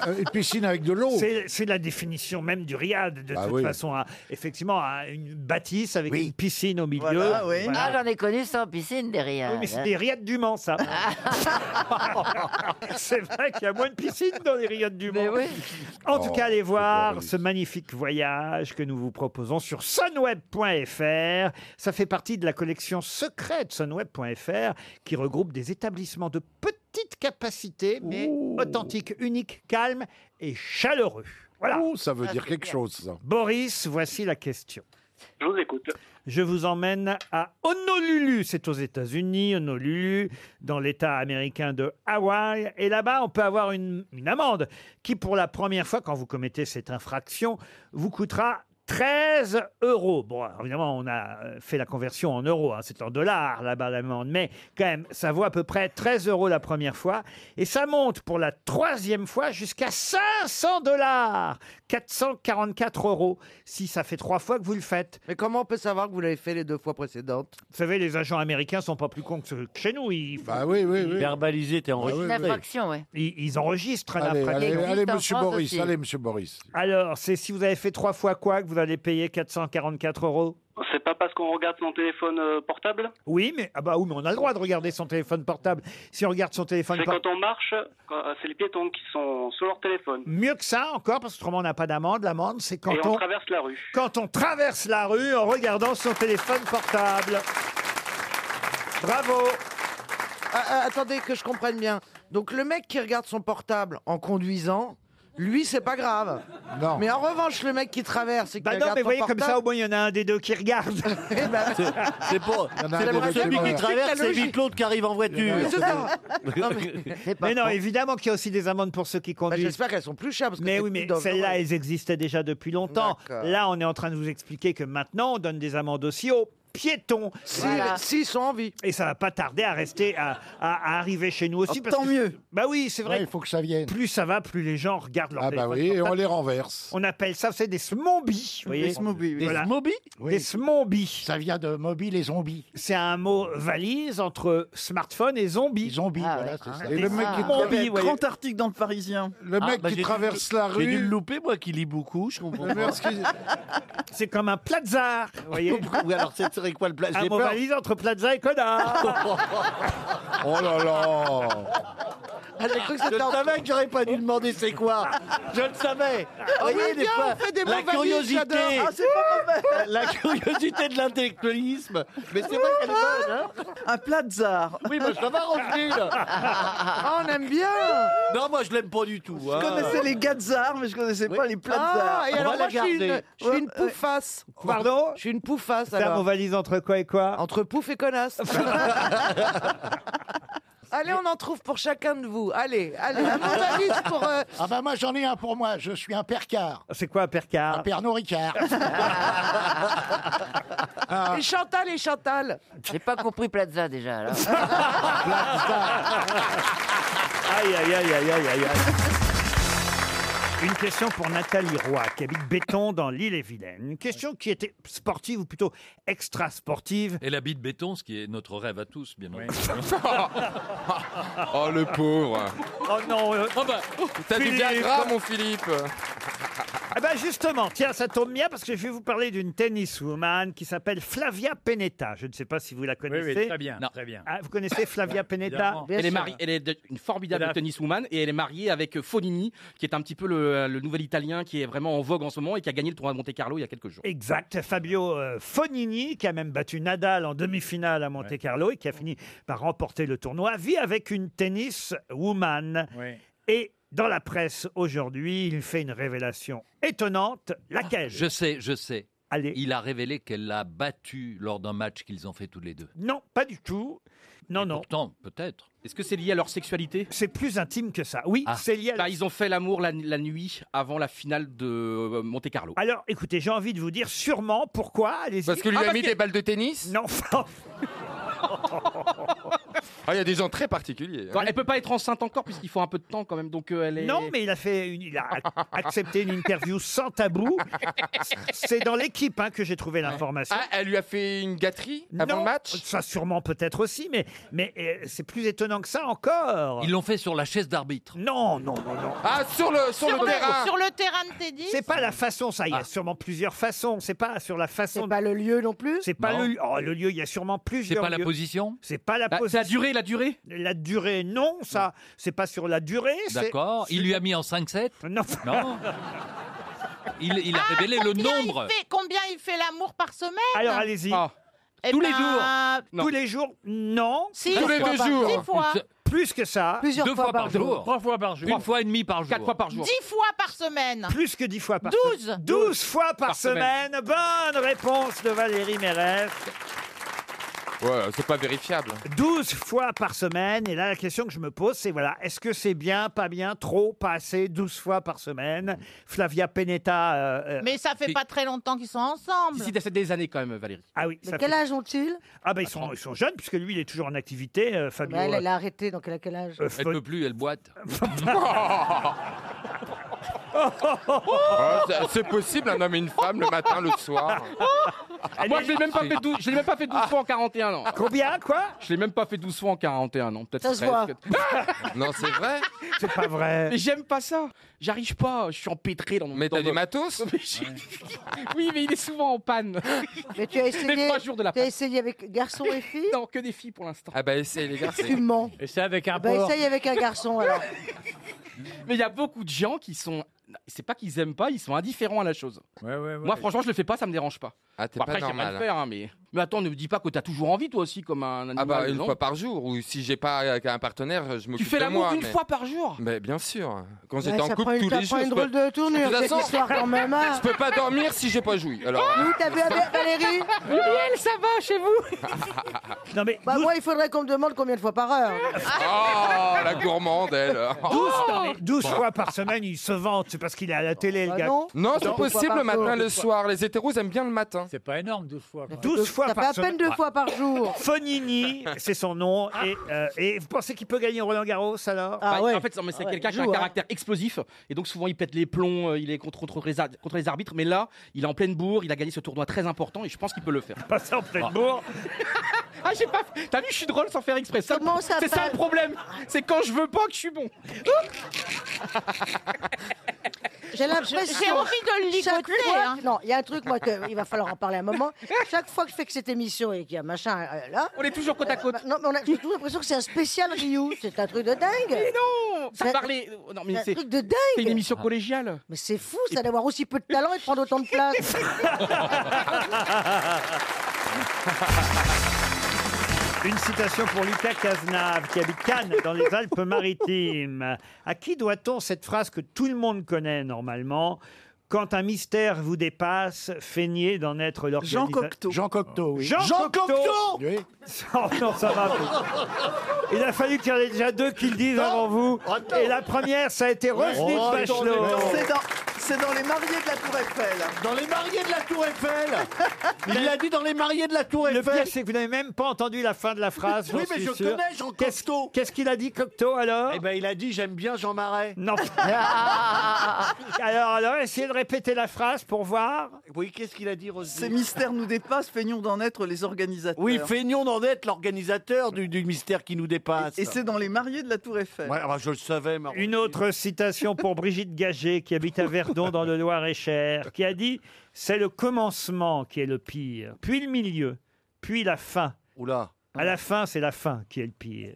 S1: Euh, Une piscine avec de l'eau. C'est c'est la définition même du riad, de
S3: Bah
S1: toute
S3: oui.
S1: façon. à- effectivement, à une bâtisse avec une piscine au milieu. Voilà.
S20: Ah, j'en ai connu ça en piscine Ah, derrière.
S1: Oui, mais c'est des riades du Mans, ça. c'est vrai qu'il y a moins de piscine dans les riades du Mans. En tout
S3: Oh,
S1: cas, allez voir ce magnifique voyage que nous vous proposons sur sunweb.fr. Ça fait partie de la collection secrète sunweb.fr qui regroupe des établissements de petite capacité, mais authentiques, uniques, calmes et chaleureux. Voilà.
S3: ça veut dire quelque chose, ça.
S1: Boris, voici la question.
S35: Je vous écoute.
S1: Je vous emmène à Honolulu, c'est aux États-Unis, Honolulu, dans l'État américain de Hawaï. Et là-bas, on peut avoir une, une amende qui, pour la première fois, quand vous commettez cette infraction, vous coûtera 13 euros. Bon, alors, évidemment, on a euh, fait la conversion en euros, hein, c'est en dollars là-bas l'amende, mais quand même, ça vaut à peu près 13 euros la première fois, et ça monte pour la troisième fois jusqu'à 500 dollars, 444 euros, si ça fait trois fois que vous le faites.
S6: Mais comment on peut savoir que vous l'avez fait les deux fois précédentes
S1: Vous savez, les agents américains sont pas plus cons que ceux- que chez nous. Ils,
S3: Bah oui.
S1: Verbaliser, t'es
S31: C'est une infraction, ouais.
S1: Ils, ils enregistrent un
S3: Allez,
S1: infraction.
S3: allez,
S31: existe
S3: allez,
S31: en
S3: monsieur
S31: France
S1: Ah,
S3: Boris,
S31: aussi.
S3: allez, monsieur Boris.
S1: Alors, c'est si vous avez fait trois fois quoi que vous allez payer 444 euros
S35: C'est pas parce qu'on regarde son téléphone euh, portable
S1: Oui, mais, ah bah, oui, mais on a le droit de regarder son téléphone portable. Si on regarde son téléphone
S35: C'est
S1: portable.
S35: quand on marche, quand- euh, c'est les piétons qui sont sur leur téléphone.
S1: Mieux que ça encore, parce qu'autrement on n'a pas d'amende. L'amende, c'est quand
S35: et on
S1: on,
S35: traverse la rue.
S1: quand on traverse la rue en regardant son téléphone portable. Bravo
S6: Ah, ah, Attendez que je comprenne bien. Donc le mec qui regarde son portable en conduisant, lui c'est pas grave.
S3: Non.
S6: Mais en revanche le mec qui traverse et qui
S1: Bah non,
S6: regarde
S1: mais
S6: son
S1: voyez, comme ça, au
S6: portable- Eh ben,
S1: moins, il y en a un des deux qui regarde.
S5: C'est pour,
S1: Il y en a un
S5: c'est
S1: des
S5: pour
S1: deux qui
S5: celui
S1: meurt.
S5: qui traverse,
S1: Explique la
S5: c'est
S1: logique.
S5: Viclaude qui arrive en voiture.
S1: mais non, évidemment qu'il y a aussi des amendes pour ceux qui conduisent.
S6: Bah, J'espère qu'elles sont plus chères. Parce que
S1: mais
S6: c'est
S1: oui,
S6: plus
S1: mais
S6: dangereux.
S1: celles-là, elles existaient déjà depuis longtemps.
S6: D'accord.
S1: Là, on est en train de vous expliquer que maintenant, on donne des amendes aussi aux piétons.
S6: Si- Voilà. s'ils sont en vie.
S1: Et ça va pas tarder à rester, à, à- à arriver chez nous
S6: Oh,
S1: aussi. parce
S3: Oh, tant
S1: que-
S3: mieux.
S1: Bah oui, c'est vrai.
S3: Ouais, il faut que ça vienne.
S1: Plus ça va, plus les gens regardent leur
S3: Ah bah
S1: téléphone
S3: oui, et on
S1: portable.
S3: les renverse.
S1: On appelle ça, c'est des smobies. vous voyez.
S3: Des smobies, oui.
S1: Voilà.
S3: Des smobies Oui.
S1: Des smobies.
S3: Ça vient de mobile et zombie.
S1: C'est un mot valise entre smartphone et Ah, zombie.
S3: Zombie,
S1: voilà,
S3: c'est ça. Et le mec qui
S1: zombie,
S3: traverse-
S1: voyez.
S27: article dans le Parisien.
S3: Le
S5: Ah, bah,
S3: mec qui traverse la
S27: Ah, bah, J'ai dû
S3: rue.
S27: le louper, moi qui lis beaucoup, je comprends.
S3: Le
S27: pas.
S3: mec qui-
S1: C'est comme un plaza. vous voyez. Ah,
S27: Oui, alors c'est serait quoi le plat
S1: Un
S27: J'ai
S1: mot
S27: peur.
S1: valise entre plaza et connard.
S3: Oh là là
S6: Ah, j'ai cru que
S27: Je
S6: c'était
S27: le
S6: en-
S27: savais que j'aurais pas dû demander c'est quoi. Je le savais.
S6: Oh,
S27: Voyez,
S6: mais
S27: des
S6: bien,
S27: fois,
S6: on fait des
S27: la
S6: mots valises,
S27: curiosité,
S6: j'adore. Ah, c'est pas mauvais.
S27: la curiosité de l'intellectualisme. Mais c'est vrai qu'elle est bonne. hein.
S6: Un platzar.
S27: Oui, bah, moi je la barre
S6: Ah, on aime bien.
S27: Non, moi je l'aime pas du tout. hein. Je connaissais les
S6: gazars, mais je connaissais pas les platzars. Ah, et
S27: On
S6: alors
S27: va
S6: moi,
S27: la
S6: je suis une,
S27: garder.
S6: je suis une pouffasse.
S1: Pardon
S6: Je suis une pouffasse,
S1: C'est un mot
S6: alors.
S1: valise entre quoi et quoi
S6: Entre pouf et connasse. Allez, on en trouve pour chacun de vous. Allez, allez, un mot valise pour... euh,
S3: Ah bah moi j'en ai un pour moi, je suis un percard.
S1: Ah, C'est quoi un percard
S3: Un Pernod Ricard. Ah.
S6: Et Chantal, et Chantal.
S31: J'ai pas compris Plaza déjà. Alors.
S1: Aïe, aïe, aïe, aïe, aïe, aïe, aïe. Une question pour Nathalie Roy, qui habite Béton dans l'île-et-Vilaine. Une question qui était sportive ou plutôt extra-sportive.
S12: Et l'habit de béton, ce qui est notre rêve à tous, bien entendu.
S9: Oh le pauvre
S1: Oh non
S9: euh,
S18: Ah bah,
S9: oh, T'as du
S1: Philippe.
S9: Viagra mon Philippe
S1: Ah ben justement, tiens, ça tombe bien parce que je vais vous parler d'une tenniswoman qui s'appelle Flavia Penetta. Je ne sais pas si vous la connaissez.
S26: très bien, très bien.
S1: Ah, vous connaissez Flavia Penetta
S26: évidemment. Bien
S18: elle, est
S26: sûr.
S18: mariée, elle est de- une formidable
S26: Elle a-
S18: tenniswoman et elle est mariée avec Fognini, qui est un petit peu le, le nouvel italien qui est vraiment en vogue en ce moment et qui a gagné le tournoi de Monte Carlo il y a quelques jours.
S1: Exact. Fabio euh, Fognini, qui a même battu Nadal en demi-finale à Monte Carlo et qui a fini par remporter le tournoi, vit avec une tennis woman. Et dans la presse aujourd'hui, il fait une révélation étonnante. Laquelle
S12: Je sais, je sais.
S1: Allez.
S12: Il a révélé qu'elle l'a battu lors d'un match qu'ils ont fait tous les deux.
S1: Non, pas du tout. Non, non.
S12: Pourtant, peut-être.
S18: Est-ce que c'est lié à leur sexualité
S1: C'est plus intime que ça. Oui, c'est lié à
S18: Bah, ils ont fait l'amour la, la nuit avant la finale de euh, Monte Carlo.
S1: Alors, écoutez, j'ai envie de vous dire sûrement pourquoi.
S9: Parce que lui a mis des balles de tennis
S1: Non
S9: Ah, il y a des gens très particuliers. hein.
S18: Non, elle peut pas être enceinte encore puisqu'il faut un peu de temps quand même. Donc euh, elle est...
S1: Non, mais il a fait, une- il a ac- accepté une interview sans tabou. C'est dans l'équipe hein, que j'ai trouvé l'information.
S9: Ah, elle lui a fait une gâterie avant
S1: Non,
S9: le match
S1: Ça sûrement peut-être aussi, mais, mais euh, c'est plus étonnant que ça encore.
S12: Ils l'ont fait sur la chaise d'arbitre.
S1: Non, non, non, non.
S9: Ah, sur
S1: Euh,
S9: le, sur le terrain Ah.
S20: sur le terrain de Teddy
S1: C'est pas la façon, ça. Il y a sûrement plusieurs façons. C'est pas sur la façon. C'est
S13: pas le lieu non plus.
S1: C'est pas
S12: Non.
S1: le lieu. Oh, le lieu, il y a sûrement plusieurs.
S12: pas la
S1: lieux.
S12: position
S1: C'est pas la
S12: La-
S1: position.
S12: la durée,
S18: la durée.
S1: La durée, non, ça. C'est pas sur la durée. c'est-
S12: D'accord. Il lui a mis en 5-7
S1: Non.
S12: Non. Il, il a révélé le
S20: Combien Ah, il
S12: nombre. Ah.
S20: fait- Combien il fait l'amour par semaine
S1: Ah, Alors allez-y.
S20: Eh Tous les ben, jours.
S1: Tous les jours Non.
S20: Si, Tous les fois deux par- jours. dix fois.
S1: Plus que ça.
S20: Plusieurs
S12: Deux fois fois par par jour. jour. Trois
S1: fois par
S12: jour. Une fois et demie par jour. Quatre fois par jour.
S20: 10 fois par semaine.
S1: Plus que dix fois par
S20: Douze.
S1: semaine. Douze fois par,
S18: Par
S1: semaine.
S18: semaine.
S1: Bonne réponse de Valérie Mérès.
S9: Ouais, c'est pas vérifiable.
S1: 12 fois par semaine. Et là, la question que je me pose, c'est voilà, est-ce que c'est bien, pas bien, trop, pas assez, 12 fois par semaine Flavia Penetta. euh, euh,
S20: Mais ça fait pas très longtemps qu'ils sont ensemble.
S1: ça fait des années quand même, Valérie. Ah oui.
S13: Mais
S1: ça
S13: quel
S1: fait-
S13: âge ont-ils
S1: Ah ben ils sont, ils sont jeunes puisque lui il est toujours en activité, euh, Fabio.
S13: Bah, elle, elle a arrêté, donc elle a quel âge
S1: euh, Fa-
S12: peut plus, elle boite.
S9: Ouais, Ah, c'est- c'est possible, un homme et une femme, le matin, le soir.
S18: Ah, Moi, je l'ai même pas fait 12, je l'ai même pas fait 12 fois en 41 ans.
S1: Combien, quoi
S18: Je l'ai même pas fait 12 fois en 41 ans, peut-être Ça se 13, voit. 14.
S9: Non, c'est vrai.
S1: C'est pas vrai.
S18: Mais j'aime pas ça. J'arrive pas, je suis empêtré dans mon Mais
S9: t'as du matos
S18: Oui, mais il est souvent en panne.
S13: Mais tu as
S18: Les
S13: essayé,
S18: trois jours de la
S13: tu as
S18: panne.
S13: essayé avec garçon et filles
S18: Non, que des filles pour l'instant.
S9: Ah bah essayez les gars. c'est-
S13: Tu mens.
S18: Et c'est avec un
S13: Bah essaye avec un garçon alors.
S18: Mais il y a beaucoup de gens qui sont. C'est pas qu'ils aiment pas, ils sont indifférents à la chose. Moi, franchement, je le fais pas, ça me dérange pas.
S9: Ah, t'es
S18: Bon,
S9: pas
S18: après, j'aime
S9: normal.
S18: le faire, hein, mais. Mais attends, ne me dis pas que t'as toujours envie, toi aussi, comme un animal.
S9: Ah bah une
S18: non
S9: fois par jour, ou si j'ai pas euh, un partenaire, je m'occupe de moi.
S18: Tu fais l'amour une
S9: mais-
S18: fois par jour
S9: Mais bien sûr. Quand
S18: Ouais,
S9: j'étais en
S18: ça
S9: couple,
S18: prend une-
S9: tous
S18: ça
S9: les
S18: prend
S9: jours.
S18: une
S9: je
S18: drôle
S9: peux-
S18: de tournure,
S9: toute
S18: cette
S9: façon,
S18: histoire, quand même, hein.
S9: Je peux pas dormir si j'ai pas joui. Alors.
S13: Où t'as vu avec Valérie
S18: Muriel, ça va chez vous
S1: Non mais
S13: Bah moi il faudrait qu'on me demande combien de fois par heure.
S9: Oh, la gourmande, elle.
S1: 12, non, mais 12 fois par semaine, il se vante. C'est parce qu'il est à la télé,
S13: Bah
S1: le gars.
S9: Non, c'est possible le matin, le
S1: Deux fois.
S9: soir. Les hétéros aiment bien le matin.
S26: C'est pas énorme, 12 fois.
S1: 12 fois par semaine.
S13: par jour.
S1: Fonini, c'est son nom. Et, euh, et vous pensez qu'il peut gagner Roland Garros alors
S13: Ah
S18: Bah, En fait, non, mais c'est quelqu'un qui a un
S13: hein.
S18: caractère explosif. Et donc, souvent, il pète les plombs, euh, il est contre, contre les, ar- contre les arbitres. Mais là, il est en pleine bourre, il a gagné ce tournoi très important et je pense qu'il peut le faire.
S1: Passer en pleine bourre
S18: Ah, j'ai pas. fait- T'as vu, je suis drôle sans faire exprès. Ça-
S13: Comment ça
S18: C'est ça
S13: passe
S18: le problème. C'est quand je veux pas que je suis bon.
S13: J'ai l'impression.
S20: J'ai envie de le
S13: Chaque
S20: ligoter,
S13: fois-
S20: hein.
S13: Non, il y a un truc, moi, que, il va falloir en parler un moment. Chaque fois que je fais que cette émission et qu'il y a machin euh, là.
S18: On est toujours côte à côte.
S13: non, mais on a j'ai toujours l'impression que c'est un spécial Ryu. C'est un truc de dingue.
S18: Mais non Ça
S13: C'est-
S18: parlait. oh, Non, mais
S13: C'est un
S18: c'est-
S13: truc de dingue.
S18: c'est une émission collégiale.
S13: Mais c'est fou, ça, d'avoir aussi peu de talent et de prendre autant de place.
S11: ben.
S1: Une citation pour Lucas Cazenave, qui habite Cannes, dans les Alpes-Maritimes. À qui doit-on cette phrase que tout le monde connaît normalement quand un mystère vous dépasse, feignez d'en être l'organisateur.
S15: Jean Cocteau.
S1: Jean Cocteau, oui. Jean,
S15: Jean Cocteau
S1: Oui. Oh non, ça va. Il a fallu qu'il y en ait déjà deux qui le disent avant vous. Et la première, ça a été Roselyne
S15: Ah. Oh, attendez,
S1: Bachelot.
S15: non.
S2: C'est dans, c'est dans les mariés de la Tour Eiffel.
S15: Dans les mariés de la Tour Eiffel
S1: Il l'a dit dans les mariés de la Tour Eiffel. Le pire, c'est que vous n'avez même pas entendu la fin de la phrase.
S15: Oui,
S1: j'en
S15: mais
S1: suis
S15: je
S1: sûr.
S15: connais Jean
S1: Qu'est-ce- Qu'est-ce qu'il a dit, Cocteau, alors
S15: Eh ben, il a dit j'aime bien Jean Marais.
S1: Non. alors, alors, essayez de répéter la phrase pour voir.
S15: Oui, qu'est-ce qu'il a dit, Roselyne
S2: Ces mystères nous dépassent, feignons d'en être les organisateurs.
S15: Oui, feignons d'en être l'organisateur du, du mystère qui nous dépasse.
S2: Et c'est dans les mariés de la Tour Eiffel.
S15: Ouais, bah, je le savais, Marc.
S1: Une autre citation pour Brigitte Gagé, qui habite à Verdon, dans le Loir-et-Cher, qui a dit C'est le commencement qui est le pire, puis le milieu, puis la fin.
S15: Oula.
S1: À la fin, c'est la fin qui est le pire.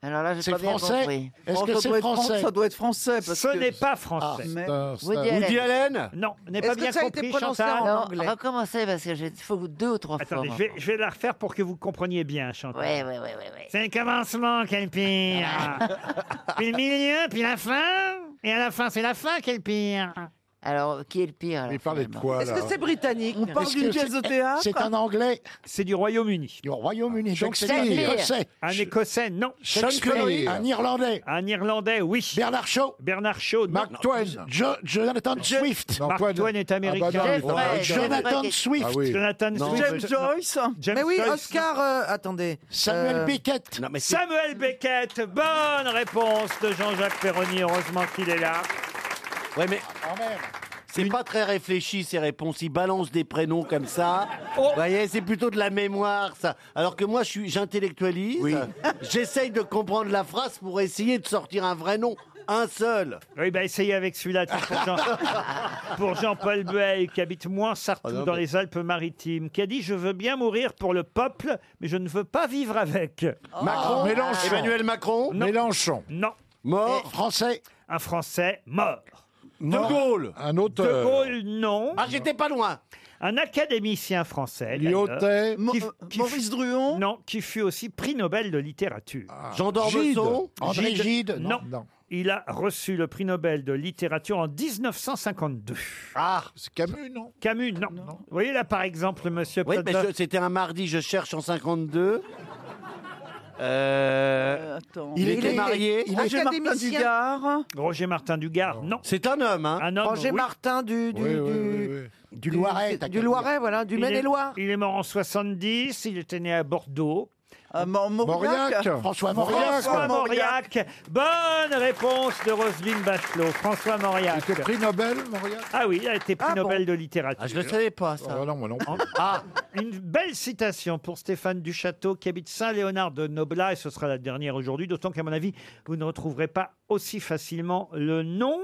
S31: Alors là, Ah, j'ai
S2: C'est
S31: pas bien
S2: français
S31: compris.
S2: Est-ce que
S31: Ça
S2: c'est
S31: doit être
S2: français
S31: fran- Ça doit être français.
S2: parce
S1: Ce
S2: que-
S1: n'est pas français.
S2: Ah, merde.
S31: Woody Allen. Woody Allen
S1: Non, n'est pas bien compris, Chantal.
S31: Non, recommencez parce que j'ai- il faut deux ou trois
S1: Attendez,
S31: fois.
S1: je vais, je vais la refaire pour que vous compreniez bien, Chantal.
S31: Ouais, ouais, ouais, ouais,
S1: C'est le commencement qui est le pire. puis le milieu, puis la fin. Et à la fin, c'est la fin qui est le pire.
S31: Alors, qui est le pire alors, finalement
S2: Est-ce que c'est britannique On parle
S1: Est-ce
S2: d'une
S1: que
S2: pièce de
S1: c'est-
S2: théâtre
S1: c'est
S6: Ah,
S1: un
S2: anglais.
S1: C'est du Royaume-Uni.
S2: Du Royaume-Uni.
S1: Donc c'est Un Écossais, non.
S2: Sean Connery. Un Irlandais.
S1: Un Irlandais, oui.
S2: Bernard Shaw.
S1: Bernard Shaw.
S2: Mark Twain. Jonathan Swift.
S1: Mark Twain
S6: bah,
S1: Ah, bah est américain.
S2: Jonathan Swift.
S1: Ah Jonathan Swift. James
S6: Mais oui,
S1: Joyce.
S6: Oscar, euh, attendez. euh,
S2: Beckett.
S1: Samuel Beckett, bonne réponse de Jean-Jacques Perroni, heureusement qu'il est là.
S15: Ouais, mais c'est pas très réfléchi ces réponses. Ils balancent des prénoms comme ça. Vous voyez, c'est plutôt de la mémoire ça. Alors que moi, je suis, j'intellectualise. J'essaye de comprendre la phrase pour essayer de sortir un vrai nom, un seul.
S1: Oui, bah essayez avec celui-là tiens, pour, Jean, pour Jean-Paul Bueil, qui habite moins
S15: Oh
S1: Sartou dans les Alpes-Maritimes, qui a dit Je veux bien mourir pour le peuple, mais je ne veux pas vivre avec.
S15: Oh. Macron. Mélenchon. Emmanuel Macron.
S1: Mélenchon. Non.
S15: Mort.
S1: Français. Un Français mort.
S15: De Gaulle.
S1: Un auteur. De Gaulle, non.
S15: Ah, j'étais pas loin.
S1: Un académicien français.
S15: Lyotet.
S1: d'ailleurs,
S15: Mo-
S1: qui-
S15: euh,
S1: qui
S15: Maurice
S1: fut- Non, qui fut aussi prix Nobel de littérature.
S15: Jean d'Ormesson.
S1: Gide. Non. Il a reçu le prix Nobel de littérature en 1952. Ah, c'est Camus, non Camus, non. Vous voyez là, par exemple, monsieur
S15: Oui, mais
S1: Plaza-
S15: je- c'était un mardi, je cherche en 52.
S1: attends.
S15: Il, était marié.
S1: Roger Martin Dugard, non.
S15: C'est un homme, hein
S1: Un homme,
S6: Roger
S1: oui.
S6: Martin du... du, du-
S1: Du
S6: Loiret, t'as du qu'à Loiret, dire. voilà, du
S1: Il
S6: Maine-et-Loire.
S1: est- Il est mort en 70, il était né à Bordeaux.
S6: Mauriac. Mauriac. François Mauriac.
S1: François Mauriac. Bonne réponse de Roselyne Bachelot. François Mauriac. Il
S3: prix Nobel, Mauriac
S1: Ah oui, il a été prix
S3: Ah bon.
S1: Nobel de littérature.
S3: Ah, je le savais
S1: pas,
S3: ça. Ah, non, moi non plus.
S1: Une belle citation pour Stéphane Duchâteau qui habite Saint-Léonard de Nobla, et ce sera la dernière aujourd'hui, d'autant qu'à mon avis, vous ne retrouverez pas aussi facilement le nom,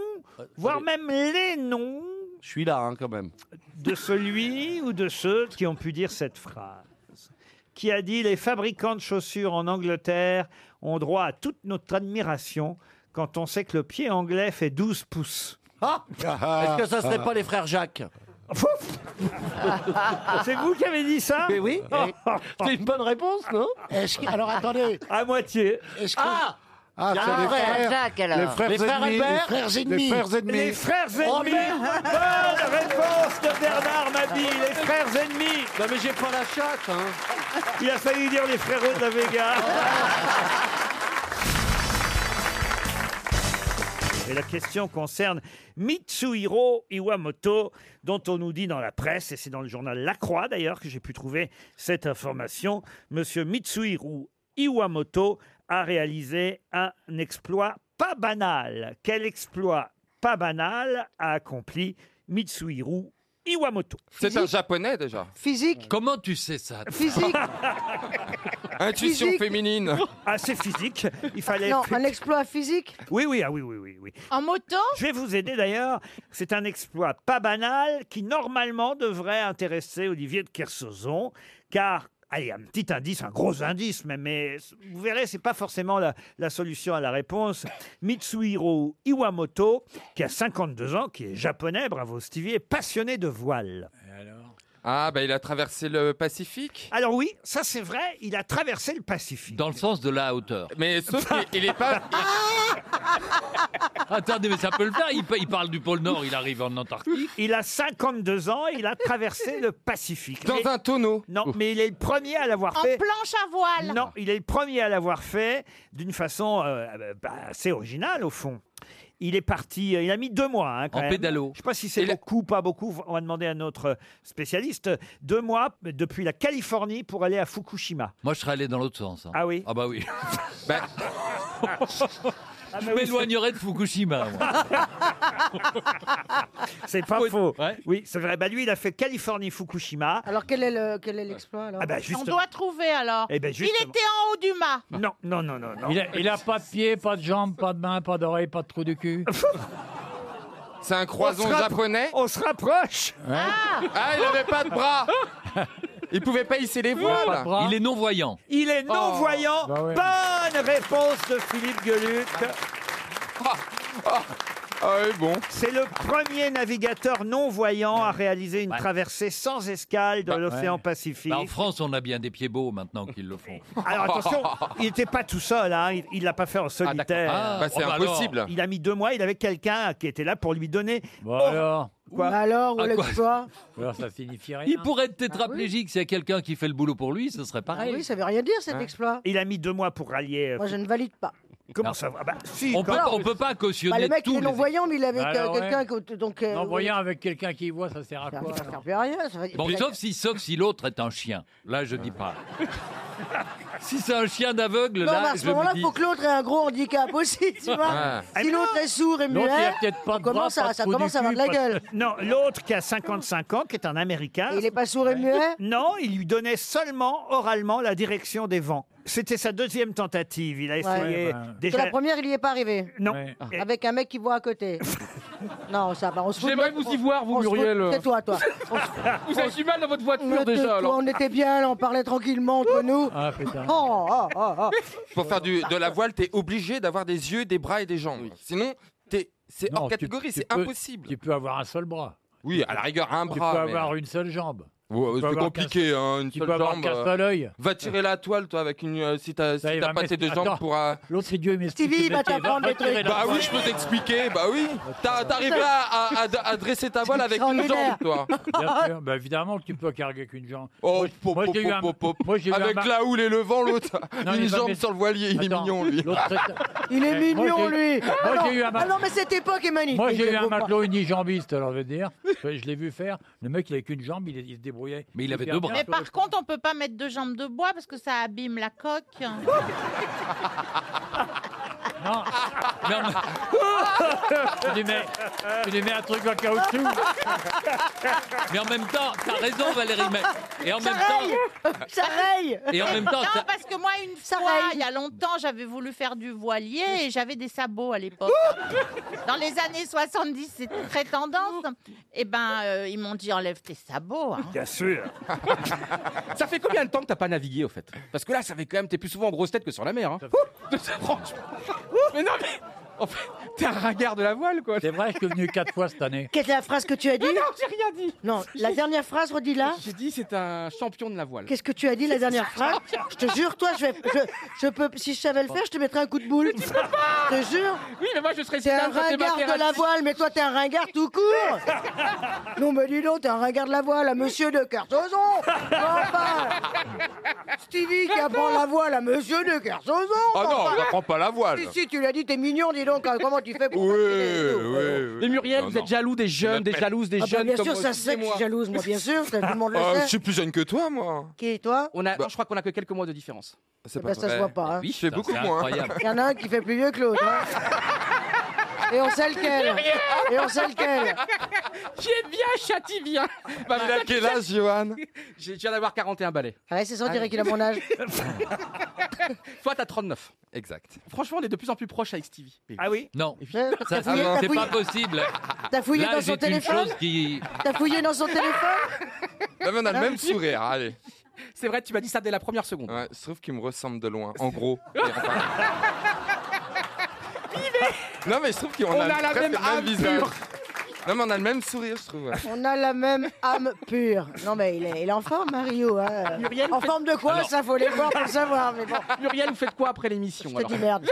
S1: voire même les noms
S15: Euh, Je suis là, hein, quand même.
S1: de celui ou de ceux qui ont pu dire cette phrase. Qui a dit Les fabricants de chaussures en Angleterre ont droit à toute notre admiration quand on sait que le pied anglais fait 12 pouces.
S15: Ah Est-ce que ça serait
S1: Ah.
S15: pas les frères Jacques
S1: Ah. C'est vous qui avez dit ça Oh.
S15: Mais oui. C'est une bonne réponse, non
S3: Est-ce que- alors, attendez.
S1: À moitié.
S15: Ah
S3: Ah,
S15: Il y a
S3: c'est
S15: un
S3: les
S15: frère,
S3: frères-
S31: Jacques, alors.
S3: Les frères
S15: Les frères
S3: ennemis.
S15: Albert
S3: les frères ennemis.
S15: Les frères ennemis.
S1: Les frères ennemis
S15: Oh, merde.
S1: Bonne réponse de Bernard Mabille Les frères ennemis
S15: Non, mais j'ai pas la chatte, hein
S1: Il a failli dire les frérots de la Vega Et la question concerne Mitsuhiro Iwamoto, dont on nous dit dans la presse, et c'est dans le journal La Croix d'ailleurs que j'ai pu trouver cette information, Monsieur Mitsuhiro Iwamoto a réalisé un exploit pas banal. Quel exploit pas banal a accompli Mitsuhiro Iwamoto
S9: C'est un japonais déjà.
S6: Physique
S12: Comment tu sais ça
S6: Physique
S9: Intuition
S6: Physique.
S9: féminine.
S1: Ah, c'est physique. Il fallait.
S13: Non, un exploit physique
S1: Oui, oui, ah oui, oui, oui, oui.
S20: En moto
S1: Je vais vous aider d'ailleurs. C'est un exploit pas banal qui normalement devrait intéresser Olivier de Kersauzon, car. Allez, un petit indice, un gros indice, même, mais vous verrez, c'est pas forcément la, la solution à la réponse. Mitsuhiro Iwamoto, qui a 52 ans, qui est japonais, bravo Stevie, est passionné de voile.
S9: Ah, bah il a traversé le Pacifique.
S1: Alors oui, ça c'est vrai, il a traversé le Pacifique.
S12: Dans le sens de la hauteur.
S9: Mais sauf qu'il est pas.
S12: Attendez, mais ça peut le faire. Il, pa- il parle du pôle Nord, il arrive en Antarctique.
S1: Il a 52 ans et il a traversé le Pacifique.
S12: Dans
S9: un tonneau
S1: Non, mais il est le premier à l'avoir
S20: En
S1: fait.
S20: planche à voile
S1: Non, il est le premier à l'avoir fait d'une façon euh, bah, assez originale au fond. Il est parti, euh, il a mis deux mois. hein, quand
S12: En
S1: même.
S12: pédalo.
S1: Je ne sais pas si c'est beaucoup, pas beaucoup. On va demander à notre spécialiste. Deux mois euh, depuis la Californie pour aller à Fukushima.
S12: Moi, je serais allé dans l'autre sens. hein.
S1: Ah oui
S12: Ah bah oui. je
S1: bah oui,
S12: m'éloignerais de Fukushima. moi.
S1: C'est pas faux. Oui, c'est vrai. Bah, lui, il a fait Californie-Fukushima.
S13: Alors quel est le- quel est l'exploit alors
S1: Ah bah,
S20: On
S1: justement.
S20: doit trouver alors.
S1: Eh ben,
S20: il
S1: justement.
S20: était en haut du mât.
S1: Non, non, non, non. non.
S26: Il a, il a pas de pied, pas de jambes, pas de mains, pas d'oreilles, pas de trou du cul.
S9: C'est un
S26: On
S9: croison
S26: se rapp-
S9: japonais.
S1: On se rapproche.
S9: Ah, il avait pas de bras. Il pouvait pas hisser les
S12: Il a pas de
S9: voiles. Oh.
S12: bras. Il est non-voyant.
S1: Il est non-voyant.
S12: Ah
S9: bah ouais.
S1: Bonne réponse de Philippe Gueluc.
S12: Ah.
S1: C'est le premier navigateur non-voyant à réaliser une traversée sans escale de l'océan Pacifique. Ah.
S12: Bah, en France, on a bien des pieds beaux maintenant qu'ils le font.
S1: Alors attention, il n'était pas tout seul, hein. il- il ne l'a pas fait en solitaire.
S12: Ah, Bah, c'est oh, bah alors. impossible.
S1: Il a mis deux mois, il avait quelqu'un qui était là pour lui donner. Oh.
S26: Bon, alors
S1: Quoi
S13: Alors,
S12: où Ah, quoi
S13: l'exploit
S26: Alors, ça signifie rien.
S12: Il pourrait être tétraplégique. S'il y a quelqu'un qui fait le boulot pour lui, ce serait pareil.
S13: Ah Oui, ça veut rien dire cet
S12: Hein
S13: exploit.
S1: Il a mis deux mois pour rallier. euh,
S13: Moi, je ne valide pas.
S1: Comment ça va Ah bah, si,
S12: on
S1: quand
S12: peut,
S1: même.
S12: on peut pas
S13: Bah,
S12: cautionner
S13: le mec,
S12: tous
S13: il est
S12: les-
S13: non-voyant, mais il est avec euh,
S12: Alors, ouais.
S13: quelqu'un. que- Donc, euh,
S26: Non-voyant avec quelqu'un qui voit, ça
S3: Ah.
S26: sert à
S13: Ah, Ça
S26: quoi
S13: ne
S26: alors
S13: sert plus à rien. ça va-
S12: Bon,
S13: ça-
S12: sauf si, sauf si l'autre est un chien. Là, je dis pas. si c'est un chien d'aveugle,
S13: Non, mais
S12: là,
S13: à ce
S12: je me
S13: moment-là,
S12: dis.
S13: il faut que l'autre ait un gros handicap aussi, tu vois.
S12: Ouais.
S13: Si l'autre est sourd et
S1: L'autre, il a
S13: muet,
S1: peut-être pas de
S13: comment
S1: bras, pas
S13: ça,
S1: de
S13: ça
S1: trou du
S13: commence à avoir de
S1: cul,
S13: la
S1: pas
S13: gueule
S1: Non, l'autre qui a 55 ans, qui est un Américain.
S13: Il n'est pas sourd et muet
S1: Non, il lui donnait seulement oralement la direction des vents. C'était sa deuxième tentative. Il a essayé
S26: euh,
S13: Ouais. ben.
S1: déjà.
S13: Que la première, il n'y est pas arrivé.
S1: Non.
S26: Ah.
S13: Avec un mec qui voit à côté. non, ça va. On se fout de
S10: J'aimerais
S13: notre-
S10: vous y voir, vous,
S13: on se fout-
S10: Muriel.
S13: C'est toi, toi.
S10: Vous avez du mal dans votre
S13: On
S10: voiture
S13: était-
S10: déjà
S13: toi,
S10: alors.
S13: On était bien, là, on parlait tranquillement entre nous.
S26: Ah putain.
S13: Oh, oh, oh, oh.
S9: Pour faire du, de la voile, t'es obligé d'avoir des yeux, des bras et des jambes. Sinon, t'es- c'est
S26: Non,
S9: hors
S26: tu-
S9: catégorie,
S26: tu
S9: c'est
S26: peux-
S9: impossible.
S26: Tu peux avoir un seul bras.
S9: Oui, à la rigueur, un
S26: Tu
S9: bras.
S26: peux
S9: mais-
S26: avoir une seule jambe.
S9: Ouais,
S26: peux
S9: c'est
S26: avoir
S9: compliqué, hein, une
S26: tu
S9: seule
S26: peux avoir
S9: jambe.
S26: qu'un
S9: euh,
S26: seul œil.
S9: Va tirer la toile, toi, avec une. euh, si t'as si
S26: il va
S9: t'as pas tes
S26: m'expliquer-
S9: deux jambes
S26: Attends.
S9: pour. euh,
S26: L'autre, c'est Dieu, mais
S9: Stevie,
S26: va t'apprendre des trucs.
S9: Bah oui, je peux t'expliquer, bah oui. T'as- T'arrives là à, à- à dresser ta voile avec une jambe, toi.
S26: Bien sûr, bah évidemment que tu peux carguer qu'une jambe.
S9: Oh, pop,
S26: moi,
S9: pop,
S26: j'ai eu un-
S9: pop, pop.
S26: moi, j'ai eu un
S9: Avec
S26: mar-
S9: la houle et le vent, l'autre.
S26: Non, il
S9: Une
S26: est pas
S9: jambe
S26: blessé.
S9: sur le voilier, il est
S26: Attends,
S9: mignon, lui.
S26: l'autre, c'est-
S13: Il est
S26: Eh, moi,
S13: mignon,
S26: j'ai-
S13: lui
S26: Moi,
S13: Ah
S26: j'ai eu un
S13: non,
S26: mar-
S13: ah non, mais cette époque est magnifique
S26: Moi, j'ai eu un
S13: faut pas-
S26: matelot unijambiste, alors je veux dire. Je, je l'ai vu faire. Le mec, il avait qu'une jambe, il, il se débrouillait.
S12: Mais il avait
S26: Hyper
S12: deux
S26: bien.
S12: bras.
S20: Mais par contre, on peut pas mettre deux jambes de bois parce que ça abîme la coque.
S26: Non, mais- tu, lui mets, tu lui mets un truc en caoutchouc.
S12: Mais en même temps, t'as raison, Valérie. Mais... Et en même
S20: raye
S12: temps.
S13: Ça raye
S12: Et en même temps,
S20: Non,
S12: ça-
S20: parce que moi, une fois, il y a longtemps, j'avais voulu faire du voilier et j'avais des sabots à l'époque. Dans les années 70, c'était très tendance. Et ben, euh, ils m'ont dit enlève tes sabots. hein.
S1: Bien sûr.
S18: ça fait combien de temps que t'as pas navigué, au fait Parce que là, ça fait quand même. T'es plus souvent en grosse tête que sur la mer. Hein. Ouh Franchement. mais non, mais. En fait, t'es un ringard de la voile, quoi.
S26: C'est vrai, je suis venu quatre fois cette année.
S13: Quelle est la phrase que tu as dit
S18: non, j'ai rien dit.
S13: Non, la dernière phrase, redis-la.
S18: Hein J'ai dit, c'est un champion de la voile.
S13: Qu'est-ce que tu as dit la dernière phrase Je te jure, toi, je, vais, je, je peux, si je savais le faire, je te mettrais un coup de boule. Je te jure.
S18: Oui, mais moi, je serais
S13: T'es un
S18: super
S13: ringard de la
S18: Maserati.
S13: voile, mais toi, t'es un ringard tout court. Non, mais dis donc, t'es un ringard de la voile, à monsieur de Kersoson. Enfin,
S6: Ah,
S13: Stevie qui apprend la voile à monsieur de Kersoson.
S9: Oh non,
S13: enfin.
S9: on n'apprend pas la voile.
S13: bah. Si, si, tu l'as dit, t'es mignon, dis donc, hein, comment tu fais pour...
S9: Oui, oui.
S18: Mais Muriel, vous êtes jaloux des jeunes, des jalouses, des
S13: Ah bah,
S18: jeunes.
S13: bien
S18: comme
S13: sûr,
S18: moi,
S13: ça se sait que je suis
S18: excusez-moi.
S13: jalouse, moi, bien sûr, ça, tout le monde le
S9: Euh, je
S13: sait.
S9: suis plus jeune que toi, moi.
S13: Qui, toi
S18: On a,
S9: Bah-
S18: Je crois qu'on a que quelques mois de différence.
S9: C'est
S13: bah, ça se voit pas, hein.
S9: Oui, je fais beaucoup moins.
S13: Il y en a un qui fait plus vieux que l'autre. hein. Et on sait lequel. Et on sait lequel.
S18: J'aime bien, châtie bien. Bah,
S9: Il a quel âge, Johan
S18: J'ai déjà d'avoir 41 balais.
S13: Ah ouais, c'est ça, on dirait qu'il a mon âge.
S18: Toi, t'as 39.
S9: Exact.
S18: Franchement, on est de plus en plus proche avec Stevie.
S1: Ah oui
S12: Non.
S13: T'as
S12: Ça,
S13: fouillé, t'as
S12: c'est
S13: fouillé.
S12: pas possible.
S13: T'as fouillé
S12: Là,
S13: dans
S12: j'ai
S13: son
S12: une
S13: téléphone
S12: chose qui-
S13: T'as fouillé dans son téléphone
S9: Là, mais on a le même sourire, allez.
S18: C'est vrai, tu m'as dit ça dès la première seconde.
S9: Ouais, se trouve qu'il me ressemble de loin, en gros. Et enfin- non, mais je trouve qu'on
S18: On
S9: a,
S18: a la
S9: presque
S18: même
S9: le
S18: âme
S9: visage.
S18: pure.
S9: Non, mais on a le même sourire, je trouve. ouais.
S13: On a la même âme pure. Non, mais il est, il est en forme, Mario. hein. en forme de quoi
S18: Alors-
S13: Ça, faut les voir pour le savoir. Mais bon,
S18: Muriel, vous faites quoi après l'émission
S13: je te dis merde.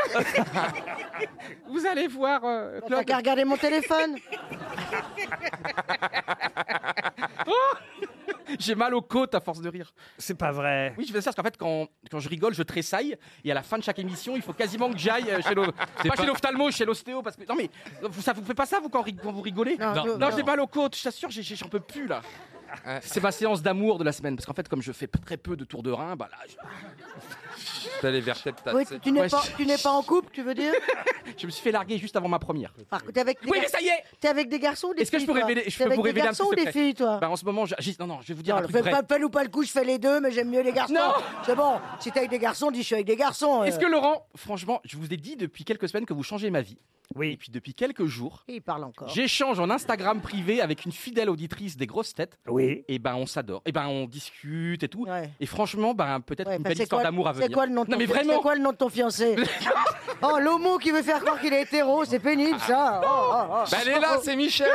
S18: Vous allez voir
S13: Bah,
S18: euh,
S13: T'as
S18: Claude.
S13: qu'à regarder mon téléphone.
S18: Oh J'ai mal aux côtes à force de rire.
S1: C'est pas vrai.
S18: Oui, je fais ça parce qu'en fait, quand, quand je rigole, je tressaille. Et à la fin de chaque émission, il faut quasiment que j'aille euh, chez le.
S12: C'est
S18: Pas
S12: pas-
S18: chez l'ophtalmo, chez l'ostéo. Parce que. Non, mais vous, ça vous fait pas ça, vous, quand, ri- quand vous rigolez
S13: Non,
S18: non,
S13: non, non.
S18: j'ai mal aux côtes, je t'assure, j'ai- j'ai- j'en peux plus, là. C'est ma séance d'amour de la semaine. Parce qu'en fait, comme je fais très peu de tours de rein, bah là. je-
S9: T'as les vertèbres
S13: Oui,
S9: tassées.
S13: tu n'es
S18: Ouais,
S13: pas,
S18: je-
S13: tu n'es pas en couple, tu veux dire
S18: Je me suis fait larguer juste avant ma première.
S13: Par contre, t'es avec des
S18: Oui,
S13: gar-
S18: mais ça y est
S13: T'es avec des garçons ou des
S18: Est-ce que je
S13: filles,
S18: peux
S13: toi
S18: révéler je
S13: T'es
S18: peux
S13: avec
S18: vous
S13: des
S18: révéler un
S13: garçons ou
S18: petit
S13: des
S18: secret
S13: filles, toi
S18: Bah, en ce moment, je- j'ai- non, non, je vais vous dire
S13: Non,
S18: un
S13: le
S18: truc
S13: fais
S18: vrai.
S13: pas pelle ou pas le coup, je fais les deux, mais j'aime mieux les garçons.
S18: Non.
S13: C'est bon, si t'es avec des garçons, dis je suis avec des garçons. euh.
S18: Est-ce que Laurent, franchement, je vous ai dit depuis quelques semaines que vous changez ma vie.
S1: Oui.
S18: Et puis depuis quelques jours,
S13: Il parle encore.
S18: j'échange en Instagram privé avec une fidèle auditrice des grosses têtes.
S1: Oui.
S18: Et ben on s'adore. Et ben on discute et tout.
S13: Ouais.
S18: Et franchement, ben peut-être une
S13: Enfin,
S18: belle
S13: Eh c'est
S18: histoire
S13: quoi-
S18: d'amour à venir.
S13: C'est quoi le nom de ton
S18: Non mais
S13: fiancé
S18: vraiment.
S13: C'est quoi le nom de ton fiancé Oh, l'homo qui veut faire croire qu'il est hétéro, c'est pénible ça. Oh, oh, oh.
S9: Bah, elle est là, c'est Michel